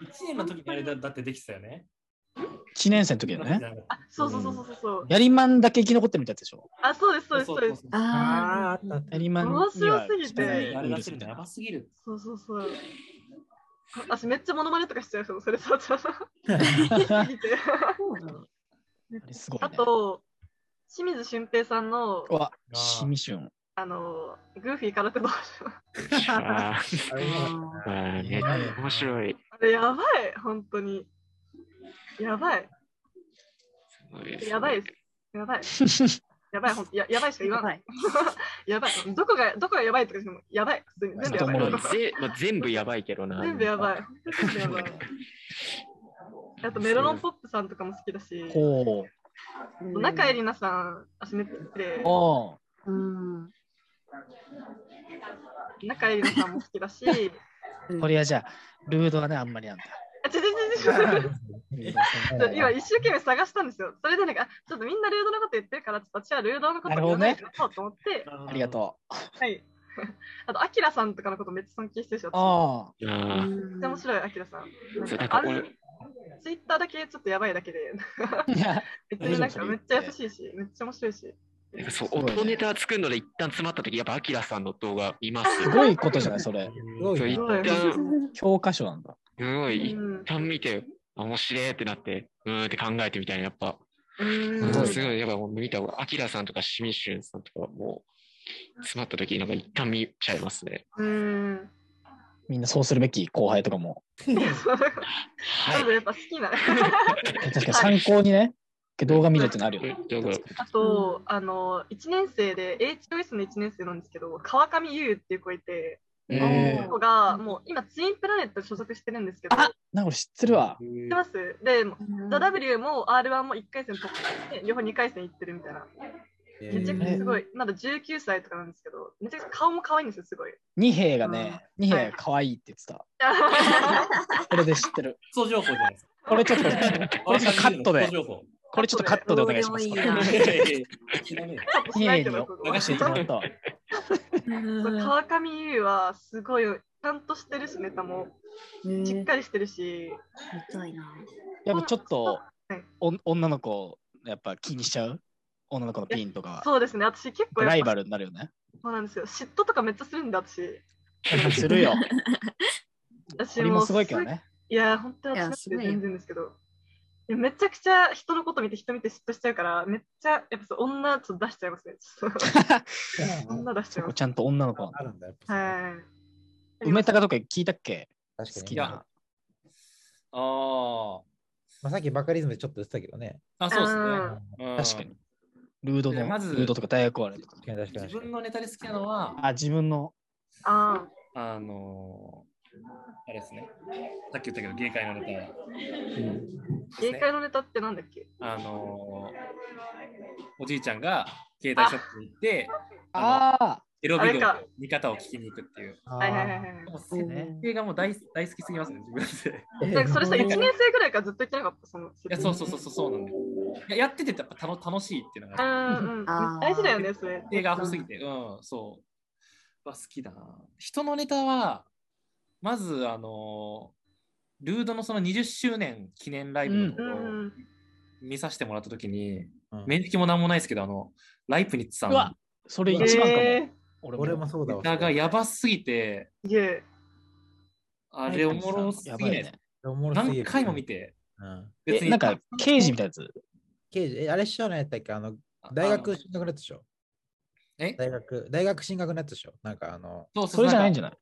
Speaker 7: 1年の時にあれだだってできてたよね。
Speaker 2: 1年生の時だね。
Speaker 1: あ、そうそうそうそうそう。
Speaker 2: やりまんだけ生き残ってみたやつでしょ。
Speaker 1: あ、そうです、そうです、
Speaker 7: そ
Speaker 1: そう
Speaker 7: う
Speaker 1: で
Speaker 7: そう
Speaker 1: す。
Speaker 7: そう
Speaker 4: あ
Speaker 5: あーあった
Speaker 2: やりまんには
Speaker 1: 面白すぎて
Speaker 2: 汚い
Speaker 7: あれ
Speaker 2: ウイル
Speaker 7: 出せ
Speaker 2: ス
Speaker 7: る
Speaker 2: み
Speaker 7: の
Speaker 2: たい
Speaker 7: やば
Speaker 2: な。
Speaker 7: すぎる。
Speaker 1: そうそうそう。あ私めっちゃモノマネとかしちゃうその古澤ちゃん。
Speaker 2: あ
Speaker 4: ーそうなの
Speaker 2: れすごいね。
Speaker 1: あと、清水俊平さんの、
Speaker 2: うわ、シミシュン。
Speaker 1: あの、グーフィー空手道場。
Speaker 6: あ
Speaker 5: あれは
Speaker 6: ーあーね面白い。
Speaker 1: あれやばい、本当に。やばい、やばいです。やばい、やばい、本当ややばいしか言わ
Speaker 4: や
Speaker 1: な
Speaker 4: ば
Speaker 1: い。
Speaker 4: い。
Speaker 1: やばい。どこが、どこがやばいとか言っても、やばい。普通に全部やば
Speaker 2: ちょっとおもろ
Speaker 1: い
Speaker 2: い。
Speaker 6: ぜまあ、全部やばいけどな。
Speaker 1: 全部やばい。本当に全部やばい。あとメロロンポップさんとかも好きだし、
Speaker 2: ほう。
Speaker 1: 中江里奈さん、私めっちゃ好きで、
Speaker 2: お
Speaker 4: うん。うん。
Speaker 1: 中江里奈さんも好きだし、あ、ち
Speaker 2: これはじゃあ、ルードはね、あんまりなんだ。
Speaker 1: ょちょちょちょち
Speaker 5: え
Speaker 1: ょちょ、今一生懸命探したんですよ。それでなんか、あちょっとみんなルードのこと言ってるから、ちょっと私はルードのこと言わないでおこうと思って、
Speaker 2: ありがとう。
Speaker 1: はい。あと、アキラさんとかのことめっちゃ尊敬してるし、私め
Speaker 2: あ
Speaker 6: いやー
Speaker 1: っちゃ面白い、アキラさん。
Speaker 6: そ
Speaker 1: な
Speaker 6: うなんん
Speaker 1: か、あ
Speaker 6: か俺
Speaker 1: れ、ツイッターだけちょっとやばいだけで、
Speaker 2: あ。いや、
Speaker 1: 別になんかめっちゃ優しいし、めっちゃ面白いし。
Speaker 6: なんかそう
Speaker 2: すごいね
Speaker 6: 音ネタ作るので一旦詰まった時やっぱアキラさんの動画見ます
Speaker 2: すごいことじゃない、それ。
Speaker 5: すご
Speaker 6: そう
Speaker 5: い
Speaker 6: 一
Speaker 5: な。
Speaker 1: ごい
Speaker 6: 旦
Speaker 2: 教科書なんだ。
Speaker 6: すご
Speaker 1: う
Speaker 6: い一
Speaker 1: ん。
Speaker 6: 旦見てあ面白いってなってうーんって考えてみたいなやっぱ
Speaker 1: うん
Speaker 6: すごいすごいやっぱもう見た方がアキラさんとかシミシュンさんとかもう詰まった時なんか一旦見ちゃいますね
Speaker 1: うん。
Speaker 2: みんなそうするべき後輩とかも。
Speaker 1: 多
Speaker 6: はい
Speaker 1: 分やっぱ好き な。
Speaker 2: 確かに参考にね、動画見るってなるよね。
Speaker 6: どうぞ
Speaker 1: あと、あの、1年生で、H o s の1年生なんですけど、川上優っていう子いて、
Speaker 2: え
Speaker 1: 子が、もう今ツインプラネット所属してるんですけど、知っ
Speaker 2: ー、なんか俺知ってるわ。
Speaker 1: てますで、ザ・ W も R1 も1回戦突破して、両方2回戦行ってるみたいな。めちゃくちゃすごい、まだ19歳とかなんですけど、めちゃくちゃ顔も可愛いんですよ、すご い。
Speaker 2: 二兵がね、二兵が可愛いって言ってた。これで知ってる。
Speaker 7: 基礎情報じゃないですか。
Speaker 2: これちょっと、これちょっとカット
Speaker 7: 基
Speaker 2: で
Speaker 7: 礎、情報。
Speaker 2: これちょっとカットでお願いします。
Speaker 4: ど
Speaker 2: こ
Speaker 4: うで
Speaker 2: れ
Speaker 4: もいいな
Speaker 7: ややいや知らねえよ
Speaker 1: カットし
Speaker 2: 二
Speaker 1: ない
Speaker 2: 兵
Speaker 1: け
Speaker 2: に
Speaker 1: ど、
Speaker 2: 流していただいたわ。
Speaker 1: そう川上優はすごい、ちゃんとしてるし、ネタも。
Speaker 4: 見
Speaker 1: しっかりしてるし、
Speaker 4: たいな。
Speaker 2: やっぱちょっと、お女の子、やっぱ気にしちゃう女の子のピンとかは。
Speaker 1: そうですね、私結構やっぱ
Speaker 2: ライバルになるよね。
Speaker 1: そうなんですよ。嫉妬とかめっちゃするんで、私。
Speaker 2: するよ。
Speaker 1: 私
Speaker 2: 鳥もすごいけど
Speaker 1: す
Speaker 2: ね。
Speaker 1: いや、本当は私だって全然ですけど。いやめちゃくちゃ人のこと見て人見て嫉妬しちゃうから、めっちゃ、やっぱそう女ちょっと出しちゃいますね。 女出しちゃ
Speaker 2: そ
Speaker 1: い
Speaker 2: こ
Speaker 1: ます。
Speaker 2: ちゃんと女の子なの。
Speaker 5: あるんだ、やっぱ。
Speaker 1: はい。
Speaker 2: 梅高とか聞いたっけ
Speaker 5: 確か
Speaker 2: 好
Speaker 5: に。
Speaker 2: き
Speaker 7: い
Speaker 2: な
Speaker 7: や、
Speaker 5: ま
Speaker 7: ああ
Speaker 5: あ、さっきバカリズムでちょっと言ってたけどね。
Speaker 7: ー。あ、そうですね
Speaker 1: うん。
Speaker 7: うん
Speaker 2: 確かに。。ルード
Speaker 7: で
Speaker 2: の、
Speaker 7: まず
Speaker 2: ルードとか大学あれとか。
Speaker 5: 確かに確かに確
Speaker 7: 自
Speaker 5: か
Speaker 7: 分
Speaker 5: に。
Speaker 7: のネタで好きなのは、
Speaker 2: あ、自分の。
Speaker 1: あ
Speaker 7: あのー、あれですね。さっき言ったけど、芸会のネ
Speaker 1: あ、芸会のネタってなんだっけ
Speaker 7: タ。あのー、おじいちゃんが携帯ショップに行って、あの
Speaker 2: ああ
Speaker 7: エロビデオ
Speaker 1: あれ
Speaker 7: の見方を聞きに行くっていう。
Speaker 1: はいはいはいはい。
Speaker 7: もう設定がもう大大好きすぎますね、自分で。
Speaker 1: なんかそれさ、
Speaker 5: え
Speaker 1: 1
Speaker 5: ー
Speaker 1: 年生ぐらいからずっと行ってなかった、その。
Speaker 7: いや、そうそうそうそうそうなんだよいややっててやっぱ楽楽しいっていうの
Speaker 1: う
Speaker 7: が、
Speaker 1: んうん。
Speaker 4: あー
Speaker 1: 大事だよね、それ。
Speaker 7: 映画多すぎて、うん、そう。は好きだな。人のネタは、まず、あのールードのその20周年記念ライブの
Speaker 1: う
Speaker 7: 方を
Speaker 1: ん。
Speaker 7: 見させてもらったときに、
Speaker 5: うん
Speaker 7: 面識もなんもないですけど、あの、ライプニッツさん
Speaker 2: うわ
Speaker 7: の
Speaker 2: それ
Speaker 5: え
Speaker 2: 一
Speaker 5: ー
Speaker 2: 番かも。
Speaker 1: え
Speaker 5: 俺もそうだ
Speaker 7: ネタ
Speaker 5: わ。
Speaker 7: がやばすぎて、
Speaker 1: ー、いえ。
Speaker 7: あれおもろすぎ
Speaker 2: や
Speaker 7: な
Speaker 2: ば
Speaker 7: い
Speaker 2: い
Speaker 7: です
Speaker 2: ね。
Speaker 5: おもろすぎる
Speaker 7: 何回も見。て、
Speaker 5: うん。
Speaker 2: え、なんか、刑事みたいなやつ。
Speaker 5: 刑事、え、あれ師匠のやったっけあの、大学進学のやつでしょ
Speaker 7: え
Speaker 5: 大学、大学進学のやつでしょなんかあの、
Speaker 7: そう
Speaker 2: それじゃないん
Speaker 7: じ
Speaker 2: じゃない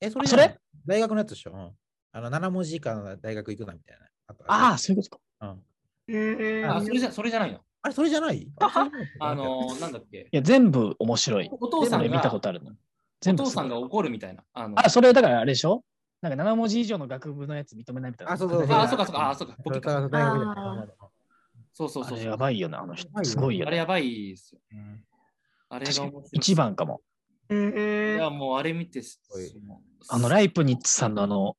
Speaker 5: え、それ
Speaker 2: あ
Speaker 5: じゃない
Speaker 2: そ
Speaker 5: 大学のやつでしょうん。あの、7文字以下の大学行くなみたいな。
Speaker 2: あ
Speaker 5: あ
Speaker 2: あ、そういうことか。
Speaker 5: とうん
Speaker 1: えー、
Speaker 7: ゃあ、それじゃ、それじゃないの。
Speaker 5: あれ、それじゃないあれそれじゃない
Speaker 7: あのー、なんだっけ。
Speaker 2: いや、全部面白い。
Speaker 7: お父さ
Speaker 2: 俺
Speaker 7: ん
Speaker 2: 見たこ
Speaker 7: が、
Speaker 2: とあるの。
Speaker 7: お
Speaker 2: 全部
Speaker 7: 父
Speaker 2: すご
Speaker 7: さ
Speaker 2: い
Speaker 7: んが怒るみたいな。あの
Speaker 2: あ、それだからあれでしょなんか7文字以上の学部のやつ認めないみたいな。
Speaker 5: あそうそう
Speaker 7: あ
Speaker 5: れ
Speaker 7: あ、そうか、そうか、あ、そうか、ポ
Speaker 5: そ
Speaker 7: ケ
Speaker 5: れ
Speaker 7: カ。
Speaker 5: 大学じゃ
Speaker 1: あ
Speaker 5: ない
Speaker 7: そうそう
Speaker 2: あ
Speaker 7: そう
Speaker 2: れ
Speaker 7: そう。
Speaker 2: やばいよな、あの人
Speaker 5: やばい。よ
Speaker 2: すごいよ
Speaker 7: あれ
Speaker 2: ね。
Speaker 7: やばいっすよ。
Speaker 5: うん
Speaker 7: あれ
Speaker 2: 確
Speaker 7: が
Speaker 2: か
Speaker 7: 面
Speaker 2: に
Speaker 7: 白い。
Speaker 2: 一。番かも。
Speaker 1: え
Speaker 7: い
Speaker 1: ー
Speaker 7: や、もうあれ見て、
Speaker 5: い
Speaker 2: あの、
Speaker 7: イ
Speaker 2: ライプニッツさんのあの、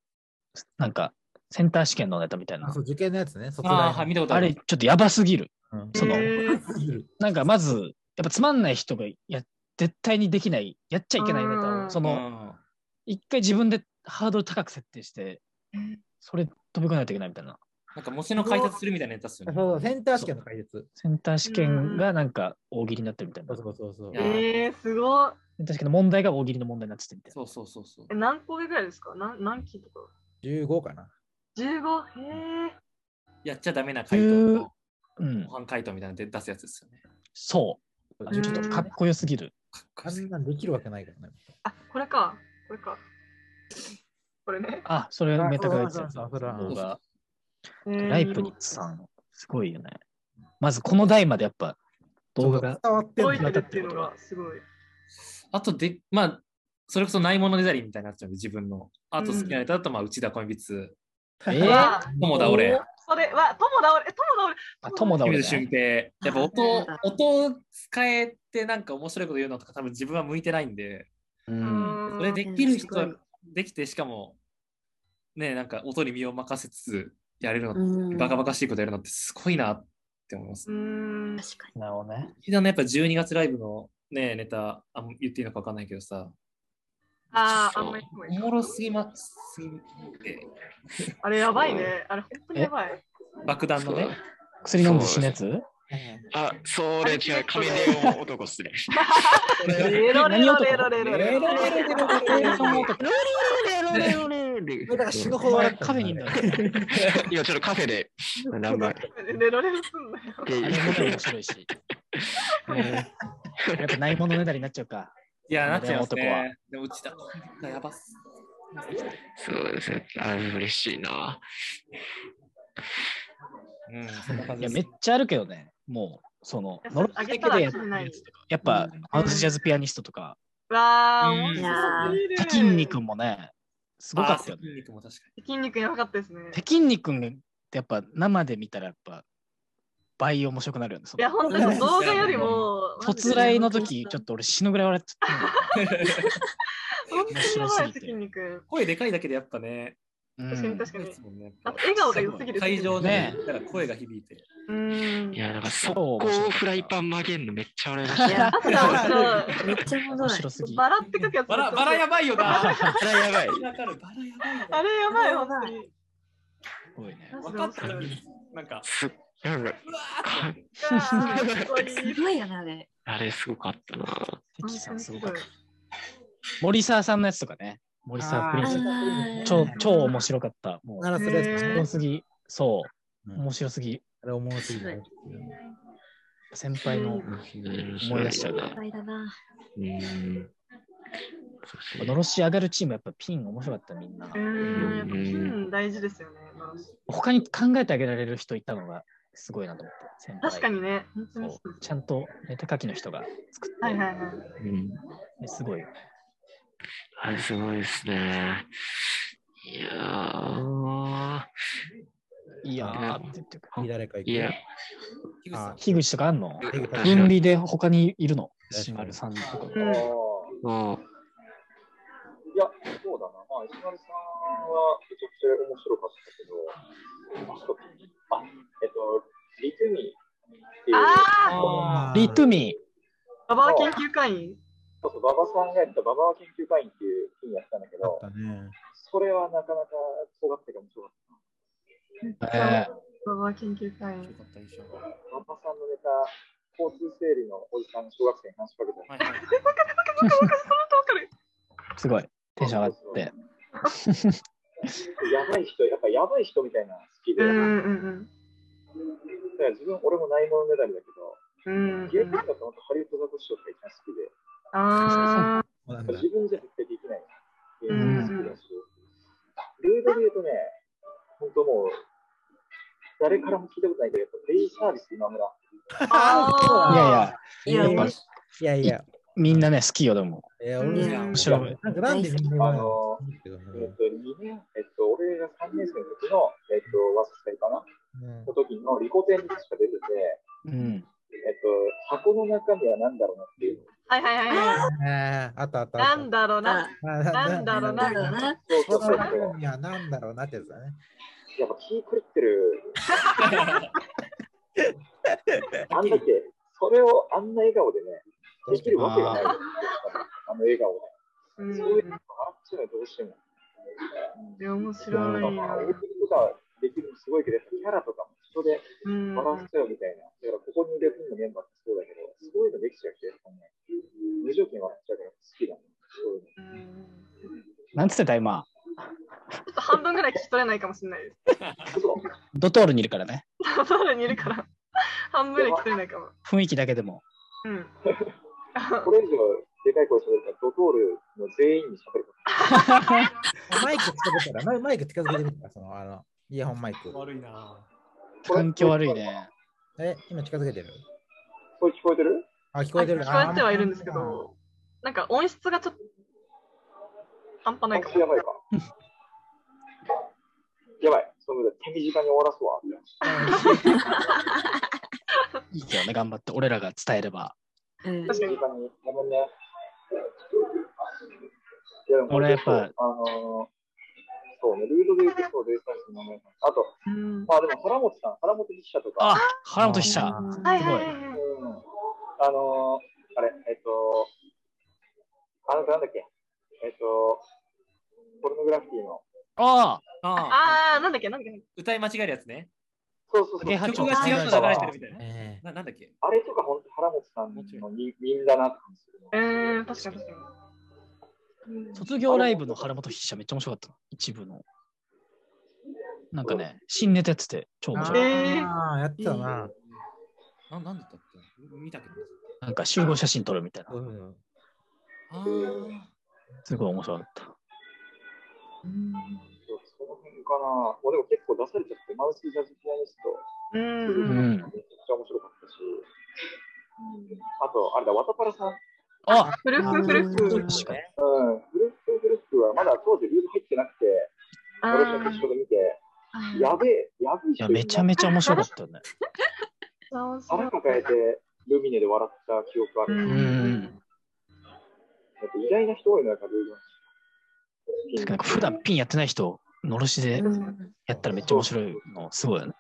Speaker 2: なんか、センター試験のネタみたい
Speaker 5: あ
Speaker 2: な
Speaker 5: そう、。受験のやつね。卒
Speaker 7: ああ、はい、見たこと
Speaker 2: あ
Speaker 7: あ
Speaker 2: れ、
Speaker 7: る。
Speaker 2: ちょっとやばすぎる。
Speaker 5: うん
Speaker 2: その、
Speaker 1: えー
Speaker 2: なんかまず、やっぱつまんない人がや、絶対にできない、やっちゃいけないネタ
Speaker 1: う
Speaker 2: を、
Speaker 1: ん
Speaker 2: その、一回自分でハードル高く設定して、それ飛び越えないといけないみたいな。
Speaker 7: なんか、模試の解説するみたいなやつですよ
Speaker 5: そう
Speaker 7: ね。
Speaker 5: そう、センター試験の解説。
Speaker 2: センター試験がなんか大喜利になってるみたい
Speaker 5: そ
Speaker 2: な。
Speaker 5: う
Speaker 2: セ
Speaker 5: そうそうそう。
Speaker 7: いや
Speaker 1: えー、すごい。
Speaker 2: ンター試験の問題が大喜利の問題になっててみたいな。
Speaker 7: そうそうそうそう
Speaker 1: え。何個目ぐらいですか何何期とか
Speaker 5: 15かな。
Speaker 1: ?15? へえ。
Speaker 7: やっちゃダメな回
Speaker 2: 十
Speaker 7: 答。
Speaker 2: うん
Speaker 7: 模、範回答みたいなので出すやつですよね。
Speaker 2: そう。ちょっとかっこよすぎる。
Speaker 7: かっこ
Speaker 5: あ
Speaker 7: いいっす
Speaker 5: んなんできるわけないからね。
Speaker 1: あ、これか。これか。これね。
Speaker 2: あ、それメタが言ってたやつ
Speaker 5: あそうそうそう
Speaker 7: そう
Speaker 2: 動画
Speaker 1: えー
Speaker 2: ライプニッツさん、すごいよね。まずこの台までやっぱ動画が
Speaker 5: 伝わって
Speaker 1: 動い
Speaker 5: る
Speaker 1: てるっていうのがすごい。
Speaker 7: あとで、まあ、それこそないものねだりみたいになっちゃうんで、自分の。あと好きなネタだと、まあ、内田恋筆、
Speaker 2: え
Speaker 1: う
Speaker 2: ー
Speaker 1: わ
Speaker 7: 友田俺、
Speaker 1: それは、友だ俺、え友だ俺。
Speaker 2: あ、友だ
Speaker 7: 清
Speaker 2: 俺、
Speaker 7: 水
Speaker 2: ね
Speaker 7: 俊。平。やっぱ音を
Speaker 4: あ、
Speaker 7: 音を使えてなんか面白いこと言うのとか、多分自分は向いてないんで、
Speaker 2: うん。
Speaker 1: うーん
Speaker 7: それできる人
Speaker 4: うんす
Speaker 7: はできて、しかも、ね、なんか音に身を任せつつやれるの、
Speaker 4: うん
Speaker 7: バカバカしいことやるのってすごいなって思います。
Speaker 1: うーん。
Speaker 4: 確かに。
Speaker 2: なるほどね。
Speaker 7: ひだのやっぱ12月ライブのね、ネタ、あん言っていいのかわかんないけどさ、
Speaker 1: あーあんまり
Speaker 7: おもろすぎますぎて、
Speaker 1: あれやばいね。あれ本当にやばい。
Speaker 7: 爆弾のね、
Speaker 2: 薬飲んで死ぬやつ
Speaker 6: あ、それ違う、亀で男っすね。
Speaker 1: レロレロレロレロレロ。
Speaker 5: だから死ぬほ
Speaker 2: お
Speaker 5: ど
Speaker 2: 前
Speaker 5: 笑った
Speaker 2: カフェにいんだよね。
Speaker 6: 今ちょっとカフェで何倍
Speaker 1: レロレロすんなよ。
Speaker 2: あれも面白いし。やっぱないものねだりになっちゃうか。
Speaker 7: いや、なっちゃいます
Speaker 2: 男は
Speaker 7: ね。でも、うちだ、やばっす。
Speaker 6: そうですね。あ、嬉しいな。
Speaker 7: うん、そんな感
Speaker 2: い
Speaker 7: じ
Speaker 2: や、
Speaker 7: です
Speaker 2: めっちゃあるけどね。もう、その
Speaker 1: いや、
Speaker 2: 呪いだけでやっ
Speaker 1: あげたら切れない
Speaker 2: やっぱ、アンスジャズピアニストとか、
Speaker 1: わあ、
Speaker 7: うん
Speaker 1: 面白すぎる。
Speaker 2: テキンニ君もね、すごか
Speaker 7: あ
Speaker 2: ったよね。
Speaker 7: 筋肉も確かに。
Speaker 1: 筋肉やばかったですね。
Speaker 2: テキンニ君ってやっぱ生で見たらやっぱ倍面白くなるよね。そ
Speaker 1: い
Speaker 2: の
Speaker 1: や、本当に動画よりも。
Speaker 2: 突来の時ちょっ
Speaker 1: と。
Speaker 2: と俺死ぬぐらい笑っちゃった。
Speaker 1: 本当にやばいです、筋肉。
Speaker 7: 声でかいだけでやっぱね、
Speaker 2: うん
Speaker 1: 確かに確か
Speaker 7: い
Speaker 1: に
Speaker 7: つ。もね
Speaker 1: あと笑顔が良すぎる
Speaker 7: 会場で、
Speaker 2: ね
Speaker 7: だから声が響いて。
Speaker 1: うーん。
Speaker 6: いや、なんか速
Speaker 2: そう
Speaker 6: 攻フライパン曲げんのめっちゃ笑いました。
Speaker 4: いや、
Speaker 1: あったあっ
Speaker 4: めっちゃ戻
Speaker 2: 面
Speaker 4: ない
Speaker 2: 白。すぎ。
Speaker 1: た。バラって書くやつ。
Speaker 7: バラ、バラやばいよな。 わ
Speaker 6: それやばい。
Speaker 7: かる、バラやばいよ
Speaker 1: あ
Speaker 7: な。
Speaker 1: れやばい、本当に。
Speaker 2: すごいね。
Speaker 1: マジ
Speaker 7: 分
Speaker 1: で面
Speaker 7: かった
Speaker 1: 白
Speaker 7: の
Speaker 1: い。
Speaker 7: に、なんか、
Speaker 6: すなんか
Speaker 7: うわーって。
Speaker 1: うわーすごい
Speaker 4: すごいよね、あれ。
Speaker 6: あれすごかったな。
Speaker 2: 関さんすごかっ
Speaker 1: 本当
Speaker 2: た
Speaker 1: にす
Speaker 2: 森沢さんのやつとかね。森沢プリンス。
Speaker 4: あ
Speaker 2: 超超面白かった。も
Speaker 5: な
Speaker 2: う、
Speaker 5: らそれ
Speaker 1: へー
Speaker 2: 面白すぎ。そう。
Speaker 5: うん
Speaker 2: 面白すぎ。
Speaker 5: あれ思うすぎる。
Speaker 2: 先輩の思い出しちゃう
Speaker 4: いっぱいだな。
Speaker 6: うん。
Speaker 2: のろし上がるチームやっぱピン面白かったみんな
Speaker 1: う。ーん、やっぱ金大事ですよね。まあ
Speaker 2: 他に考えてあげられる人いたのがすごいなと思って。先輩
Speaker 1: 確かにね、本当に
Speaker 2: そ
Speaker 1: そう
Speaker 2: うちゃんとネタ書きの人が作って、
Speaker 1: はいはいはい。
Speaker 6: うん
Speaker 2: ですごいよね。
Speaker 6: あれすごいですね。いやー、
Speaker 2: いやーって言ってくる。
Speaker 5: 次誰か行く
Speaker 6: いや、
Speaker 7: 樋口さん、
Speaker 2: 樋口とかあんの
Speaker 5: 次
Speaker 6: あ
Speaker 5: 誰
Speaker 2: 分離で他にいるの
Speaker 5: 確かに
Speaker 2: 石丸さんとか。
Speaker 1: うん。
Speaker 8: い
Speaker 6: も
Speaker 8: や、そうだな。まあ、石丸さんはめちゃくちゃ面白かったけど、ちょっとあ、えっと、リトゥミーっていう、
Speaker 1: あ
Speaker 5: あー
Speaker 2: リトゥミ
Speaker 1: あ、ババア研究会員。
Speaker 8: そうそう馬場さんがやった馬場研究会員っていう金やったんだけ
Speaker 5: あ
Speaker 8: ど
Speaker 5: っ、たね。
Speaker 8: それはなかなか尖ってかもしれない。
Speaker 2: ー。え
Speaker 1: ババア研究会員
Speaker 7: よ。かった印象が。
Speaker 8: 馬場さんのネタ、交通整理のおじさんが小学生に話しかけた。
Speaker 7: はいはい
Speaker 1: わかる。
Speaker 2: ーすごい。テンション上がって。
Speaker 8: やばい人、やっぱやばい人みたいな好き
Speaker 1: う
Speaker 8: で、
Speaker 1: ん
Speaker 8: だか
Speaker 1: うん
Speaker 8: ら自分、俺もないものねだりだけど、
Speaker 1: うん。
Speaker 8: 芸
Speaker 1: うん。
Speaker 8: 能人だと本当ハリウッドザコシショウが一番好きで、
Speaker 1: ああ。
Speaker 5: そうなんだ。
Speaker 8: 自分じゃ絶対できない。芸
Speaker 1: うん
Speaker 8: 能人好きだし、ルールで言うとね、本当もう、誰からも聞いたことないけど、やっぱデイサービス今村。
Speaker 1: あ
Speaker 2: い
Speaker 1: ー
Speaker 2: やいや、や
Speaker 4: いや、
Speaker 2: っぱ
Speaker 4: 面白
Speaker 5: いやいや。
Speaker 2: みんなね、好きよ、でも。
Speaker 5: いや、俺ね、
Speaker 2: 面白い。
Speaker 5: なんかなんでみんな言わないの
Speaker 8: えっと、2年、えっと、俺が3年生の時の、えっと、早稲田かな
Speaker 5: うん
Speaker 8: の時のリコ展に確か出てて、
Speaker 2: うん。
Speaker 8: えっと、箱の中身は何だろうなっていう。
Speaker 1: はいはいはいは
Speaker 5: あーあったあっ
Speaker 1: い。
Speaker 5: た
Speaker 1: な
Speaker 5: あった
Speaker 1: ん。だろうな。
Speaker 5: あな
Speaker 1: なんだろうな
Speaker 4: だろうな。
Speaker 8: そう
Speaker 5: こ
Speaker 8: そう
Speaker 5: の
Speaker 8: そう。
Speaker 5: 中身は何だろうなってやつだね。
Speaker 8: やっぱ気狂ってる。あんだけ、それをあんな笑顔でね、できるわけがないよ。あの笑顔で。
Speaker 1: うん。
Speaker 8: そういうの笑っちゃうのどうしても。
Speaker 1: いや面
Speaker 8: だから、
Speaker 1: 白い
Speaker 8: まあ、
Speaker 1: な。
Speaker 8: 大喜利とかできるのすごいけど、やっぱキャラとかも人で
Speaker 1: うん。
Speaker 8: 笑わせちゃうみたいな。だから、ここにいる分のメンバーってそうだけど、そういうのできちゃうけど、ね、無条件に笑っちゃうから好きだね。そういうの。
Speaker 1: うん
Speaker 2: なんつってた、今。
Speaker 1: ちょっと半分ぐらい聞き取れないかもしれないです。
Speaker 2: ドトールにいるからね。
Speaker 1: ソウルにいるから、半分ぐらい聞き取れないかも。
Speaker 2: 雰囲気だけでも。
Speaker 1: うん。
Speaker 8: これ以上でかい声喋るから、ドトールの全員に喋ること。
Speaker 5: マイク近づけたら、マイマイク近づけてみたら、その、あの、イヤホンマイク。
Speaker 7: 悪いな
Speaker 2: 環境悪いね。
Speaker 5: え、今近づけてる
Speaker 8: これ聞こえてる
Speaker 5: あ、聞こえてる。
Speaker 1: 聞こえてはいるんですけ
Speaker 5: あー
Speaker 1: ど、なんか音質がちょっと半端ないか
Speaker 8: 私や
Speaker 1: も。
Speaker 8: ばい か。やばい、その手短に終わらすわ。
Speaker 2: いいけどね、頑張って。俺らが伝えれば。
Speaker 4: うん
Speaker 8: 手短に、ごめんね。いやでも
Speaker 2: 俺やっぱ、
Speaker 8: あのーそうね、ルールで言うとそう、ルールサイズの名前あと、
Speaker 1: うん
Speaker 8: まあでも、原本さん、原本筆者とか、
Speaker 2: あ、原本久。
Speaker 1: はいはいはい
Speaker 8: うん
Speaker 1: はい。、
Speaker 8: あのーあれ、えっと、あのなんだっけ、えっと、ポルノグラフィティの、
Speaker 2: ああ、
Speaker 7: ああ
Speaker 1: あー、なんだっけ、なんだっけ。
Speaker 7: 歌い間違えるやつね。
Speaker 8: そうそうそう、
Speaker 2: 竹八
Speaker 7: 曲
Speaker 2: 丁
Speaker 7: が違うの流れてるみたいな。
Speaker 5: え
Speaker 7: ななんだっけ
Speaker 8: あれとか本当原本さんのみみんだなって感じするの。
Speaker 1: うーん、確かに確かに。
Speaker 2: 卒業ライブの原本筆者めっちゃ面白かったの。一部の。なんかね、新ネタやってて超
Speaker 5: ー
Speaker 2: 面
Speaker 5: あ
Speaker 2: 白い。
Speaker 1: えー
Speaker 5: ー、やってたな。
Speaker 7: ななんだったっけ見たけど。
Speaker 2: なんか集合写真撮るみたいな
Speaker 5: う。ん
Speaker 7: あー
Speaker 2: すごい面白かった。
Speaker 8: そうその辺かな。もうでも結構出されちゃって、マウスジャズピアニスト、
Speaker 1: う。
Speaker 2: うんん。
Speaker 8: めちゃくちゃ面白かったし、うんあと、あれだ、ワタパラさん、
Speaker 2: あ
Speaker 1: フルックフルック。
Speaker 2: 確かに。
Speaker 8: うん、フルックフルックはまだ当時ルール入ってなくて、
Speaker 1: あ
Speaker 8: 俺と決
Speaker 1: ー
Speaker 8: 勝で見て、やべえ、やべえ
Speaker 2: いや、めちゃめちゃ面白かったよね。
Speaker 1: 面白い
Speaker 8: 腹抱えてルミネで笑った記憶ある。
Speaker 2: う
Speaker 1: うん
Speaker 2: ん。
Speaker 8: やっぱ偉大な人多いのやっぱルールは
Speaker 2: 確かに、普段ピンやってない人、のろしでやったらめっちゃ面白いの、すごいよね。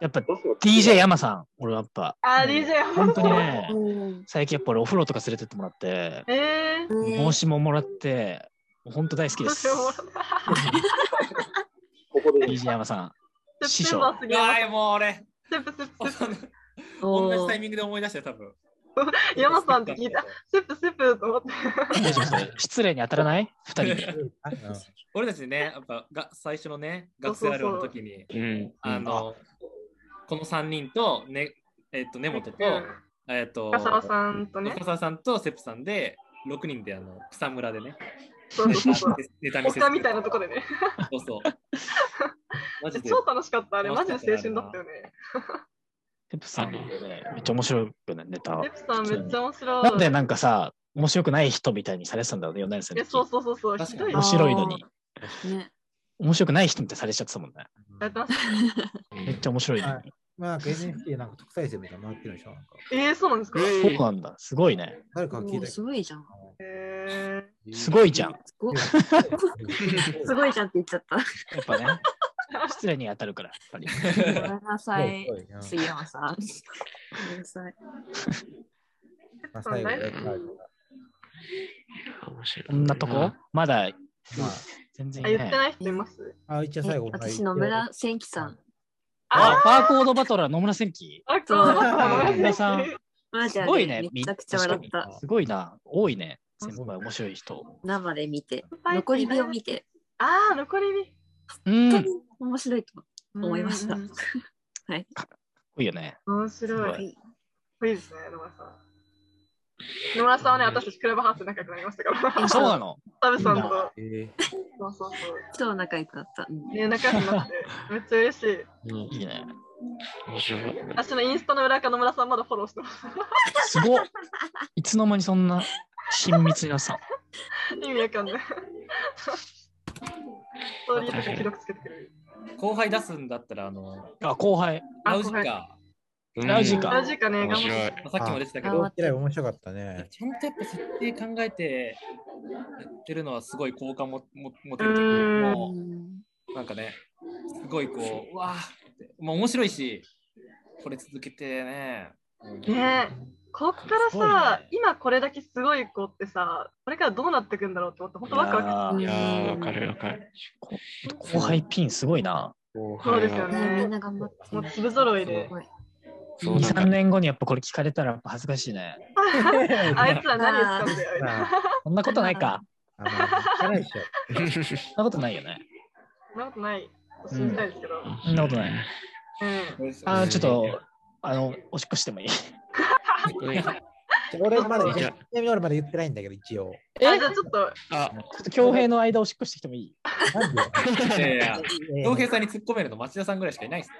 Speaker 2: やっぱ
Speaker 8: どうする
Speaker 2: DJ 山さん、俺やっぱ、
Speaker 1: あ、DJ、
Speaker 2: 本当にね、
Speaker 4: うん
Speaker 2: 最近やっぱ俺お風呂とか連れてってもらって、
Speaker 1: えー、
Speaker 2: 帽子ももらって、本当大好きです。
Speaker 8: ここでいい
Speaker 2: DJ 山さん、
Speaker 1: 師
Speaker 2: 師匠
Speaker 1: 匠。。
Speaker 7: うわーもう俺、
Speaker 1: ステップステップステップ
Speaker 7: 同じタイミングで思い出したよ、多分。
Speaker 1: 山さんって聞いた。ステップステップと思って。
Speaker 2: 大丈夫です失礼に当たらない二人で。
Speaker 5: あうん
Speaker 7: 俺たちね、やっぱが最初のね、学生あるあるの時に、
Speaker 6: うん。
Speaker 7: あの、この3人と、ね、えっと、根本と、えっと、
Speaker 1: 深沢さんとね。
Speaker 7: 深沢さんとセプさんで、6人であの草むらでね、
Speaker 1: そうそうそう。
Speaker 7: ネタ
Speaker 1: お
Speaker 7: 見せ
Speaker 1: かみたいなとこでね。
Speaker 7: そう そう。マジで。
Speaker 1: 超楽しかった。あれ、マ
Speaker 7: 楽し
Speaker 1: ジ
Speaker 7: か
Speaker 1: で
Speaker 7: ったね
Speaker 1: 青春だったよね。
Speaker 2: ペプさんね、めっちゃ面白いよね、ネタ。
Speaker 1: ステップさんめっちゃ面白い。
Speaker 2: なんでなんかさ、面白くない人みたいにされてたんだろうね、4年生
Speaker 1: い
Speaker 2: の
Speaker 1: や、
Speaker 2: 時
Speaker 1: そうそうそうそう。
Speaker 7: 確
Speaker 1: ひ
Speaker 7: か
Speaker 1: ど
Speaker 7: に
Speaker 1: い
Speaker 2: 面
Speaker 1: よ。
Speaker 2: 白いのに、
Speaker 4: ね。
Speaker 2: 面白くない人みたいにされちゃってたもんね。
Speaker 1: やってました
Speaker 2: めっちゃ面白いのに。
Speaker 5: まあ、なんか NFT なんか特待生みたいなの回ってるでしょなんか
Speaker 1: えー、そうなんですか。
Speaker 2: そうなんだ、すごいね。
Speaker 5: 誰かが聞い
Speaker 4: も
Speaker 5: たけ
Speaker 4: う す
Speaker 5: ど
Speaker 4: ごいじゃん。
Speaker 1: え
Speaker 2: すごいじゃん。
Speaker 4: すご
Speaker 5: うん
Speaker 4: すごいじゃんって言っちゃった。
Speaker 2: やっぱね、失礼に当たるから、やっぱり。
Speaker 4: ごめんなさい。杉山さん。ごめんなさい。
Speaker 5: まあ最後ね
Speaker 6: 面白い
Speaker 2: こんなとこまだ
Speaker 5: まあ
Speaker 2: 全然
Speaker 1: ー、あ、言って
Speaker 2: ね。
Speaker 1: ない人います
Speaker 5: あ、一応最
Speaker 4: え
Speaker 5: 後。
Speaker 4: 私、野村千輝さん。
Speaker 2: あ
Speaker 1: あ、
Speaker 2: バーコードバトラー野村千輝。
Speaker 1: あ、
Speaker 4: そう
Speaker 1: そうだ
Speaker 2: 野村さん、
Speaker 4: マジ
Speaker 2: す
Speaker 4: あ
Speaker 2: ごい
Speaker 4: れ
Speaker 2: ね。
Speaker 4: めちゃくちゃ笑っ
Speaker 2: 確か
Speaker 4: た。
Speaker 2: にすごいな。多いね。先輩、面白い人。
Speaker 4: 生で見て、残り火を見て、
Speaker 1: あー、残り火。
Speaker 2: う
Speaker 4: 本
Speaker 2: ん。
Speaker 4: 当
Speaker 2: かっ
Speaker 4: に面白いと思いました。
Speaker 1: うんうん
Speaker 4: はい。
Speaker 2: こいいよね。
Speaker 1: うん面白い。
Speaker 2: す
Speaker 1: かっこいいですね、野村さん。野村さんはね、私たちクラブハウスで仲良くなりましたから。
Speaker 2: そうなの。
Speaker 1: タブさんと。
Speaker 5: え
Speaker 1: そうそうそう。
Speaker 4: 超仲良くなった。うん
Speaker 1: ね、仲良くなって、めっちゃ嬉しい。
Speaker 6: うん
Speaker 2: いいね。
Speaker 6: 面白い。
Speaker 1: 私のインスタの裏垢野村さんまだフォローしてます。
Speaker 2: すごっいつの間にそんな親密になさ。
Speaker 1: 意味わ かんない。ストーリーとか記録つけてくれる。
Speaker 7: 後輩出すんだったら、あの、
Speaker 2: あ、後輩。
Speaker 7: ラ
Speaker 1: あ
Speaker 7: ウジ
Speaker 1: 後
Speaker 7: ッ
Speaker 1: 輩
Speaker 7: カ
Speaker 2: ラジカ
Speaker 1: ラジかね、
Speaker 6: 面
Speaker 1: 頑張っ
Speaker 6: 白い
Speaker 1: て。。
Speaker 7: ー。さっきも出てたけ
Speaker 4: あ
Speaker 7: ど、
Speaker 5: えらい面白かった ね。
Speaker 7: ちゃんとやっぱ設定考えてやってるのはすごい好感もも持てるという
Speaker 1: う
Speaker 7: か
Speaker 1: ん
Speaker 7: もうなんかねすごいこううわーってもう面白いしこれ続けてね
Speaker 1: ねえこっからさ、今これだけすごい子ってさ、これからどうなっていくんだろうって思って、本当ワクワク
Speaker 2: あー
Speaker 6: いやー、わかるわかる。
Speaker 2: 後輩ピンすごいな。
Speaker 6: 後
Speaker 1: そう
Speaker 6: 輩
Speaker 1: ですよ
Speaker 6: は
Speaker 1: ね。
Speaker 4: みんな頑張って。
Speaker 1: もう粒揃いで。
Speaker 6: そう
Speaker 2: 2、
Speaker 6: なんだ
Speaker 2: 3年後にやっぱこれ聞かれたらやっぱ恥ずかしいね。
Speaker 1: あいつら何言ってたんだよ。
Speaker 5: まあ、
Speaker 2: そんなことないか。
Speaker 5: あの、聞かないでし
Speaker 2: そ
Speaker 5: ょ。
Speaker 2: んなことないよね。
Speaker 1: そんなことない。信じたいですけど。
Speaker 2: そんなことない。
Speaker 1: うん。
Speaker 2: あー、ちょっと、あの、おしっこしてもいい。
Speaker 6: ね
Speaker 5: 俺まだ、
Speaker 6: い
Speaker 5: ち
Speaker 6: や
Speaker 5: なみに俺まだ言ってないんだけど、一応。
Speaker 2: え
Speaker 1: あ、じゃあちょっと、
Speaker 6: あ、
Speaker 2: ちょっと恭平の間おしっこしてきてもいい
Speaker 5: なんで
Speaker 7: いやいや
Speaker 5: え
Speaker 7: 洋平さんに突っ込めるの町田さんぐらいしかいないっす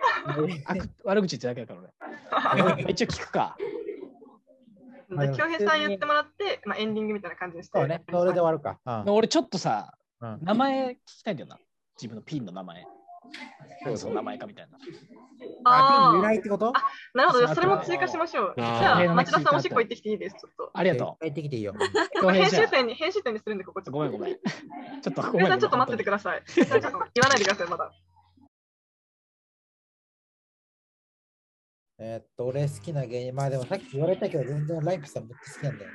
Speaker 2: あく悪口言ってだけだから俺。一応聞くか。
Speaker 1: じゃあ、京平さん言ってもらって、まあ、エンディングみたいな感じにして。
Speaker 5: そうね。それで終わるか。うん
Speaker 2: 俺ちょっとさ、
Speaker 5: うん
Speaker 2: 名前聞きたいんだよな。自分のピンの名前。何その名前かみたいな。
Speaker 5: あ、
Speaker 1: あ
Speaker 5: ピン
Speaker 1: ー
Speaker 5: 狙いってこと
Speaker 1: なるほど、それも追加しましょう。じ
Speaker 6: あー
Speaker 1: ゃあ、町田さんおしっこ行ってきていいです、ちょっと。
Speaker 2: ありがと
Speaker 5: 帰ってきていいよ。
Speaker 2: う。
Speaker 1: こ
Speaker 2: 恭
Speaker 1: れ編
Speaker 2: 平じゃ
Speaker 1: 集点に、編集点にするんで、ここちょっと。
Speaker 2: あごめん ごめん。ちょっと
Speaker 1: 京
Speaker 2: ごめんご
Speaker 1: 平
Speaker 2: め
Speaker 1: さ
Speaker 2: ん。
Speaker 1: ん、ちょっと待っててください。京平さんちょっと言わないでください、まだ。
Speaker 5: えーっと、俺好きな芸人、まあでもさっき言われたけど、全然ライフさんめっちゃ好きなんだよ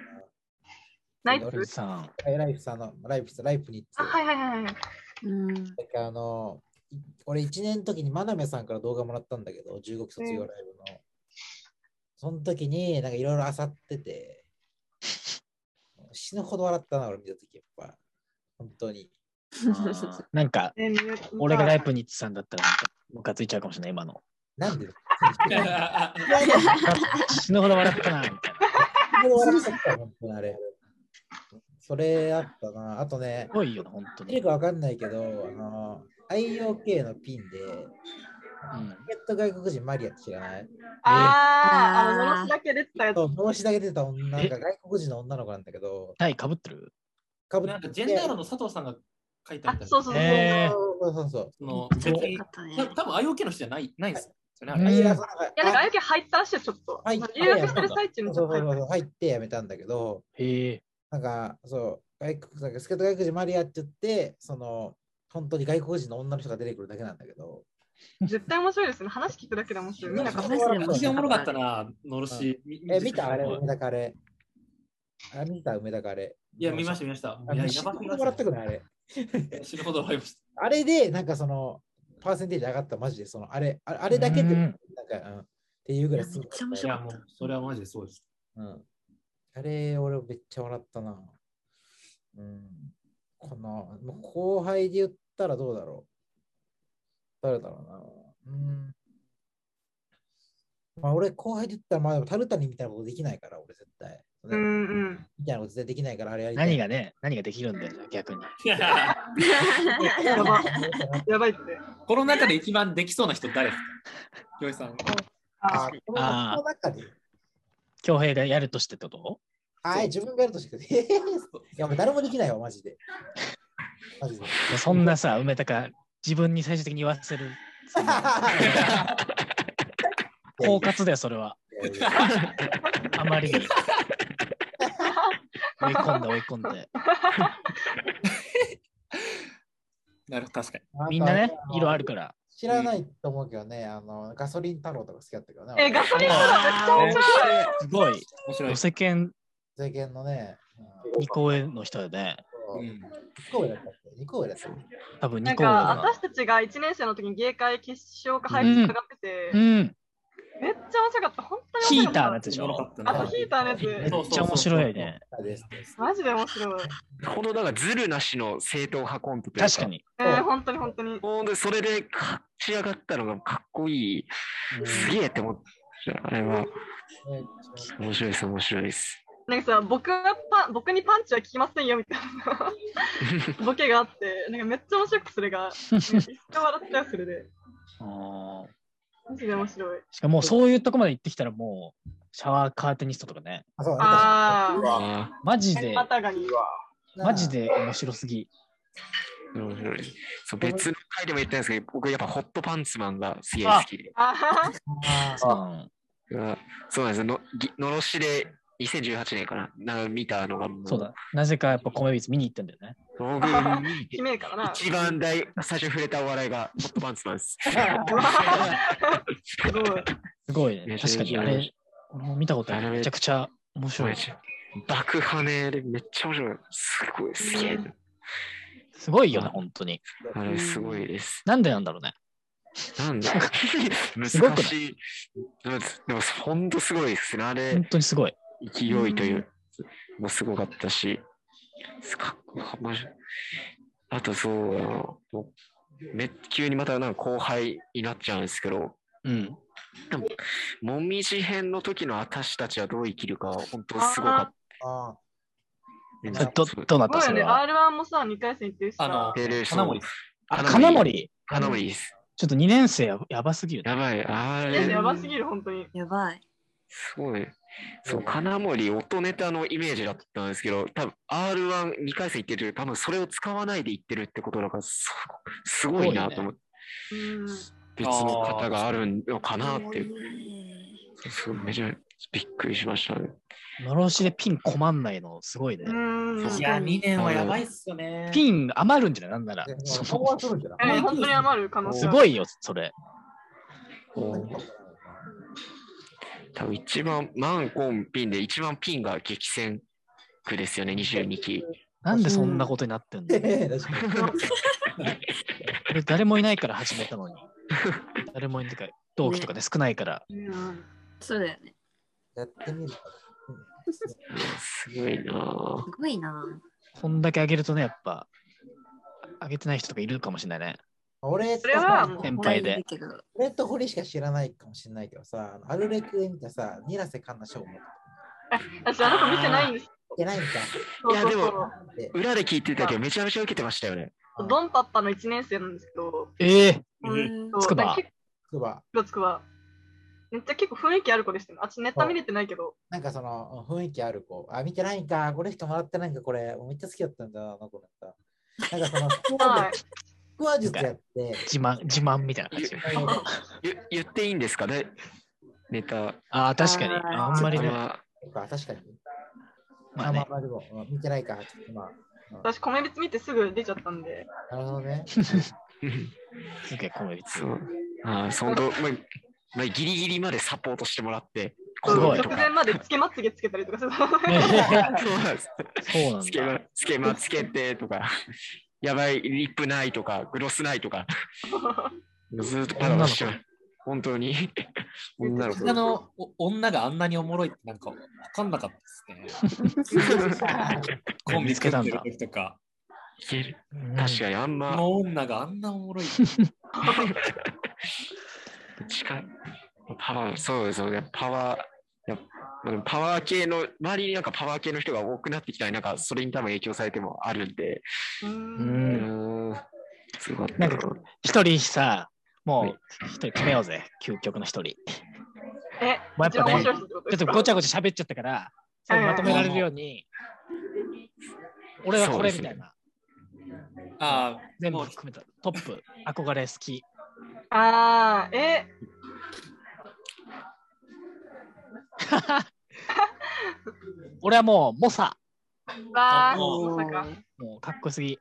Speaker 1: ナイ
Speaker 2: 本
Speaker 5: 本当
Speaker 2: 当に
Speaker 1: ツ
Speaker 2: さ
Speaker 5: な。ライフさんの、ライフさん、ライフに
Speaker 1: あ、はいはいはいはい。
Speaker 4: うん。
Speaker 5: なんかあの、い俺1年の時に真鍋さんから動画もらったんだけど、15期卒業ライブの。その時に、なんかいろいろ漁ってて、死ぬほど笑ったな、俺見た時やっぱ。本当に。
Speaker 2: ん、なんか、
Speaker 1: えー
Speaker 2: 俺がライプニッツさんだったら、ムカついちゃうかもしれない、今の。
Speaker 5: なんで
Speaker 2: 死ぬほど笑ったな、みたいな。
Speaker 5: 死ぬほど笑っちゃった、本当にあれ。それあったな。あとね
Speaker 2: す、ごいよな、本当
Speaker 5: 見る
Speaker 2: に。
Speaker 5: かわかんないけど、あの、IOK のピンで、
Speaker 2: うん
Speaker 5: ゲット外国人マリアって知らない
Speaker 1: あー、あの、
Speaker 4: あー
Speaker 1: のろしだけ出てたやつ。
Speaker 5: そう帽子だけ出てた女
Speaker 2: え
Speaker 5: が外国人の女の子なんだけど、
Speaker 2: タイかぶってる
Speaker 5: かぶ
Speaker 7: なんかジェンダーロの佐藤さんが書いた
Speaker 1: あ
Speaker 7: みたいな。
Speaker 1: そうそうそう。
Speaker 2: へー
Speaker 5: そうそうそう。
Speaker 7: その別
Speaker 4: ちょっと
Speaker 7: に
Speaker 4: よかったね
Speaker 7: た多分 IOK の人じゃないないんですよね。あ
Speaker 2: うん
Speaker 7: れ
Speaker 5: いや、そうなんか
Speaker 1: いや、なんか、あゆき入ったらしいよ、ちょっと。
Speaker 5: はい
Speaker 1: その留学してる最中にち
Speaker 5: そ
Speaker 1: ょ
Speaker 5: う
Speaker 1: っ
Speaker 5: そう
Speaker 1: と入っ
Speaker 5: そうそう入ってやめたんだけど、
Speaker 2: へえ。
Speaker 5: なんか、そう、外国、なんか、スケート外国人マリアって言って、その、本当に外国人の女の人が出てくるだけなんだけど、
Speaker 1: た。絶対面白いですね。話聞くだけで面白い。みんな
Speaker 4: 話
Speaker 1: か
Speaker 4: で
Speaker 7: 私がおもろかった
Speaker 4: ね。
Speaker 7: な、のろし。
Speaker 5: え、見たあれ、
Speaker 7: い
Speaker 5: 梅田カレー。あ、見た梅田カレー。
Speaker 7: や、見ました、見ました。
Speaker 5: あ
Speaker 7: いや、
Speaker 5: の
Speaker 7: や
Speaker 5: 死ぬ
Speaker 7: ば
Speaker 5: ほ
Speaker 7: すぎ
Speaker 5: ど
Speaker 7: ま
Speaker 5: 笑っ
Speaker 7: したた
Speaker 5: くないあれ。
Speaker 7: 死ぬほど笑いまし
Speaker 5: あれで、なんかその、パーセンテージ上がった、マジで、その、あれ、ああれだけで、
Speaker 2: うん
Speaker 5: なんか、うん、っていうぐらいすごか
Speaker 4: いやめっちゃ面
Speaker 7: た。
Speaker 4: 白か
Speaker 7: いや、もう、それはマジでそうです。
Speaker 5: うん。あれ、俺めっちゃ笑ったな。うん。この、もう後輩で言ったらどうだろう。誰だろうな。うん。まあ俺、後輩で言ったら、まあでもタルタニみたいなことできないから、俺絶対。
Speaker 1: うんうん。
Speaker 5: みたいなこと絶対できないから、あれやりたい。
Speaker 2: 何がね、何ができるんだよ、逆に。
Speaker 1: やば。やばいって。
Speaker 7: この中で一番できそうな人誰ですか京井さん。
Speaker 5: あ
Speaker 1: あ
Speaker 5: ー、このこの中で。
Speaker 2: 恭平がやるとしてってこと
Speaker 5: あー、自分がやるとしてく れ。いや、もう誰もできないわ、マジで。マ ジで。
Speaker 2: いやそんなさ、梅高、自分に最終的に言わせる。包括だよ、それは。あまりに。追い込んで追い込んで。
Speaker 7: なるほど、確かに。
Speaker 2: みんなね、色あ
Speaker 5: る。
Speaker 2: るから。
Speaker 5: 知らないと思うけどね、あの、ガソリン太郎とか好きだったけどね。
Speaker 1: え、ガソリンはめっちゃ面白い。
Speaker 2: すごい。
Speaker 7: 面白い
Speaker 2: お。世間
Speaker 5: 俺。世間のね、
Speaker 2: 二個上の人でね、
Speaker 5: うん、
Speaker 7: うん
Speaker 5: 2個上だったっけ ?2 個上だったっけ
Speaker 2: 多分
Speaker 1: な
Speaker 2: 二
Speaker 1: ん
Speaker 2: 個上
Speaker 1: か、
Speaker 2: だな。
Speaker 1: 私たちが1年生の時に芸会決勝か配布かかってて、
Speaker 2: うん。
Speaker 1: めっちゃ面白かった。本当に
Speaker 2: ヒ
Speaker 1: 面白
Speaker 2: ー
Speaker 1: かった。
Speaker 2: ターのやつでし
Speaker 7: おも
Speaker 2: ょ
Speaker 7: ろかった
Speaker 1: あ
Speaker 7: な
Speaker 1: とヒーターのやつ。
Speaker 2: めっちゃ面白いね。
Speaker 5: あです。
Speaker 1: マジで面白い。
Speaker 6: このだからズルなしの正統派コントという
Speaker 2: 確かに。
Speaker 1: えー、本当に本当に。
Speaker 6: ほんでそれで勝ち上がったのがかっこいい。すげえって思った。あれは
Speaker 5: うん
Speaker 6: 面白いです、面白いです。
Speaker 1: なんかさ、僕はパン僕にパンチは効きませんよみたいなボケがあって、なんかめっちゃ面白くそれが、一生笑ったよ、それで。
Speaker 2: あー
Speaker 1: マジで面白い。
Speaker 2: しかも、そういうとこまで行ってきたら、もう、シャワーカーテニストとかね。
Speaker 5: あ、そう
Speaker 1: あ
Speaker 8: うわ
Speaker 6: あ
Speaker 2: マジ
Speaker 1: あ、
Speaker 2: で、
Speaker 1: またがに。
Speaker 2: マジ。で面白すぎ。
Speaker 6: あ、面白いです。そう別の回でも言ったんですけど、僕やっぱホットパンツマンがすげえ好きで。
Speaker 1: あは
Speaker 5: あ
Speaker 2: そうなん
Speaker 6: うんそうなんですよのぎのろしで2018年かななんか見たのがも
Speaker 2: そうだ。なぜかやっぱ米ビーツ見に行ってんだよね。
Speaker 6: 僕見て
Speaker 1: 決め からな。
Speaker 6: 一番大最初触れたお笑いがホットパンツマンです。
Speaker 1: すごい。
Speaker 2: すごいね。
Speaker 6: めちゃ
Speaker 2: 確か
Speaker 6: めち
Speaker 2: に
Speaker 6: ゃ
Speaker 2: あれ、俺も見たことあ
Speaker 6: あ
Speaker 2: る。
Speaker 6: れ
Speaker 2: めちゃくちゃ面白い。
Speaker 6: 爆跳ねでめっちゃ面白い。すごい、すげえ。
Speaker 2: すごいよね、本当に。
Speaker 6: あれすごいです。
Speaker 2: なんでなんだろうね。
Speaker 6: なんだ
Speaker 2: すごくな
Speaker 6: 難
Speaker 2: い
Speaker 6: しい。なんですでもほんとすごいですね。あれ
Speaker 2: 本当にすごい。
Speaker 6: 勢いというのすごかったし、かっこよかったまじあとそうだなもうめ、急にまたなんか後輩になっちゃうんですけど、
Speaker 2: うん。
Speaker 6: もみじ編の時の私たちはどう生きるか、本当すごかっ
Speaker 5: あ。
Speaker 2: え
Speaker 6: た。
Speaker 2: ど、どうな
Speaker 1: すご
Speaker 2: った
Speaker 1: い
Speaker 2: そ
Speaker 1: よね。
Speaker 2: れは。
Speaker 1: R1 もさ、2回戦行ってるしさ。
Speaker 7: あの
Speaker 6: ペルー
Speaker 7: 金森さん。
Speaker 2: あ、
Speaker 6: 金
Speaker 2: 金
Speaker 6: 森
Speaker 2: 森。
Speaker 6: 花森です。
Speaker 2: ちょっと2年生ややばすぎるね。
Speaker 6: やばい、あ
Speaker 1: いや
Speaker 6: れ
Speaker 1: や、ばすぎる、本当に。
Speaker 4: やばい。
Speaker 6: すごい。そう、金森音ネタのイメージだったんですけど、多分 R12 回戦行ってる時、多分それを使わないで行ってるってことだから、すすごいなと思って。
Speaker 1: うん。
Speaker 6: 別の方があるのかなっていう、
Speaker 4: う
Speaker 6: そうめちゃびっくりしましたね。
Speaker 2: のろしでピン困んないの、すごいね。
Speaker 1: うん。
Speaker 6: い
Speaker 7: い
Speaker 1: え
Speaker 7: や、2年はやばいっすよね。
Speaker 2: ピン余るんじゃないなんなら。そ
Speaker 5: そこはするんじゃない
Speaker 1: ー本当に余る可能
Speaker 2: の
Speaker 1: 性
Speaker 2: す
Speaker 1: ある
Speaker 2: ごいよ、それ。
Speaker 6: 多分一番、マンコンピンで一番ピンが激戦区ですよね、22期。
Speaker 2: なんでそんなことになってんの
Speaker 5: 確かに。
Speaker 2: 俺誰もいないから始めたのに。誰もいないから、同期とかね、少ないから。
Speaker 1: うん
Speaker 4: そうだよね。
Speaker 5: やってみるか。
Speaker 6: すごいなぁ
Speaker 4: すごいな。
Speaker 2: こんだけ上げるとね、やっぱ、上げてない人とかいるかもしれないね。
Speaker 5: 俺
Speaker 1: それはもう
Speaker 2: 先輩で
Speaker 4: いっ。ぱいいるけど
Speaker 5: 俺と堀しか知らないかもしれないけどさ、あのアルレクで見たさ、ニラセカンナショーも。
Speaker 1: 私、あの子見てないんです。
Speaker 5: いけないんか。
Speaker 1: そうそう
Speaker 6: いやで
Speaker 1: そ
Speaker 6: 裏で聞いてたけど、めちゃめちゃ受けてましたよね。
Speaker 1: う。ドンパッパの1年生なんですけど。
Speaker 2: ええ
Speaker 1: うん
Speaker 4: うん
Speaker 2: つくば
Speaker 1: なんか結
Speaker 5: くば。
Speaker 1: 黒つくば。めっちゃ結構雰囲気ある子でしたね。あっちネタ見れてないけど。
Speaker 5: なんかそのうん雰囲気ある子。あ、見てないんか。これしかもらってないんか。これ。めっちゃ好きだったんだな、あの子だった。なんかその、腹
Speaker 1: はい
Speaker 5: 話術。腹話術やって、
Speaker 2: 自慢、自慢みたいな感じ。
Speaker 6: ゆ言っていいんですかねネタ。
Speaker 2: ああ、確かに。
Speaker 4: あー
Speaker 2: あんまりね。
Speaker 6: あ
Speaker 5: なんか確かに。
Speaker 2: まあ
Speaker 5: あま
Speaker 2: ね
Speaker 5: あ。まあでも、うん見てないか。ちょっとまあ
Speaker 1: 私、米別見てすぐ出ちゃったんで。
Speaker 5: なるほどね。
Speaker 2: すげえ、コメディ。
Speaker 6: そう。ああ、本当、まあ、まあ、ギリギリまでサポートしてもらって、
Speaker 2: すごい
Speaker 1: 直前までつけまつげつけた りとかする。
Speaker 6: そうなんです
Speaker 2: そうなん
Speaker 6: つけ
Speaker 2: だ
Speaker 6: ま。つけまつけてとか、やばい、リップないとか、グロスないとか、ずーっとパラパラしてま本 当に。女の子。
Speaker 7: あのお女があんなにおもろいってなんか分かんなかったですね。コンビ作ってる時とか、
Speaker 6: いける
Speaker 2: うん
Speaker 6: 確かに、あん
Speaker 7: こ
Speaker 6: ま
Speaker 7: の女があんなおもろいって。
Speaker 6: 近い。パワー、そうですよね。パワー、やっぱでもパワー系の、周りになんかパワー系の人が多くなってきたり、なんかそれに多分影響されてもあるんで、
Speaker 1: う。
Speaker 2: うんん。
Speaker 6: うーんすごかった
Speaker 2: な
Speaker 6: なん
Speaker 2: か一人さ、
Speaker 6: は
Speaker 2: も
Speaker 6: いう
Speaker 2: 一人決めようぜ。究極の一人。
Speaker 1: え、
Speaker 2: まあやっぱね
Speaker 1: 一番面白い人ってこと
Speaker 2: ち
Speaker 1: で
Speaker 2: ょ
Speaker 1: す
Speaker 2: っと
Speaker 1: か
Speaker 2: ごちゃごちゃ喋っちゃったから、最後まとめられるように、俺はこれみたいな。
Speaker 7: ああ、
Speaker 2: 全部
Speaker 7: もう
Speaker 2: 含めた。トップ、憧れ好き。
Speaker 1: あー、え、
Speaker 2: 俺はもう、猛者。
Speaker 1: わー、
Speaker 7: お
Speaker 1: まさか。
Speaker 2: もう、かっこよすぎ。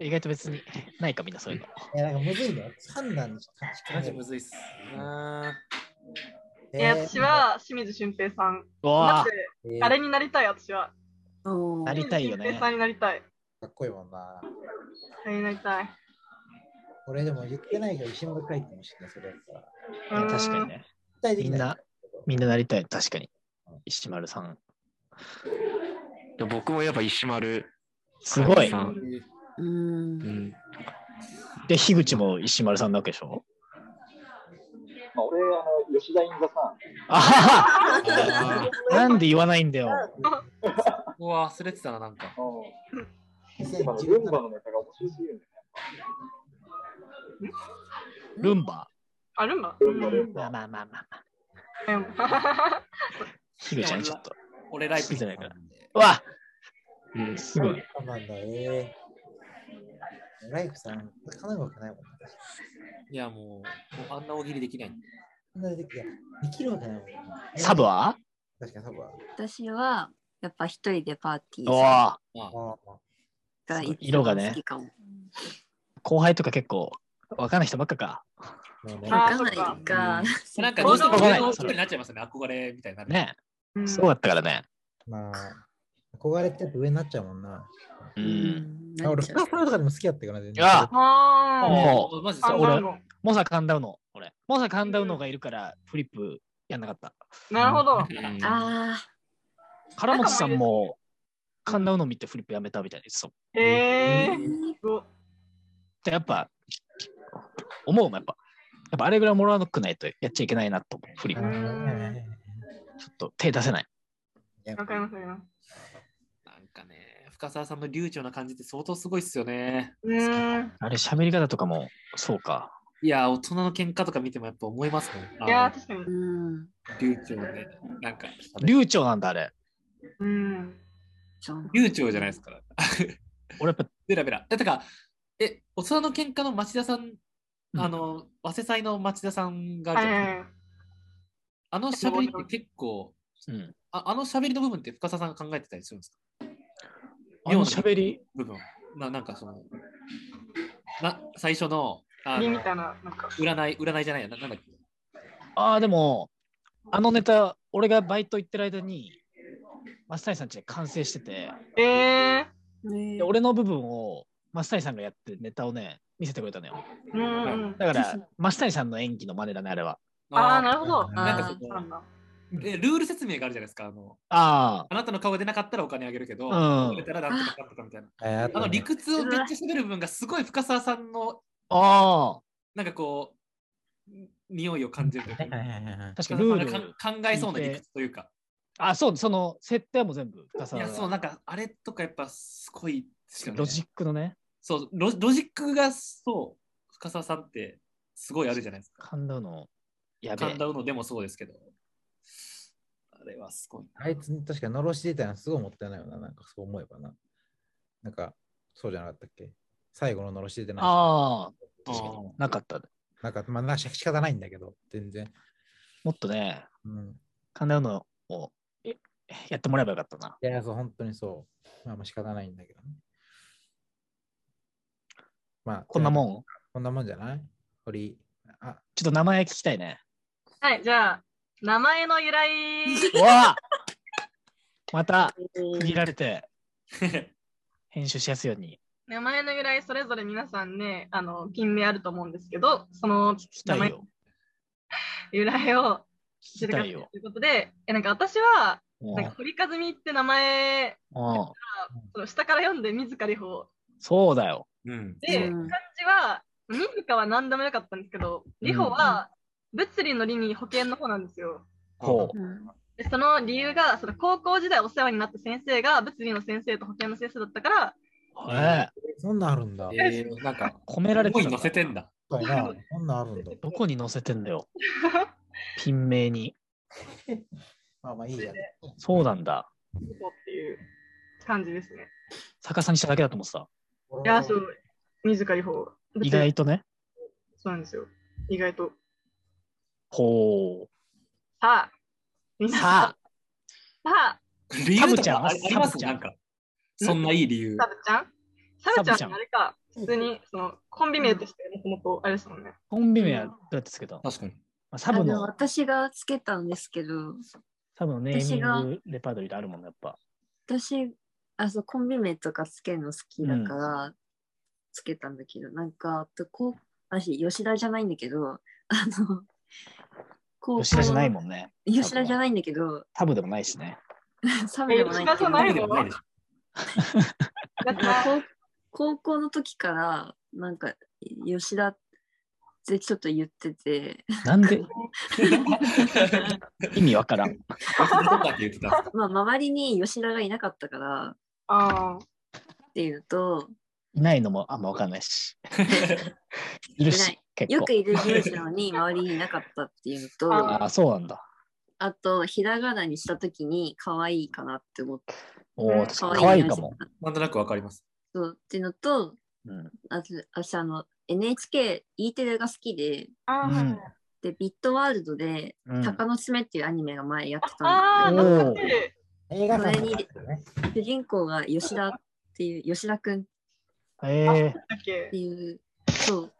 Speaker 2: 意外と別にないか、みんなそういうの。
Speaker 5: いや、なんかむずいね。判断のしかしか
Speaker 7: マ
Speaker 5: ない
Speaker 7: ジむずいっすな。
Speaker 5: え
Speaker 1: い
Speaker 5: ー
Speaker 1: や、私、は清水俊平さん。
Speaker 2: う
Speaker 1: だ
Speaker 2: わ
Speaker 1: って
Speaker 2: ぁ、、
Speaker 5: えー
Speaker 1: あれになりたい、私は。
Speaker 4: お
Speaker 2: な
Speaker 4: ー
Speaker 2: りたいよ
Speaker 1: 清水俊
Speaker 2: ね
Speaker 1: 平さ。んになりたい。
Speaker 5: かっこいいもんな。
Speaker 1: あれになりたい。
Speaker 5: これでも言ってないけど、新聞書いてもしれない、それやったら。
Speaker 2: いや確か
Speaker 1: う
Speaker 2: に
Speaker 1: ん。
Speaker 2: ね。
Speaker 5: 絶対で
Speaker 2: み
Speaker 5: き
Speaker 2: ん
Speaker 5: ない
Speaker 2: な。、みんななりたい。確かに。石丸さん。
Speaker 6: 僕もやっぱ石丸、
Speaker 2: すごい
Speaker 6: さ。ん
Speaker 4: うー。
Speaker 6: うんん、
Speaker 2: で、樋口も石丸さんなわけでしょ
Speaker 8: まあ、俺、あの、吉田インザさん、
Speaker 2: あは
Speaker 7: あ
Speaker 2: はなんで言わないんだよ。
Speaker 7: あ、うわ忘れてたな、なんか。
Speaker 8: う
Speaker 5: 2017
Speaker 8: ん、今のルンバのネタが面白すぎるね。
Speaker 2: ルンバ。
Speaker 1: あるんだ。
Speaker 8: ルンバ、ルン
Speaker 2: まあ
Speaker 8: バ。
Speaker 2: まあまあまあまあ。
Speaker 1: うん
Speaker 2: 樋口はね、ちょっと。
Speaker 7: 俺ライブ
Speaker 2: 好きじゃないから
Speaker 7: んで。
Speaker 2: うわ
Speaker 6: うん、
Speaker 2: すごい。
Speaker 5: そうなんだ、えー。ライフさん、かなうわけないもん。
Speaker 7: いや、もう、もうあんな大喜利できない。
Speaker 5: そんなできいやできるわけないもん。
Speaker 2: サブは
Speaker 5: 確かにサブは。
Speaker 4: 私は、やっぱ一人でパーティ
Speaker 2: お
Speaker 4: ー
Speaker 2: お
Speaker 7: まあ、
Speaker 5: あ
Speaker 4: が
Speaker 2: すごい
Speaker 4: 一番
Speaker 2: 色がね
Speaker 4: 好きかも。
Speaker 2: 後輩とか結構、わかんない人ばっかか。
Speaker 5: ーもうね
Speaker 1: あ
Speaker 4: わ
Speaker 1: ー
Speaker 4: かんないか。
Speaker 7: なんか、
Speaker 1: 行動
Speaker 7: どうして
Speaker 1: が
Speaker 7: も
Speaker 1: ない
Speaker 7: 俺の大喜利になっちゃいますよね、憧れみたいになる。
Speaker 2: ね。
Speaker 1: うん
Speaker 2: すごかったからね。
Speaker 5: まあ、憧れってやっぱ上になっちゃうもんな。
Speaker 2: う。
Speaker 4: うんん。
Speaker 5: あ
Speaker 4: なっ
Speaker 5: 俺、
Speaker 4: ち
Speaker 5: ス
Speaker 4: ゃ
Speaker 5: タ
Speaker 4: う
Speaker 5: ッフとかでも好きだったからね。
Speaker 2: あ
Speaker 1: あ
Speaker 2: も
Speaker 7: もう、マジ
Speaker 1: ー、あ
Speaker 7: そ。
Speaker 2: そう俺
Speaker 1: なるほど
Speaker 2: モサ噛んだの、俺。モサ噛んだのがいるから、フリップやんなかった。
Speaker 1: なるほど。
Speaker 6: うん
Speaker 4: あ
Speaker 2: 唐本さんも、噛んだの見てフリップやめたみたいな言ってたもん
Speaker 1: え
Speaker 4: あ。
Speaker 1: ー、すごい
Speaker 2: でやっぱ、思うもん、やっぱ。やっぱあれぐらいもらわなくないとやっちゃいけないなと思う。フリップ。
Speaker 5: ね。
Speaker 2: ちょっと手出せない。
Speaker 1: わかりますよ。
Speaker 7: なんかね、深澤さんの流暢な感じって相当すごいっすよね。
Speaker 1: うーん。
Speaker 2: あれ喋り方とかも、そうか。
Speaker 7: いや、大人の喧嘩とか見てもやっぱ思いますもん。
Speaker 1: いやー、確かに
Speaker 4: う。ん。
Speaker 7: あの流暢で、なんか、
Speaker 2: 流暢なんだ、あれ。
Speaker 1: うん。
Speaker 4: そう
Speaker 7: 流暢じゃないですから。
Speaker 2: 俺やっぱ、
Speaker 7: ベラベラ。え、てか、え、大人の喧嘩の町田さん、
Speaker 2: ん
Speaker 7: あの、早稲祭の町田さんがあ
Speaker 1: は
Speaker 7: るじ
Speaker 1: い
Speaker 7: ゃ
Speaker 1: は
Speaker 7: ない
Speaker 1: いはい。
Speaker 7: あの喋りって結構、
Speaker 2: うん。
Speaker 7: ああの喋りの部分って深澤さんが考えてたりするんですか
Speaker 2: あの喋り、
Speaker 7: 部分。ななんかその、な最初のあ
Speaker 1: りみ
Speaker 7: の
Speaker 1: たいな、なんか。
Speaker 7: 占い、占いじゃないや、ななんだっけ
Speaker 2: ああ、でも、あのネタ、俺がバイト行ってる間に、増谷さんちで完成してて、
Speaker 1: え
Speaker 4: ね
Speaker 2: で俺の部分を増谷さんがやってネタをね、見せてくれたのよ。
Speaker 1: ー、うんうん。
Speaker 2: だから、増谷さんの演技の真似だね、あれは。
Speaker 1: あー、なるほど。
Speaker 7: なんか
Speaker 4: あ
Speaker 7: そ
Speaker 4: ー
Speaker 1: そうなん
Speaker 7: の
Speaker 1: だ。
Speaker 7: えルール説明があるじゃないですか。あの
Speaker 2: あ
Speaker 7: あなたの顔が出なかったらお金あげるけど、
Speaker 2: うん
Speaker 7: 出たらなんとかかんとかみたいな。
Speaker 5: えーあ
Speaker 7: あの
Speaker 5: と
Speaker 7: 理
Speaker 5: ね
Speaker 7: 屈をめっちゃ喋る部分がすごい深澤さんの
Speaker 2: あ、あ
Speaker 7: なんかこう、ん匂いを感じるというか
Speaker 5: はいはいはいはい
Speaker 2: あ、確か
Speaker 7: 深
Speaker 2: にル
Speaker 7: 澤
Speaker 2: ー
Speaker 7: さん
Speaker 2: ル。
Speaker 7: がかん考えそうな理屈というか。
Speaker 2: あ、そう、その設定も全部、深
Speaker 7: い
Speaker 2: 澤
Speaker 7: や、
Speaker 2: が
Speaker 7: そう、なんかあれとかやっぱすごいですよね
Speaker 2: ロジックのね。
Speaker 7: そうロ、ロジックがそう、深澤さんってすごいあるじゃないですか。
Speaker 2: 神田の、やべえ
Speaker 7: 神田うのでもそうですけど。あれはすごいな。
Speaker 5: あいつ確かにのろし出たのすごいもったいないよな、なんかそう思えばな。なんか、そうじゃなかったっけ最後ののろし出てない。
Speaker 2: ああ、
Speaker 7: 確かに
Speaker 2: なかった。
Speaker 5: なんか、まあ、なし仕方ないんだけど、全然。
Speaker 2: もっとね、
Speaker 5: うん。
Speaker 2: 神田うのをえやってもらえばよかったな。
Speaker 5: いや、そう、本当にそう。まあ、まあ仕方ないんだけどね。まあ、
Speaker 2: こんなも
Speaker 5: ん。
Speaker 2: ん、
Speaker 5: こんなもんじゃない堀、あ、
Speaker 2: ちょっと名前聞きたいね。
Speaker 1: はい、じゃあ、名前の由来。
Speaker 2: うわまた、
Speaker 4: えー
Speaker 2: 区切られて、編集しやすいように。
Speaker 1: 名前の由来、それぞれ皆さんね、あの、ピン名あると思うんですけど、その
Speaker 2: 聞きたいよ。
Speaker 1: 由来を
Speaker 2: 聞きたいよ。
Speaker 1: ということで、えなんか私は、
Speaker 2: うん
Speaker 1: なんか堀和美って名前、
Speaker 2: うん
Speaker 1: その下から読んで水香里穂
Speaker 2: そうだよ。
Speaker 7: うん。
Speaker 1: で、
Speaker 4: うん
Speaker 1: 漢字は、水香は何でもよかったんですけど、里穂は物理の理に保険の方なんですよ。
Speaker 2: こう。
Speaker 4: うん
Speaker 1: でその理由が、その高校時代お世話になった先生が物理の先生と保健の先生だったから、
Speaker 7: うん
Speaker 2: ええ
Speaker 5: そんなんあるんだ。
Speaker 7: えー、なんか、
Speaker 2: 込められて
Speaker 7: 思い
Speaker 2: た
Speaker 7: 乗
Speaker 2: な
Speaker 7: せてんだ。
Speaker 5: そうやなそんなんあるんだ。
Speaker 2: どこに載せてんだよ。ピン名に。
Speaker 5: まあまあいいや。
Speaker 2: そうなんだ。
Speaker 1: 里穂っていう感じですね。
Speaker 2: 逆さにしただけだと思ってた。
Speaker 1: いや、そう、水香里穂。
Speaker 2: 意外とね。
Speaker 1: そうなんですよ。意外と。
Speaker 2: ほ
Speaker 1: さあ、みん
Speaker 2: う。
Speaker 1: な
Speaker 2: さ
Speaker 1: さ
Speaker 2: あ、
Speaker 1: あ、
Speaker 7: 理由
Speaker 2: サブ
Speaker 7: と
Speaker 2: ちゃん
Speaker 7: かありあります
Speaker 2: サブちゃん
Speaker 7: なんか、そんないい理由。
Speaker 1: サブちゃんサブち
Speaker 2: サブちゃ
Speaker 1: ゃ
Speaker 2: ん
Speaker 1: んあれか、普通にそのコンビ名としてもともとあれですもんね。
Speaker 2: コンビ名はどうやってつけたのま
Speaker 7: 確かに。
Speaker 2: あサ
Speaker 4: あ
Speaker 2: ブ
Speaker 4: でも
Speaker 2: の、
Speaker 4: 私がつけたんですけど、
Speaker 2: サブのネーミ
Speaker 4: 私が
Speaker 2: ングレパートリーであるもんね、やっぱ。
Speaker 4: 私、あそうコンビ名とかつけるの好きだから、つけたんだけど、なんか、とこう私、吉田じゃないんだけど、あの、高
Speaker 2: 吉田じゃない
Speaker 4: ん。
Speaker 2: もんね。
Speaker 4: 吉田じゃ
Speaker 2: い。
Speaker 4: ないんだけど、
Speaker 2: サブでもないし ね。
Speaker 4: サブでもないんだ
Speaker 1: 吉田
Speaker 4: け
Speaker 1: じゃ
Speaker 4: ど
Speaker 1: な
Speaker 7: ないい
Speaker 1: の
Speaker 7: でもないでしょ。
Speaker 1: だって
Speaker 4: あの高高校の時から、なんか、吉田ってちょっと言ってて、
Speaker 2: なん で意味わからん。
Speaker 7: どんだけ言ってたんですか
Speaker 4: まあ、周りに吉田がいなかったから
Speaker 1: ああ、
Speaker 4: っていうのと、
Speaker 2: いないのもあんまわかんない し。いる
Speaker 4: いな
Speaker 2: し
Speaker 4: い、
Speaker 2: 結
Speaker 4: よ
Speaker 2: 構
Speaker 4: く。いる名字なのに周りにいなかったっていうのと、
Speaker 1: あ
Speaker 2: ああ、そうなんだ。
Speaker 4: あと、ひらがなにしたときに可愛いかなって思って。
Speaker 2: お
Speaker 1: う
Speaker 2: お、
Speaker 1: ん
Speaker 2: 確かに可愛いか
Speaker 4: な
Speaker 2: も。。
Speaker 7: なんとなくわかります。
Speaker 4: そうっていうのと、
Speaker 2: うん。
Speaker 4: あと私あの NHK、E テレが好きで、
Speaker 1: あ
Speaker 2: う
Speaker 1: ー
Speaker 2: ん
Speaker 4: で、ビットワールドで、
Speaker 2: うん
Speaker 4: 鷹の爪っていうアニメが前やってた
Speaker 1: あ
Speaker 4: ん
Speaker 1: ー、
Speaker 4: だ
Speaker 1: 懐
Speaker 2: おー
Speaker 1: かしい。
Speaker 5: 映画館
Speaker 4: それに
Speaker 5: だったよね
Speaker 4: けど、主人公が吉田っていう、吉田くんっ
Speaker 2: ええ
Speaker 1: だっけ
Speaker 4: ていう、そう、っ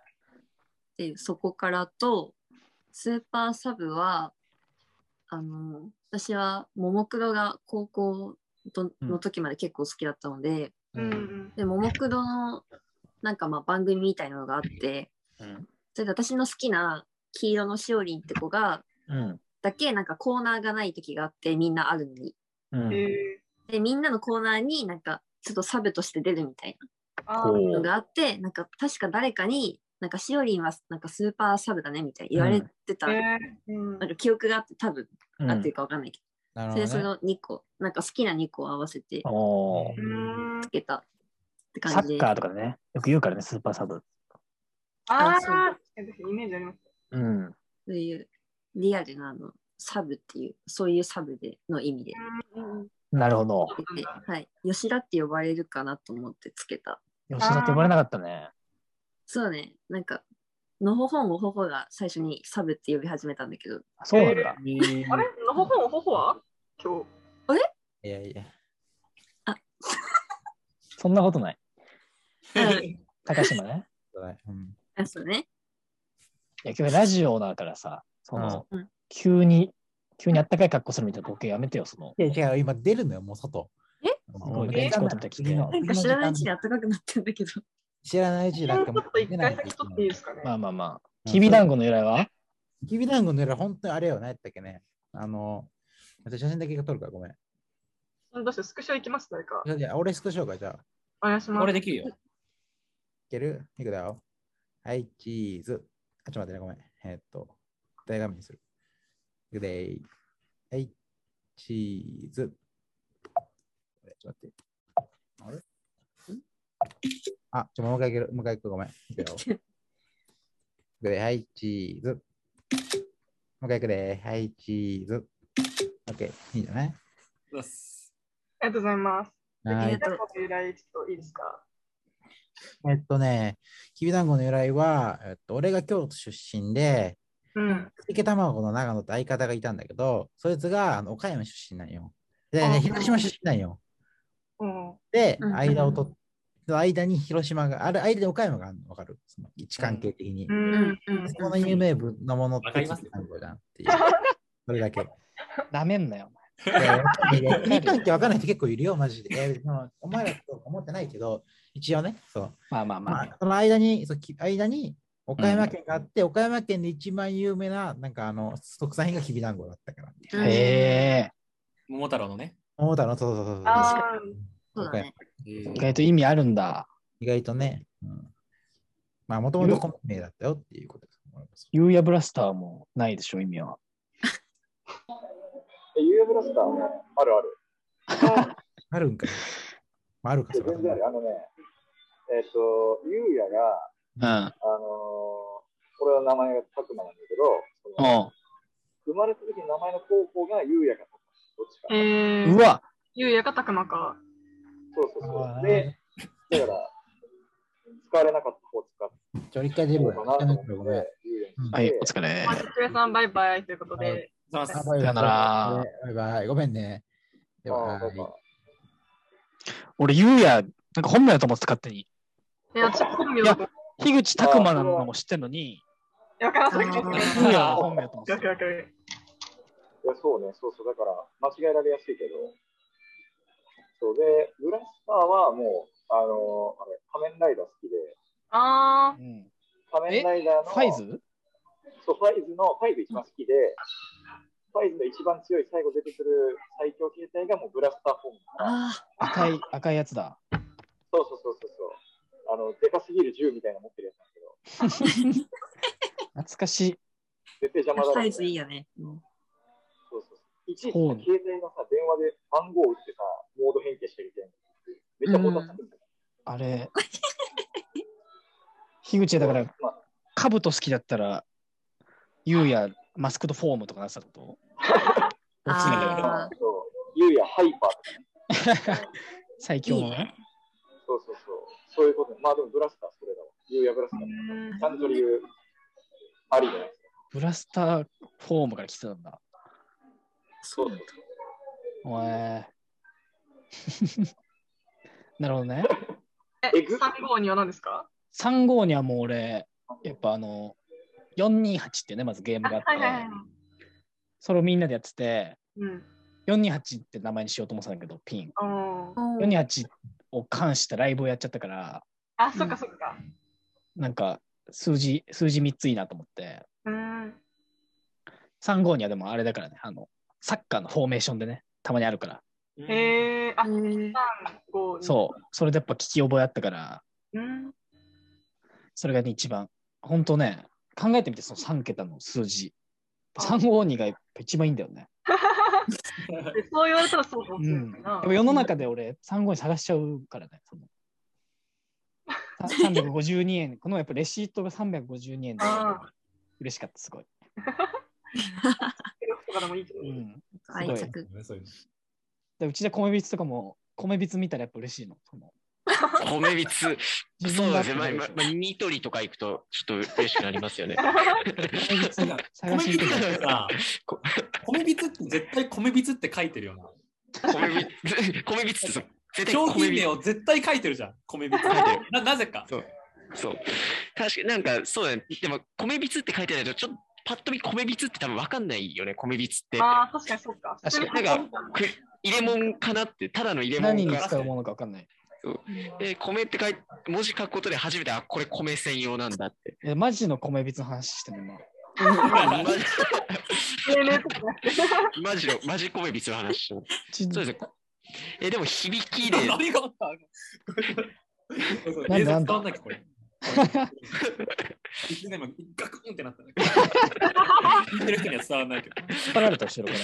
Speaker 4: ていう、そこからと、スーパーサブは、あの、私は、ももクロが高校との時まで結構好きだったので、
Speaker 1: うんうん。
Speaker 4: で、ももクロのなんかまあ番組みたいなのがあって、
Speaker 2: うん
Speaker 4: それで私の好きな黄色のしおりんって子が、
Speaker 2: うん。
Speaker 4: だけなんかコーナーがない時があって、みんなあるのに。
Speaker 2: うん。
Speaker 1: え
Speaker 4: で、みんなのコーナーになんかちょっとサブとして出るみたい
Speaker 1: ー、あー
Speaker 4: な
Speaker 2: お
Speaker 4: の
Speaker 2: お。
Speaker 4: があって、なんか確か誰かに、なんかしおりんはなんかスーパーサブだねみたいな言われてた、
Speaker 1: えーうん
Speaker 4: なんか記憶があって多分、
Speaker 2: うん
Speaker 4: あっていうかわかんないけ
Speaker 5: な
Speaker 4: ど、
Speaker 5: るほ
Speaker 4: それでそ
Speaker 5: ど、ね。
Speaker 4: の2個、なんか好きな2個を合わせて
Speaker 2: おー
Speaker 1: うーん
Speaker 4: つけたって
Speaker 2: サ
Speaker 4: 感
Speaker 2: ッ
Speaker 4: じで。
Speaker 2: カーとかでね、よく言うからね、スーパーサブ。
Speaker 1: あ
Speaker 4: あそう
Speaker 1: ー、確かにイメージあります。
Speaker 2: うん。
Speaker 4: そういうリアルなあのサブっていう、そういうサブでの意味で
Speaker 1: うんうん
Speaker 2: なるほど。
Speaker 4: つけて、はい、吉田って呼ばれるかなと思ってつけた。
Speaker 2: 吉田って呼ばれなかったね。
Speaker 4: そうね、なんか、のほほんおほほが最初にサブって呼び始めたんだけど、
Speaker 2: あそうなんだ。
Speaker 1: あれのほほんおほほは今日。
Speaker 5: いやいや。
Speaker 2: そんなことない。
Speaker 4: はい
Speaker 2: 高島ね。
Speaker 5: うん
Speaker 4: あそうね、
Speaker 2: いや、今日ラジオだからさ、その
Speaker 4: うん、
Speaker 2: 急に、急にあったかい格好するみたいなボケやめてよ、その。
Speaker 5: いや違う、今出るのよ、もう外。
Speaker 4: え
Speaker 5: もう
Speaker 2: え
Speaker 5: 時間だから次の
Speaker 4: なんか知らないうちに暖かくなってんだけど、
Speaker 5: 知らないうちに
Speaker 1: ち
Speaker 5: なん
Speaker 1: ょ
Speaker 5: か
Speaker 1: っ
Speaker 5: もう
Speaker 1: と一回先取っていい
Speaker 5: い。
Speaker 1: ですかね。
Speaker 2: まあまあまあ。
Speaker 5: うん
Speaker 2: きびだんごの由来は
Speaker 5: きびだんごのよりは本当にあれよ、何やったっけね。あの、私写真だけ撮るからごめん。
Speaker 1: どうしよう、スクショ行きます、誰か。
Speaker 5: じゃあ俺スクショか、じゃ
Speaker 1: お
Speaker 5: あ。い
Speaker 1: 願いします。
Speaker 7: これできるよ。
Speaker 5: けるいくだよ。はい、チーズ。あ、ちょっと待ってね、ごめん。えーっと、大画面にする。いくでーはい、チーズ。えちょっと待って。あれあ、ちょ、もう一回いける。もう一回いく。ごめん。いくよくで、はい、チーズ。もう一回いくで、はい、チーズ。OK、いいんじゃない
Speaker 1: ありがとうございます。
Speaker 5: は
Speaker 1: き
Speaker 5: い
Speaker 1: び。だんごの由来、ちょっといいですか
Speaker 5: えっとね、きびだんごの由来は、えっと、俺が京都出身で、
Speaker 1: うん。
Speaker 5: 池卵の長野って相方がいたんだけど、そいつがあの岡山出身なんよ。で、
Speaker 1: あ
Speaker 5: ね、広島出身なんよ。
Speaker 1: うん。
Speaker 5: で、
Speaker 4: うん
Speaker 5: 間をとっ間に広島がある、間に岡山があるの分かるその位置関係的に。
Speaker 1: う
Speaker 4: うん
Speaker 1: ん。
Speaker 4: うん
Speaker 5: そこの有名分のものって
Speaker 7: わかります
Speaker 5: きび
Speaker 7: よ
Speaker 5: だんごじゃん っていう。それだけ。
Speaker 2: なめんなよ、
Speaker 5: いや、いい関係わかんない人結構いるよ、マジで。いや別にお前らと思ってないけど、一応ね、そう。
Speaker 2: お前。まあまあま
Speaker 5: ま
Speaker 2: あ、
Speaker 5: あ、その間に、そうき間に岡山県があって、岡山県で一番有名な、なんかあの、特産品がきびだんごだったから。
Speaker 4: うん
Speaker 2: へえ。
Speaker 7: 桃太郎のね。
Speaker 5: 桃太郎、そうそうそうそう。
Speaker 1: ああ、
Speaker 4: そうだね。
Speaker 2: 意外と意味あるんだ。
Speaker 5: 意外とね。うん、まあ、もともとコンビ名だったよっていうことです。
Speaker 2: ユーヤブラスターもないでしょ、意味は。
Speaker 8: え、UA ブラスターね、あるある。
Speaker 5: あるんかい、まあ、あるか、
Speaker 8: い
Speaker 5: そ
Speaker 8: や
Speaker 5: れ
Speaker 8: 全然あ
Speaker 5: は。
Speaker 8: る。あのね、えっ、と、ゆうやが、
Speaker 2: うん。うん。
Speaker 8: あのー、俺は名前がたくまなんだけど、その
Speaker 2: う
Speaker 8: 生まれた時の名前の高校がゆうやかとか、どっちか。
Speaker 1: え
Speaker 2: んう
Speaker 1: ー、
Speaker 2: わ
Speaker 1: ゆうやかたくまか。
Speaker 8: そうそう
Speaker 5: あー
Speaker 8: そう。で、だから、使われなかった方を使っ
Speaker 5: ちょ、一回出
Speaker 8: て
Speaker 5: る
Speaker 8: こう
Speaker 5: わ。
Speaker 8: かな
Speaker 5: 一回出
Speaker 8: と思って
Speaker 5: るわごめん。、
Speaker 8: ゆうや
Speaker 5: うん
Speaker 8: にして、
Speaker 2: はい、お疲れ
Speaker 1: ま。ず、つえさん、バイバイということで。
Speaker 7: さ
Speaker 5: あ
Speaker 7: あ
Speaker 5: バイバイ
Speaker 2: さよなら
Speaker 5: バイバイ。ごめんね。で
Speaker 8: あ
Speaker 5: は
Speaker 8: あ、そうか。
Speaker 2: 俺、ユーヤ、なんか本名だと思ってた勝手に。
Speaker 1: いや、ちょっと本名だと思
Speaker 2: 樋口拓磨なのも知ってるのに、
Speaker 1: う。わかります。わか
Speaker 2: ユ
Speaker 4: あー
Speaker 2: ーヤは本名だと思って
Speaker 1: るわ
Speaker 2: た。
Speaker 1: かる。
Speaker 8: いや、そうね、そうそう、だから、間違えられやすいけど、そうで、ブラスターはもう、あのーあれ、仮面ライダー好きで、
Speaker 1: あ
Speaker 2: うん、
Speaker 8: 仮面ライダーの、
Speaker 2: ファイズ
Speaker 8: そう、ファイズの、ファイズ一番好きで、ファイズの一番強い、最後出てくる最強形態がもうブラスターフォーム。
Speaker 4: あ
Speaker 2: 赤い、赤いやつだ。
Speaker 8: そうそうそうそうそう。あの、でかすぎる銃みたいなの持ってるやつなんだけど、
Speaker 2: 懐かしい。
Speaker 8: 絶対邪魔
Speaker 4: あ、
Speaker 8: だろ
Speaker 4: サ
Speaker 8: うね
Speaker 4: イズいいよね。うん
Speaker 8: そうそうそう。いちいちさ携帯のさ、電話で番号打ってさ、モード変形してるみたいな。めっちゃボタンつくんだよ。
Speaker 2: あれ。樋口はだから、
Speaker 8: まあ
Speaker 2: カブト好きだったら、ユーヤ、マスクドフォームとかなってたことどっちなんだ
Speaker 4: あ
Speaker 8: そう、ゆうやハイパー と
Speaker 2: けど。
Speaker 8: か、
Speaker 2: 最強のね。
Speaker 8: そうそうそう、そういうことね。まあでもブラスターそれだわ。ゆうやブラスター。ち
Speaker 1: ー。
Speaker 8: ゃんと理由ありじゃないですか。
Speaker 2: ブラスターフォームから来てたんだ。
Speaker 8: そうそう
Speaker 2: おえ。 なるほどね。
Speaker 1: え、3号には何ですか
Speaker 2: 3号にはもう俺、
Speaker 8: そう。
Speaker 2: やっぱあの、428っていうね、まずゲームがあって、
Speaker 1: はいはいはい。
Speaker 2: それをみんなでやってて、
Speaker 1: うん。
Speaker 2: 428って名前にしようと思ってたんだけど、ピン。
Speaker 1: あー
Speaker 4: ー
Speaker 2: 428を冠したライブをやっちゃったから、
Speaker 1: あ、そっかそっか。
Speaker 2: なんか数字、数字3ついいなと思って、
Speaker 1: うん。
Speaker 2: 3号にはでもあれだからね、あの、サッカーのフォーメーションでね、たまにあるから、
Speaker 1: へえー、あ、
Speaker 4: うん
Speaker 1: 号に。
Speaker 2: そう、それでやっぱ聞き覚えあったから、
Speaker 1: う。うん。
Speaker 2: それがね、一番。本当ね、考えてみて、その3桁の数字。
Speaker 1: あ
Speaker 2: 352がやっぱ一番いいんだよね。
Speaker 1: でそう言われたらそうかもしれない
Speaker 2: や
Speaker 1: な
Speaker 2: っ。ぱ世の中で俺、352探しちゃうからね。そのさ352円、このやっぱレシートが352円で
Speaker 1: ああ、
Speaker 2: 嬉しかった、すごい。
Speaker 1: テレとかでもいいけど。
Speaker 2: うん、
Speaker 4: 愛着。
Speaker 7: そういうの
Speaker 2: でうちで米びつとかも、米びつ見たらやっぱ嬉しいの。その
Speaker 6: 米びつ、
Speaker 2: 自
Speaker 6: そ
Speaker 2: 分
Speaker 6: う
Speaker 2: が
Speaker 6: ですね。まあ、まあまあ、ニトリとか行くと、ちょっと嬉しくなりますよね。
Speaker 2: 米びつ探
Speaker 7: 米
Speaker 2: し
Speaker 7: び
Speaker 2: に行く
Speaker 7: つっ
Speaker 2: の
Speaker 7: てさ
Speaker 6: こ、
Speaker 7: 米びつって絶対米びつって書いてるよな。
Speaker 6: 米びつ、米びつってそう、絶対
Speaker 7: 商
Speaker 6: 米
Speaker 7: 品
Speaker 6: びつ
Speaker 7: 名を絶対書いてるじゃん、米びつ。
Speaker 6: 書いてる。
Speaker 7: ななぜか。
Speaker 6: そう。確かになんか、そうだね。でも、米びつって書いてないと、ちょっと、パッと見米びつって多分わかんないよね、米びつって。
Speaker 1: ああ、確かにそうか。
Speaker 2: 確
Speaker 6: かになんく入れ物かなって、ただの入れ
Speaker 2: 何
Speaker 6: 物
Speaker 2: に
Speaker 6: かな
Speaker 2: 使うものか分かんない。
Speaker 6: で、米って書い文字書くことで初めて、あ、これ米専用なんだって。
Speaker 2: えマジの米びつの話してるの、今。
Speaker 6: マジ
Speaker 1: ねねとかね。
Speaker 6: マジの、マジ米びつの話。そう
Speaker 2: ち
Speaker 6: ですね。え、でも、響きで、
Speaker 7: 何があったそうそ
Speaker 2: な
Speaker 7: う
Speaker 2: んだ
Speaker 7: 映像
Speaker 2: なんだ
Speaker 7: 伝わんないか、これ。一瞬今、ガクンってなったね。聞いてる人には伝わんないけど。
Speaker 2: 引っ張られた後ろか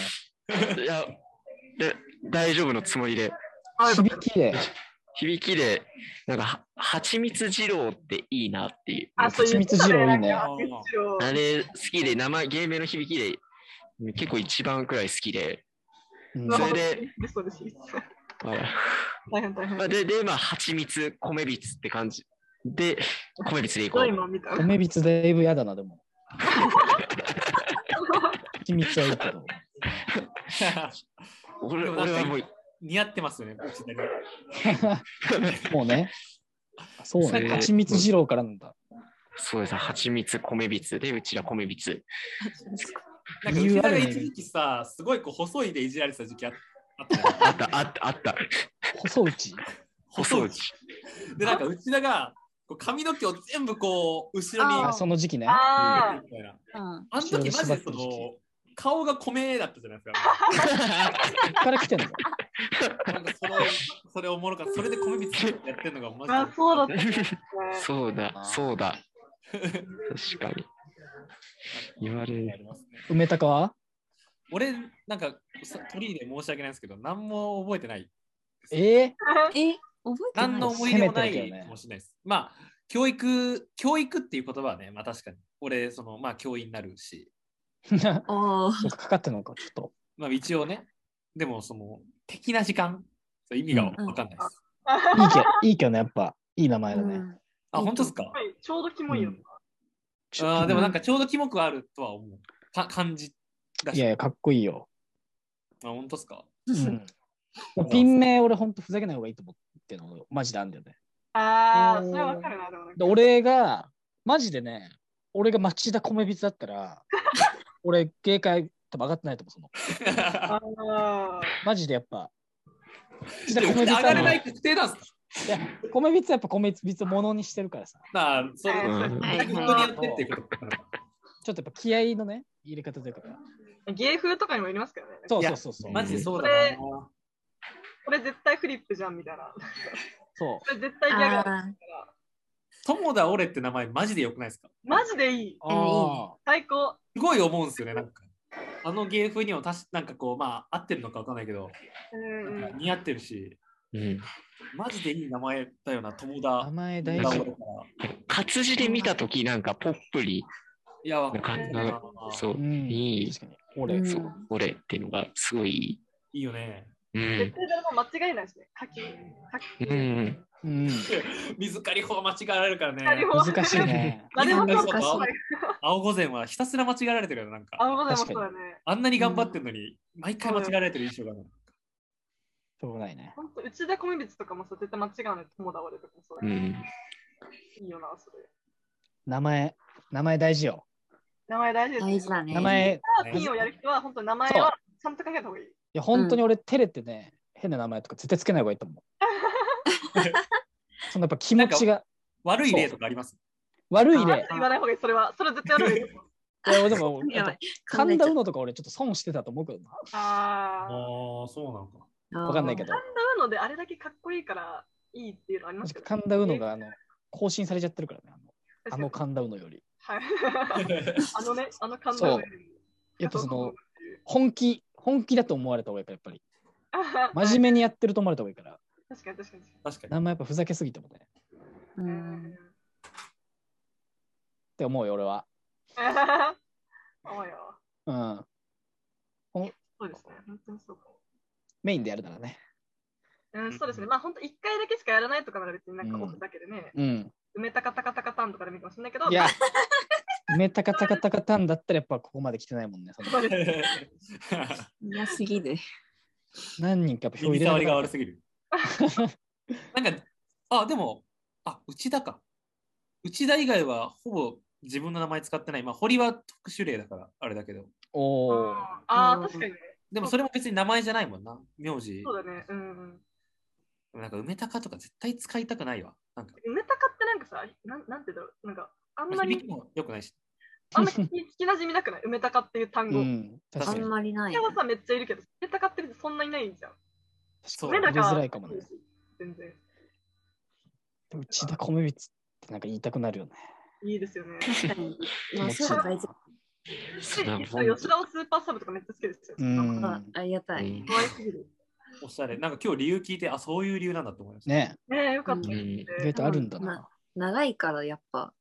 Speaker 2: ら。
Speaker 6: いや、で、大丈夫のつもりで、
Speaker 1: あ
Speaker 2: 響きで。
Speaker 6: 響きで、なんかは、蜂蜜二郎っていいなっていう。
Speaker 1: あ、そういう。
Speaker 2: 蜂蜜二郎いいね
Speaker 1: 蜂蜜二郎
Speaker 6: あれ好きで、名前、芸名の響きで、結構一番くらい好きで。
Speaker 2: うん
Speaker 6: それで、
Speaker 1: そうです。そうです
Speaker 6: まあ
Speaker 1: 大変大変
Speaker 6: ま。あで、で、まあ、蜂蜜、米蜜って感じ。で、米蜜でいこ
Speaker 1: ドイ
Speaker 6: う。
Speaker 1: マンみたいな。
Speaker 2: 米びつだいぶ嫌だな、でも。蜂蜜はいいけど。
Speaker 6: 俺俺はもう、
Speaker 7: 似合ってますよね、口だけ
Speaker 2: もうね。あそうね。蜂蜜二郎からなんだ。
Speaker 6: そうですね、蜂蜜、米蜜で、うちら米蜜。
Speaker 7: なんか、
Speaker 2: 理由
Speaker 7: 内
Speaker 2: あ
Speaker 7: 田が
Speaker 2: るね
Speaker 7: 一時期さ、すごいこう細いでいじられてた時期ああったよね
Speaker 6: あった、あった、あ った。
Speaker 2: 細打ち。
Speaker 6: 細打ち。
Speaker 7: で、なんか内田がこう髪の毛を全部こう、後ろに
Speaker 4: あ
Speaker 2: あその時期ね。
Speaker 1: ああ、
Speaker 7: みたいな。
Speaker 4: うん。
Speaker 7: あの時マジでそ
Speaker 2: 後ろに縛
Speaker 7: の
Speaker 2: ってる
Speaker 7: 顔が米だったじゃないです
Speaker 2: そこから来てんの。
Speaker 7: か。なんかそれそれおもろかった。それで米びつやってるのがマ
Speaker 1: あ
Speaker 7: ジで。
Speaker 1: そうだ ったね。
Speaker 6: そうだ、そうだ。確かに。言われる
Speaker 7: ありますね。
Speaker 2: 梅高は
Speaker 7: 俺、なんかさ鳥居で申し訳ないんですけど、何も覚えてない。
Speaker 2: ええ
Speaker 4: え、覚えてない
Speaker 7: 何の思い出もな
Speaker 2: 攻めてる
Speaker 7: い
Speaker 2: けどね
Speaker 7: かもしれないです。まあ、教育、教育っていう言葉はね、まあ確かに。俺、その、まあ教員になるし、
Speaker 2: ー
Speaker 4: おー
Speaker 2: そうかかかってんのか、ちょっと。
Speaker 7: まあ一応ね、でもその、的な時間、意味がわかんないです。
Speaker 2: いいけど、いいけどね、やっぱ。いい名前だ
Speaker 4: う
Speaker 2: ね。
Speaker 4: ん
Speaker 7: あ、本当ですか
Speaker 1: はいちょうどキモいよ。
Speaker 2: ちょ
Speaker 7: あーでもなんかちょうどキモくあるとは思う。か感じだ
Speaker 2: い
Speaker 7: し。
Speaker 2: やい
Speaker 7: あ、
Speaker 2: や、かっこいいよ。
Speaker 7: 本当ですか
Speaker 2: うん。ピン名、俺、ほんとふざけない方がいいと思ってるの、マジであんだよね。
Speaker 1: ああ、それはわかるな。でもなんか
Speaker 2: で俺が、マジでね、俺が町田米びつだった ら、俺、芸会多分上がってないと思う、その。
Speaker 1: ああ、
Speaker 2: マジでやっぱ。町田
Speaker 7: でも
Speaker 2: 米
Speaker 7: 上
Speaker 2: びつは
Speaker 7: がれない確定なんすか
Speaker 2: いや、米びつはやっぱ米びつをものにしてるからさ。
Speaker 7: まあ、それ、
Speaker 1: う
Speaker 6: うん
Speaker 4: はい
Speaker 7: 本当に
Speaker 4: は
Speaker 7: やってっていうことかな。
Speaker 2: ちょっとやっぱ気合のね、入れ方というか。
Speaker 1: 芸風とかにもよりますからね。
Speaker 2: そう
Speaker 7: い
Speaker 2: そ
Speaker 7: や
Speaker 2: うそうそう。
Speaker 7: マジでそうだな。
Speaker 1: これ絶対フリップじゃんみたいな。
Speaker 2: そう。
Speaker 1: これ絶対
Speaker 4: い。
Speaker 1: ギャグだから。
Speaker 4: あー
Speaker 7: 友田俺って名前マジでよくないですか
Speaker 1: マジでいい。
Speaker 2: ああ
Speaker 1: 最高。
Speaker 7: すごい思うんですよね、なんか。あの芸風にもたし、なんかこう、まあ、合ってるのかわかんないけど、
Speaker 1: うんうん。
Speaker 7: 似合ってるし、
Speaker 6: うん
Speaker 7: マジでいい名前だよな、友
Speaker 2: ー、名
Speaker 7: 田。
Speaker 2: 前大
Speaker 6: な
Speaker 7: 友田
Speaker 6: ん
Speaker 2: 事
Speaker 6: か。
Speaker 7: 俺から
Speaker 6: 活字で見たとき、なんかポップリ
Speaker 7: いや、わか
Speaker 6: なんか
Speaker 7: ないな。
Speaker 6: そうう、
Speaker 2: ん。
Speaker 6: いい
Speaker 2: 確かに。俺、
Speaker 4: うん
Speaker 6: そう、俺っていうのがすごい、
Speaker 7: いいよね。
Speaker 6: う
Speaker 1: 絶
Speaker 6: ん、
Speaker 1: 対誰も間違いないしね。書き。
Speaker 6: うん、
Speaker 2: うん。
Speaker 7: 水刈り法間違えられるから
Speaker 1: なる
Speaker 7: ね。
Speaker 1: ほど
Speaker 2: 難しい。ね。
Speaker 1: 誰も評価
Speaker 7: 難し
Speaker 1: し
Speaker 7: い
Speaker 1: ない。
Speaker 7: 青御前はひたすら間違えられてるよ、なんか。
Speaker 1: あ、ごめん、そうだね。
Speaker 7: あんなに頑張ってるのに、毎回間違えられてる印象がある。
Speaker 2: しょうがないね。
Speaker 1: 本当、内田コミュニティとかもさ、絶対間違うね。友だ俺とかもそうだ
Speaker 6: う
Speaker 1: けど
Speaker 6: ん。
Speaker 1: いいよな、それ。
Speaker 2: 名前、名前大事よ。
Speaker 1: 名前大事ですね。
Speaker 4: 大事だね。
Speaker 2: 名前、い
Speaker 1: パーティーをやる人は、本当に名前はちゃんと考えた方がいい。
Speaker 2: や、本当に俺、照れてね、変な名前とか絶対つけない方がいいと思う。そのやっぱ気持ちが
Speaker 7: 悪い例とかあります。
Speaker 2: 悪い
Speaker 1: あ
Speaker 2: ね。
Speaker 1: 言わない方がいい、それは。それは絶対や る。
Speaker 2: いや、でも、
Speaker 4: やばい。
Speaker 2: 神田うのとか俺ちょっと損してたと思うけどな。
Speaker 7: あ
Speaker 1: ああ。
Speaker 7: あ、そうなのか。
Speaker 2: わかんないけど。
Speaker 1: なので、あれだけかっこいいからいいっていうのありますけど。
Speaker 2: 神田うのがあの更新されちゃってるからね。あのあの
Speaker 1: 確かに
Speaker 2: 神田うのより。
Speaker 1: はい。 あのね、あの感
Speaker 2: そう
Speaker 1: 動。
Speaker 2: やっぱその、本気、本気だと思われた方がいいから、やっぱり。真
Speaker 1: 真
Speaker 2: 面目にやってると思われた方がいいから。
Speaker 1: 確かに確かに。
Speaker 7: 確 かに。
Speaker 2: 名前やっぱふざけすぎてもね。っ
Speaker 4: うん。
Speaker 2: て思うよ、俺は。
Speaker 1: そうよ。
Speaker 2: うん。
Speaker 1: そうですね。本当にそうかも。
Speaker 2: メインでやるならね。
Speaker 1: うん、そうですね。まあ本当一回だけしかやらないとかなら別になんかオフだけでね、
Speaker 2: うん。
Speaker 1: 埋めたかたかたかたんとかでもいいかもしれないけど、
Speaker 2: いや、めたかたかたかたんだったらやっぱここまで来てないもんね。そ の
Speaker 1: そうですね。
Speaker 4: 嫌すぎる。
Speaker 2: 何人かやっぱ票入
Speaker 7: 耳
Speaker 2: れな
Speaker 7: 障りが
Speaker 2: い
Speaker 7: 悪すぎる。なんか、あ、でも、あ、内田か。内田以外はほぼ自分の名前使ってない。まあ、堀は特殊例だから、あれだけど。
Speaker 2: お お。
Speaker 1: ああ、確かにね。
Speaker 7: でもそれも別に名前じゃないもんな。名字。
Speaker 1: そうだね。うん。
Speaker 7: なんか梅高とか絶対使いたくないわ。なんか、
Speaker 1: 埋めたかってなんかさ、なんなんて言うんだろう。なんか、あんま
Speaker 7: 響き
Speaker 1: り、
Speaker 7: も良くないし。
Speaker 1: あんまり聞き馴染みなくない。埋めたかっていう単
Speaker 2: う
Speaker 1: 語。
Speaker 2: ん。確
Speaker 4: あ
Speaker 2: か
Speaker 4: ん
Speaker 2: に。
Speaker 4: まりない
Speaker 1: で。もさ、めっちゃいるけど、埋めたかってるってそんなにないんじゃん。
Speaker 7: そう
Speaker 2: 入
Speaker 1: 俺
Speaker 2: れ
Speaker 1: らが
Speaker 2: づらいかもね。
Speaker 1: 全然。
Speaker 2: うちだ米びつってなんか言いたくなるよね。
Speaker 1: いいですよね。
Speaker 4: 確かに。
Speaker 2: 気
Speaker 4: まあ、
Speaker 2: 持ちいい
Speaker 4: そういうの
Speaker 2: な
Speaker 4: 大事。
Speaker 1: 吉田をスーパーサブとかめっちゃ好きですよ。
Speaker 2: う
Speaker 1: なんか
Speaker 2: ん。
Speaker 4: あありがた
Speaker 6: う
Speaker 4: い。
Speaker 6: ん
Speaker 1: 可愛すぎる。
Speaker 7: おしゃれ。なんか今日理由聞いて、あ、そういう理由なんだと思いました。
Speaker 2: ね
Speaker 1: ねえ、よかった
Speaker 4: う
Speaker 1: です
Speaker 6: ん
Speaker 1: ね。
Speaker 2: 意外とあるんだ
Speaker 4: ま
Speaker 2: な。
Speaker 4: 長いからやっぱ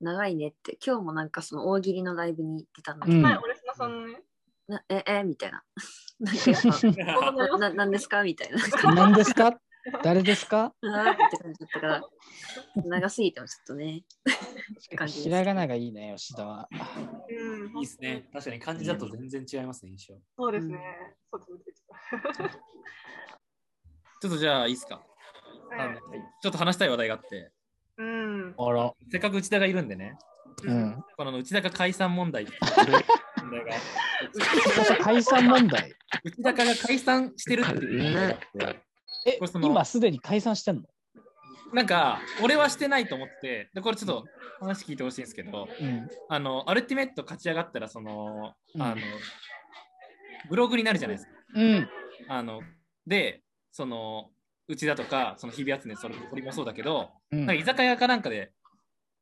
Speaker 4: 長いねって今日もなんかその大喜利のライブに行ってたんだけ
Speaker 2: う
Speaker 4: ど、
Speaker 2: ん。
Speaker 1: はい、俺島さんのね。
Speaker 4: なええみたいな なんかや っぱ
Speaker 1: そうなります
Speaker 4: なななんですかみたいな
Speaker 2: 何ですか誰ですか
Speaker 4: なーって感じだったから長すぎてもちょっとねって感じです
Speaker 2: ひらがながいいね、吉田は。
Speaker 1: うん、
Speaker 7: いいですね。確かに漢字だと全然違いますね、印象。
Speaker 1: そうですね
Speaker 4: う。
Speaker 1: そうですね。
Speaker 7: ちょっとじゃあいいですか。あの
Speaker 1: はい
Speaker 7: ちょっと話したい話題があって、
Speaker 1: うん。
Speaker 2: あら。
Speaker 7: せっかく内田がいるんでね、
Speaker 2: うん。
Speaker 7: この内田が解散問題っていう問題 が、
Speaker 2: そして解散問題。
Speaker 7: 内田が解散してるっていう問題があって、
Speaker 2: え
Speaker 7: これそ、の
Speaker 2: 今すでに解散してんの
Speaker 7: なんか俺はしてないと思って、でこれちょっと話聞いてほしいんですけど、
Speaker 2: うん。
Speaker 7: あの、アルティメット勝ち上がったら、その、
Speaker 2: うん
Speaker 7: あの、ブログになるじゃないですか。
Speaker 2: うん。
Speaker 7: あの、で、その、内田とか、その日比谷恒それ堀もそうだけど、
Speaker 2: う
Speaker 7: なんか
Speaker 2: ん、
Speaker 7: 居酒屋かなんかで、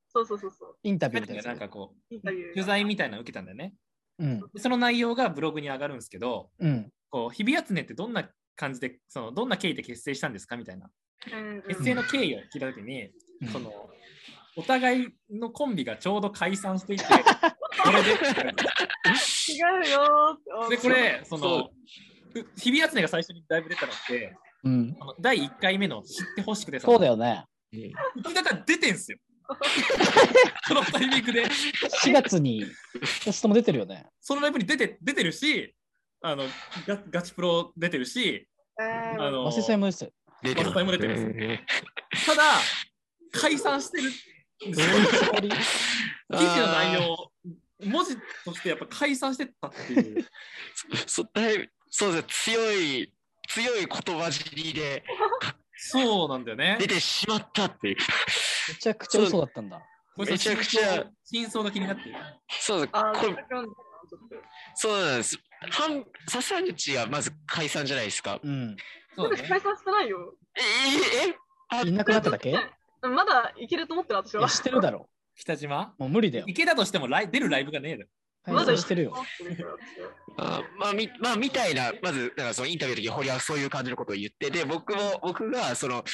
Speaker 1: そうそうそうそう。
Speaker 2: インタビューみたいな
Speaker 7: な
Speaker 2: や
Speaker 7: ん
Speaker 2: つ。
Speaker 7: かこう、
Speaker 1: インタビュー。
Speaker 7: 取材みたいなの受けたんだよね。
Speaker 2: うん。
Speaker 7: でその内容がブログに上がるんですけど、
Speaker 2: うん。
Speaker 7: こう日比谷恒ってどんな感じで、そのどんな経緯で結成したんですかみたいな、
Speaker 1: うん
Speaker 7: 結成の経緯を聞いたときに、
Speaker 2: うん
Speaker 7: その、お互いのコンビがちょうど解散していて、これで、
Speaker 1: 違うよーって。
Speaker 7: で、これ、その
Speaker 6: そ、
Speaker 7: う日比谷恒が最初にライブ出たのって、
Speaker 2: うん。
Speaker 7: あの第1回目の知ってほしくてさ、
Speaker 2: そうだよね。
Speaker 7: だから出てんすよ。そのタイミングで、
Speaker 2: 4月に、2つとも出てるよね。
Speaker 7: そのライブに出て出てるし、あのガガチプロ出てるし、
Speaker 1: え
Speaker 7: あ
Speaker 1: ー
Speaker 7: の
Speaker 2: 忘れさえもですよ。
Speaker 6: 出て
Speaker 7: バスタイも出てます
Speaker 6: ね。
Speaker 7: ただ、解散してるん ですよ。記事の内容、文字としてやっぱ解散してたっていう。
Speaker 6: そだいぶそうですね強い強い言葉尻で
Speaker 7: そうなんだよね
Speaker 6: 出。てしまったっていう。
Speaker 2: めちゃくちゃ嘘だったんだ。
Speaker 7: これ
Speaker 6: めちゃくちゃ
Speaker 7: 真相が気になってる。
Speaker 6: そうです
Speaker 1: あー、
Speaker 6: こ
Speaker 1: これ
Speaker 6: れ。そうなんです。半笹口がまず解散じゃないですか。
Speaker 2: うん。
Speaker 7: そうだ
Speaker 1: 解
Speaker 7: ね。
Speaker 1: 散してないよ。
Speaker 6: えええあ
Speaker 2: いなくなっただけい
Speaker 1: まだいけると思ってる、私は
Speaker 2: や、。してるだろ。
Speaker 7: 北島
Speaker 2: もう無理だよ。
Speaker 7: 池田としてもライ出るライブがねえだよ。
Speaker 2: 解散してるよ。
Speaker 6: あまあみまあみたいなまずなんかそのインタビューの時堀はそういう感じのことを言ってで僕も僕がそのだか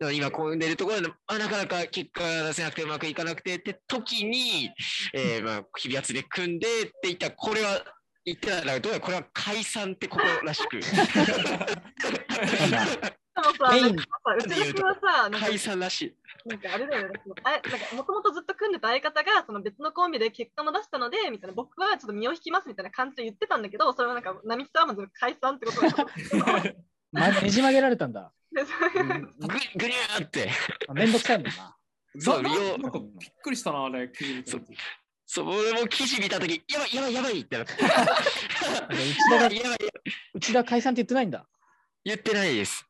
Speaker 6: ら今混んでるところで、あ、なかなか結果が出せなくてうまくいかなくてって時に、えーまあ日比谷で組んでって言ったらこれは言ったらどうやらこれは解散ってことらしく
Speaker 1: でもさ、なんかさ、
Speaker 2: メイン
Speaker 1: うちの人はさ、なんか
Speaker 6: 解散らしい。
Speaker 1: なんかあれだよね、そのあなんかもともとずっと組んでた相方がその別のコンビで結果も出したので、みたいな僕はちょっと身を引きますみたいな感じで言ってたんだけど、それはなんか並木さんはまず解散ってことだと思って
Speaker 2: まねじ曲げられたんだ。
Speaker 1: でそれで
Speaker 6: ぐぐにゃーって。
Speaker 2: あめんどくさいもんな。
Speaker 6: そう、
Speaker 7: な
Speaker 6: よ
Speaker 7: なんかびっくりしたな、あれ。記事見た時
Speaker 6: そう俺も記事見たとき、やばい、やばい、やばいってなって。やば
Speaker 2: 内田が
Speaker 6: い、やばい、
Speaker 2: 内田解散って言ってないんだ。
Speaker 6: 言ってないです。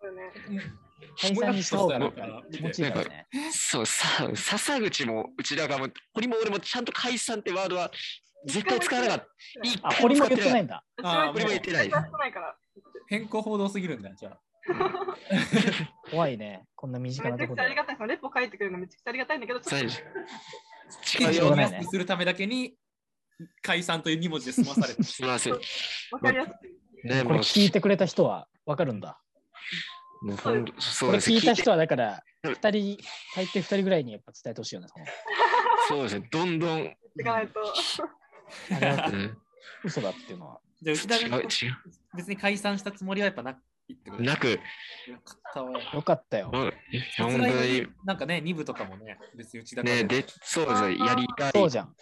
Speaker 2: 解散にした方がなんか気持ちいいからね。
Speaker 6: そう、さ、笹口も内田がも、堀も俺もちゃんと解散ってワードは絶対使わなかった。一
Speaker 2: あ、
Speaker 6: 回
Speaker 2: 堀も
Speaker 6: 使。
Speaker 2: 言ってないいんだ。
Speaker 7: あー
Speaker 6: 堀も言ってな
Speaker 1: 解
Speaker 6: い
Speaker 1: 散してないから、
Speaker 7: 変更報道すぎるんだ、じゃあ。
Speaker 2: 怖いね。こんな身近
Speaker 1: め
Speaker 2: な
Speaker 1: ち
Speaker 2: と
Speaker 1: ゃ
Speaker 2: こ
Speaker 1: くちゃ
Speaker 2: ろ
Speaker 1: あり
Speaker 2: で。
Speaker 1: がたい、そのレポ書いてくれるのめちゃくちゃありがたいんだけど、ちょっと
Speaker 6: 違う
Speaker 7: 記
Speaker 2: し
Speaker 7: 事
Speaker 2: ょうが
Speaker 6: よ
Speaker 7: を
Speaker 2: な。い
Speaker 7: 安
Speaker 2: ね
Speaker 7: くするためだけに解散という2文字で済まされた。
Speaker 6: すみません。
Speaker 1: 分かりやすくて。
Speaker 6: ね、
Speaker 2: こ
Speaker 6: も
Speaker 2: れ
Speaker 6: う、
Speaker 2: 聞いてくれた人はわかるんだ。
Speaker 6: もうほんとそ
Speaker 2: こ
Speaker 6: う
Speaker 2: れ
Speaker 6: です
Speaker 2: 聞いた人はだから、
Speaker 6: 聞
Speaker 2: 二
Speaker 6: い
Speaker 2: 人、大抵二人ぐらいにやっぱ伝えてほしいよね。その
Speaker 6: そうですね、どんどん、うん
Speaker 1: 言っていかないと。
Speaker 2: あれは
Speaker 6: 違う、
Speaker 2: 嘘だっていうのは。
Speaker 7: じゃあ、内田が
Speaker 6: 違
Speaker 7: 別に解散したつもりはやっぱなくってこ
Speaker 6: う、
Speaker 7: と
Speaker 6: なく、
Speaker 7: よかったわ。
Speaker 2: よかったよ
Speaker 6: う。んいや
Speaker 7: 本
Speaker 6: 本
Speaker 7: 当
Speaker 6: 当
Speaker 7: に
Speaker 6: に、
Speaker 7: なんかね、2部とかもね、別に内田が
Speaker 6: ね、で、そうですね、やりたい
Speaker 2: そう、じゃん。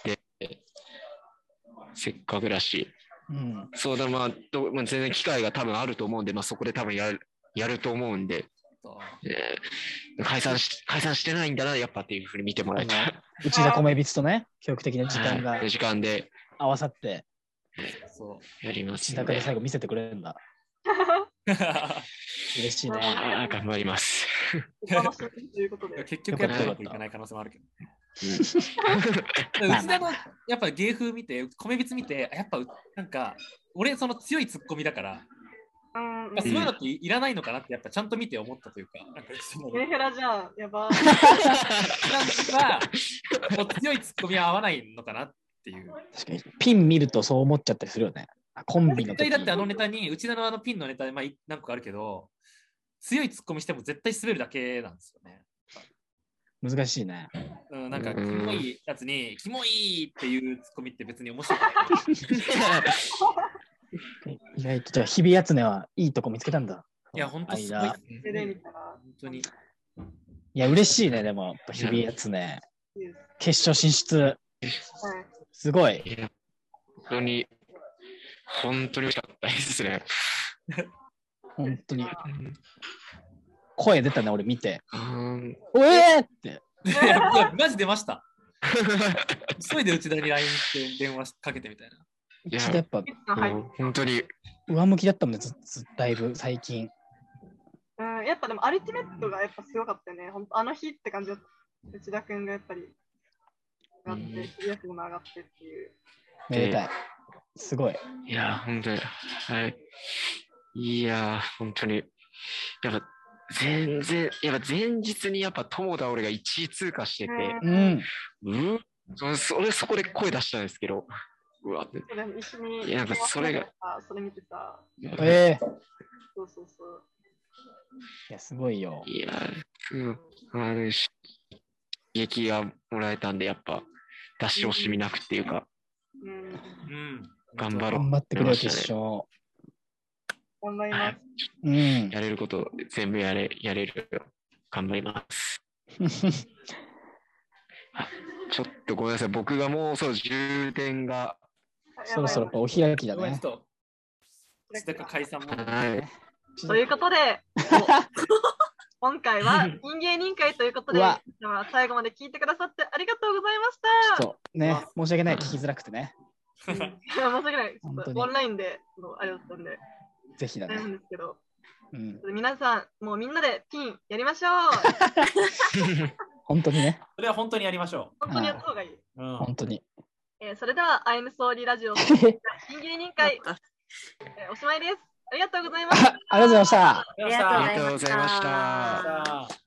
Speaker 6: せっかくだし。
Speaker 2: うん。
Speaker 6: そうだ、まあ、どまあ、全然機会が多分あると思うんで、まあ、そこで多分やるやると思うんで、えー解散し、解散してないんだな、やっぱっていうふうに見てもらえたら、
Speaker 2: 内田米光とね、記録的な時間が
Speaker 6: はい時間で
Speaker 2: 合わさって、
Speaker 7: そう。
Speaker 6: やります
Speaker 2: 内
Speaker 6: の
Speaker 2: 田で
Speaker 6: で、
Speaker 2: 最後見せてくれるんだ。嬉しいね。
Speaker 6: あー頑張ります。
Speaker 1: お楽しみということで。
Speaker 7: 結局やっぱうまくいかない可能性もあるけど。
Speaker 2: まあ
Speaker 7: 内田のやっぱ芸風見て、米びつ見て、あやっぱなんか、俺その強いツッコミだから、
Speaker 1: うんうん
Speaker 7: まあ、そういうのっていらないのかなって、やっぱちゃんと見て思ったというか、なんかその
Speaker 1: メンヘラじゃん、やばー。
Speaker 7: なんかこう強いツッコミは合わないのかなっていう。
Speaker 2: 確かに、ピン見るとそう思っちゃったりするよね。コンビの
Speaker 7: 絶
Speaker 2: 時
Speaker 7: 対だってあのネタに、うちのあのピンのネタで、まあ、い何個かあるけど、強いツッコミしても絶対滑るだけなんですよね。
Speaker 2: 難しいね。
Speaker 7: うん、なんか、
Speaker 6: うん
Speaker 7: キモいやつに、キモいっていうツッコミって別に面白くない。
Speaker 2: 意外と、じゃあ、日々やつねはいいとこ見つけたんだ。
Speaker 7: いや、本当すごい
Speaker 2: 間
Speaker 7: ですね。
Speaker 1: それで見たら、
Speaker 7: 本当に。
Speaker 2: いや、嬉しいね、でも、やっぱ日々やつね。
Speaker 1: いいです。
Speaker 2: 決勝進出、
Speaker 1: はい。
Speaker 2: すごい。
Speaker 6: 本当に、本当に嬉しかったですね。
Speaker 2: 本当に。声出たね、俺見て。
Speaker 6: うーん
Speaker 2: おえーって。
Speaker 7: いや、いや マジ出ました。急いで内田に LINE して電話かけてみたいな。
Speaker 6: いや
Speaker 2: ちょっとやっぱ、
Speaker 1: いつの入っ
Speaker 6: もう本当に、
Speaker 2: 上向きだったもんね、ずずだいぶ、最近。
Speaker 1: うん、やっぱでもアルティメットがやっぱすごかったよね。ほんとあの日って感じだった。内田君がやっぱり上がって、昼休みも上がってっていう。
Speaker 2: めでたい。すごい。
Speaker 6: いや、本当に、はい。いや、本当に、やっぱ、全然、やっぱ前日にやっぱ友田俺が1位通過してて、
Speaker 2: うん。
Speaker 6: うんそそれそこで声出したんですけど、うわって。
Speaker 1: それ一緒に、
Speaker 6: いやなんかそれが
Speaker 1: あ、それ見てた。
Speaker 2: ええ
Speaker 1: そうそうそう。
Speaker 2: いや、すごいよ。
Speaker 6: いや、うん、あるし、刺激がもらえたんで、やっぱ、出し惜しみなくっていうか、
Speaker 1: うん、
Speaker 7: うん。
Speaker 6: 頑張ろう
Speaker 2: 頑張ってくれよ、決勝。
Speaker 1: 頑張ります。
Speaker 2: うん。
Speaker 6: やれること全部やれ、やれるよ。頑張ります。ちょっとごめんなさい、僕がもうそう充電が、
Speaker 1: あ
Speaker 2: そろそろやっぱお開きだ
Speaker 7: ごめんちょ
Speaker 2: ね
Speaker 7: っ。と、内田君解散も。
Speaker 6: はい、
Speaker 1: という ことで、お 今回は人芸人会ということで、
Speaker 2: うわ
Speaker 1: 皆様最後まで聞いてくださってありがとうございました。
Speaker 2: そう。ね、申し訳ない、聞きづらくてね。
Speaker 1: 申し訳ない。ちょ
Speaker 2: 本
Speaker 1: っ
Speaker 2: 当
Speaker 1: と
Speaker 2: に
Speaker 1: オンラインでのあれだったんで、
Speaker 2: ぜひだ
Speaker 1: 大変
Speaker 2: ね。
Speaker 1: ですけど、
Speaker 2: うん。
Speaker 1: 皆さん、もうみんなでピンやりましょ う。
Speaker 2: 本当にね。
Speaker 7: それは本当にやりましょ
Speaker 1: 本当にやった方がいい。
Speaker 7: う。うん。
Speaker 2: 本当に。
Speaker 1: えーそれでは、アイムソーリーラジオ人芸人会、 えーおしまいです。ありがとうございま
Speaker 2: あ
Speaker 1: した。
Speaker 2: ありがとうございました。
Speaker 4: ありがとうございました
Speaker 6: ありがとうございました
Speaker 7: さあ